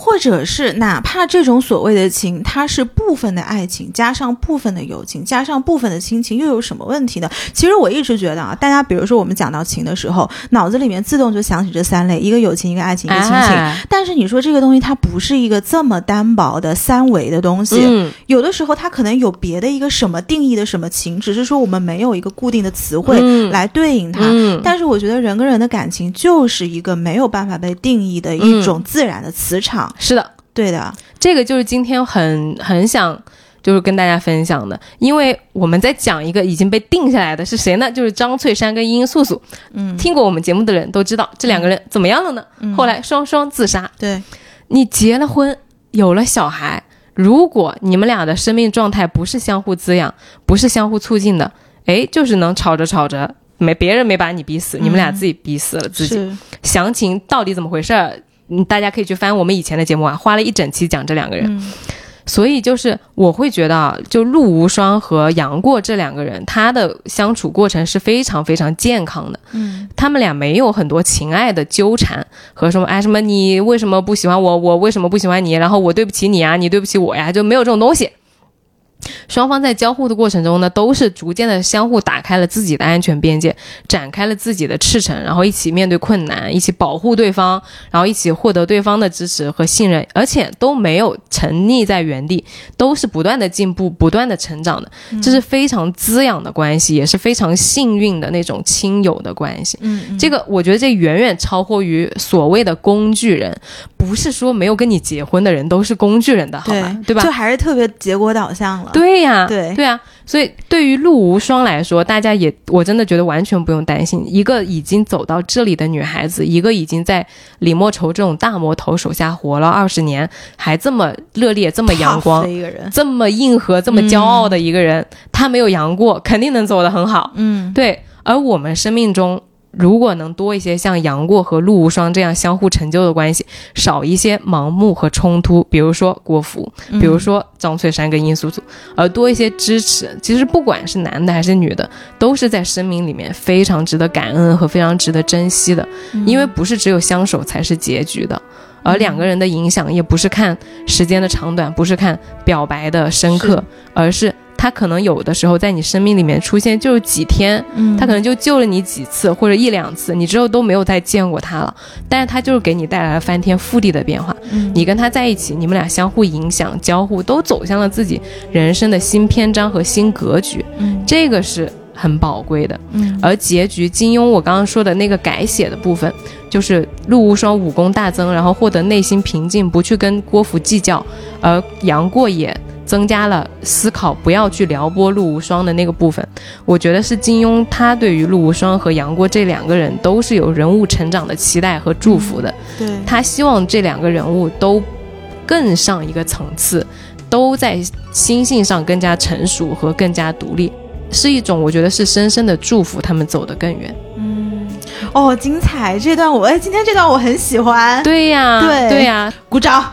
S3: 或者是哪怕这种所谓的情，它是部分的爱情，加上部分的友情，加上部分的亲情，又有什么问题呢？其实我一直觉得啊，大家比如说我们讲到情的时候，脑子里面自动就想起这三类：一个友情，一个爱情，一个亲情。
S1: 哎
S3: 但是你说这个东西它不是一个这么单薄的三维的东西，
S1: 嗯，
S3: 有的时候它可能有别的一个什么定义的什么情，只是说我们没有一个固定的词汇
S1: 嗯
S3: 来对应它。
S1: 嗯
S3: 啊但是我觉得人跟
S1: 嗯
S3: 人的感情就是一个没有办法被定义的一种自然的磁场，
S1: 是的，
S3: 对的，
S1: 这个就是今天很很想就是跟大家分享的，因为我们在讲一个已经被定下来的是谁呢？就是张翠山跟殷素素。
S3: 嗯，
S1: 听过我们节目的人都知道这两个人怎么样了呢？后来双双自杀。
S3: 对，
S1: 你结了婚，有了小孩，如果你们俩的生命状态不是相互滋养，不是相互促进的，哎，就是能吵着吵着。没别人没把你逼死，你们俩自己逼死了自己。
S3: 嗯是
S1: 详情到底怎么回事儿，嗯，大家可以去翻我们以前的节目啊，花了一整期讲这两个人。所以就是我会觉得啊，就陆无双和杨过这两个人，他的相处过程是非常非常健康的。嗯，他们俩没有很多情爱的纠缠和什么哎什么你为什么不喜欢我，我为什么不喜欢你，然后我对不起你啊，你对不起我呀，就没有这种东西。双方在交互的过程中呢，都是逐渐的相互打开了自己的安全边界，展开了自己的赤诚，然后一起面对困难，一起保护对方，然后一起获得对方的支持和信任，而且都没有沉溺在原地，都是不断的进步、不断的成长的，这是非常滋养的关系，也是非常幸运的那种亲友的关系。
S3: 嗯，
S1: 这个我觉得这远远超乎于所谓的工具人，不是说没有跟你结婚的人都是工具人的，好吧对
S3: 对，
S1: 吧？
S3: 就还是特别结果导向了。，
S1: 对呀、
S3: 对
S1: 对啊，所以对于陆无双来说，大家也我真的觉得完全不用担心。一个已经走到这里的女孩子，一个已经在李莫愁这种大魔头手下活了二十年，还这么热烈、这么阳光、
S3: 一个人，
S1: 这么硬核、这么骄傲的一个人，她没有阳过，肯定能走得很好。
S3: 嗯，
S1: 对，而我们生命中如果能多一些像杨过和陆无双这样相互成就的关系，少一些盲目和冲突，比如说郭芙，比
S3: 嗯
S1: 如说张翠山跟殷素素，而多一些支持，其实不管是男的还是女的，都是在生命里面非常值得感恩和非常值得珍惜的，
S3: 嗯
S1: 因为不是只有相守才是结局的。而两个人的影响也不是看时间的长短，不是看表白的深刻，
S3: 是
S1: 而是他可能有的时候在你生命里面出现就是几天，
S3: 嗯
S1: 他可能就救了你几次或者一两次，你之后都没有再见过他了，但是他就是给你带来了翻天覆地的变化。你跟他在一起，你们俩相互影响、交互，都走向了自己人生的新篇章和新格局，
S3: 嗯
S1: 这个是很宝贵的。
S3: 嗯
S1: 而结局，金庸我刚刚说的那个改写的部分，就是陆无双武功大增，然后获得内心平静，不去跟郭芙计较，而杨过也增加了思考，不要去撩拨陆无双的那个部分。我觉得是金庸他对于陆无双和杨过这两个人都是有人物成长的期待和祝福的。
S3: 对，
S1: 他希望这两个人物都更上一个层次，都在心性上更加成熟和更加独立，是一种我觉得是深深的祝福他们走得更远。
S3: 哦，精彩！这段我哎，今天这段我很喜欢，
S1: 对呀、
S3: 啊对
S1: 对呀、
S3: 鼓掌，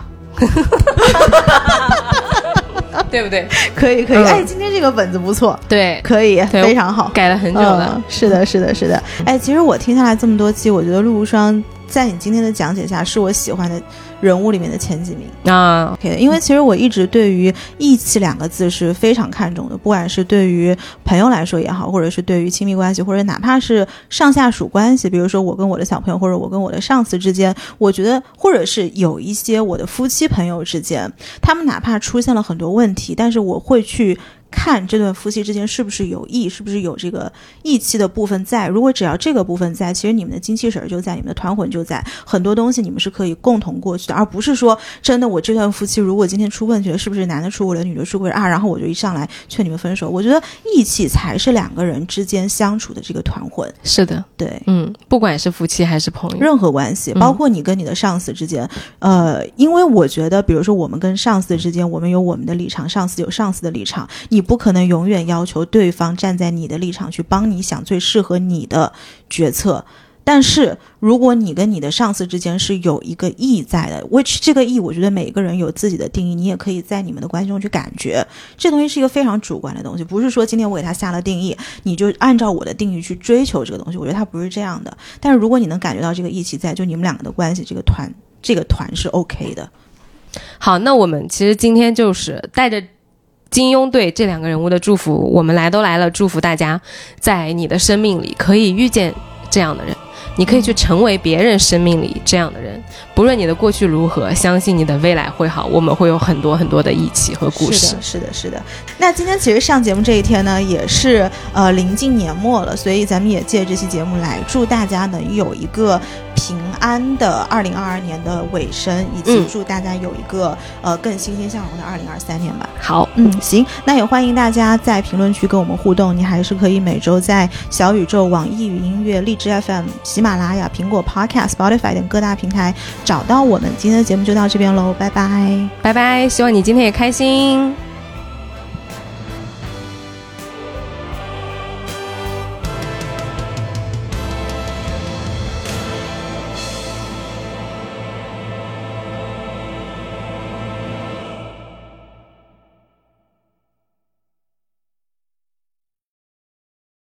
S1: 对不对？
S3: 可以可以。
S1: 嗯
S3: 哎，今天这个本子不错，
S1: 对，
S3: 可以，
S1: 对
S3: 非常好。
S1: 改了很久了
S3: 嗯。，是的，是的，是的。哎，其实我听下来这么多期，我觉得陆无双在你今天的讲解下，是我喜欢的人物里面的前几名。
S1: 啊，
S3: OK 的，因为其实我一直对于义气两个字是非常看重的，不管是对于朋友来说也好，或者是对于亲密关系，或者哪怕是上下属关系，比如说我跟我的小朋友，或者我跟我的上司之间，我觉得或者是有一些我的夫妻朋友之间，他们哪怕出现了很多问题，但是我会去。看这对夫妻之间是不是有义，是不是有这个义气的部分在。如果只要这个部分在，其实你们的精气神儿就在，你们的团魂就在，很多东西你们是可以共同过去的，而不是说真的，我这段夫妻如果今天出问题了，是不是男的出轨了，女的出轨了啊？然后我就一上来劝你们分手。我觉得义气才是两个人之间相处的这个团魂，
S1: 是的，
S3: 对。
S1: 嗯，不管是夫妻还是朋友，
S3: 任何关系，包括你跟你的上司之间，呃，因为我觉得，比如说我们跟上司之间，我们有我们的立场，上司有上司的立场，你不可能永远要求对方站在你的立场去帮你想最适合你的决策。但是，如果你跟你的上司之间是有一个义在的，which 这个义，我觉得每个人有自己的定义，你也可以在你们的关系中去感觉。这东西是一个非常主观的东西，不是说今天我给他下了定义，你就按照我的定义去追求这个东西。我觉得它不是这样的。但是如果你能感觉到这个义气在，就你们两个的关系，这个团这个团是 OK 的。
S1: 好，那我们其实今天就是带着金庸对这两个人物的祝福，我们来都来了，祝福大家在你的生命里可以遇见这样的人，你可以去成为别人生命里这样的人。不论你的过去如何，相信你的未来会好。我们会有很多很多的一起和故
S3: 是
S1: 事
S3: 的，。是的，是的。那今天其实上节目这一天呢，也是呃临近年末了，所以咱们也借这期节目来祝大家能有一个平安的二零二二年的尾声，以及
S1: 嗯
S3: 祝大家有一个、呃更欣欣向荣的二零二三年吧。
S1: 好，
S3: 嗯，行，那也欢迎大家在评论区跟我们互动。你还是可以每周在小宇宙、网易云音乐、荔枝 FM、喜马拉雅、苹果 Podcast、Spotify 等各大平台找到我们。今天的节目就到这边喽，拜拜。
S1: 拜拜，希望你今天也开心。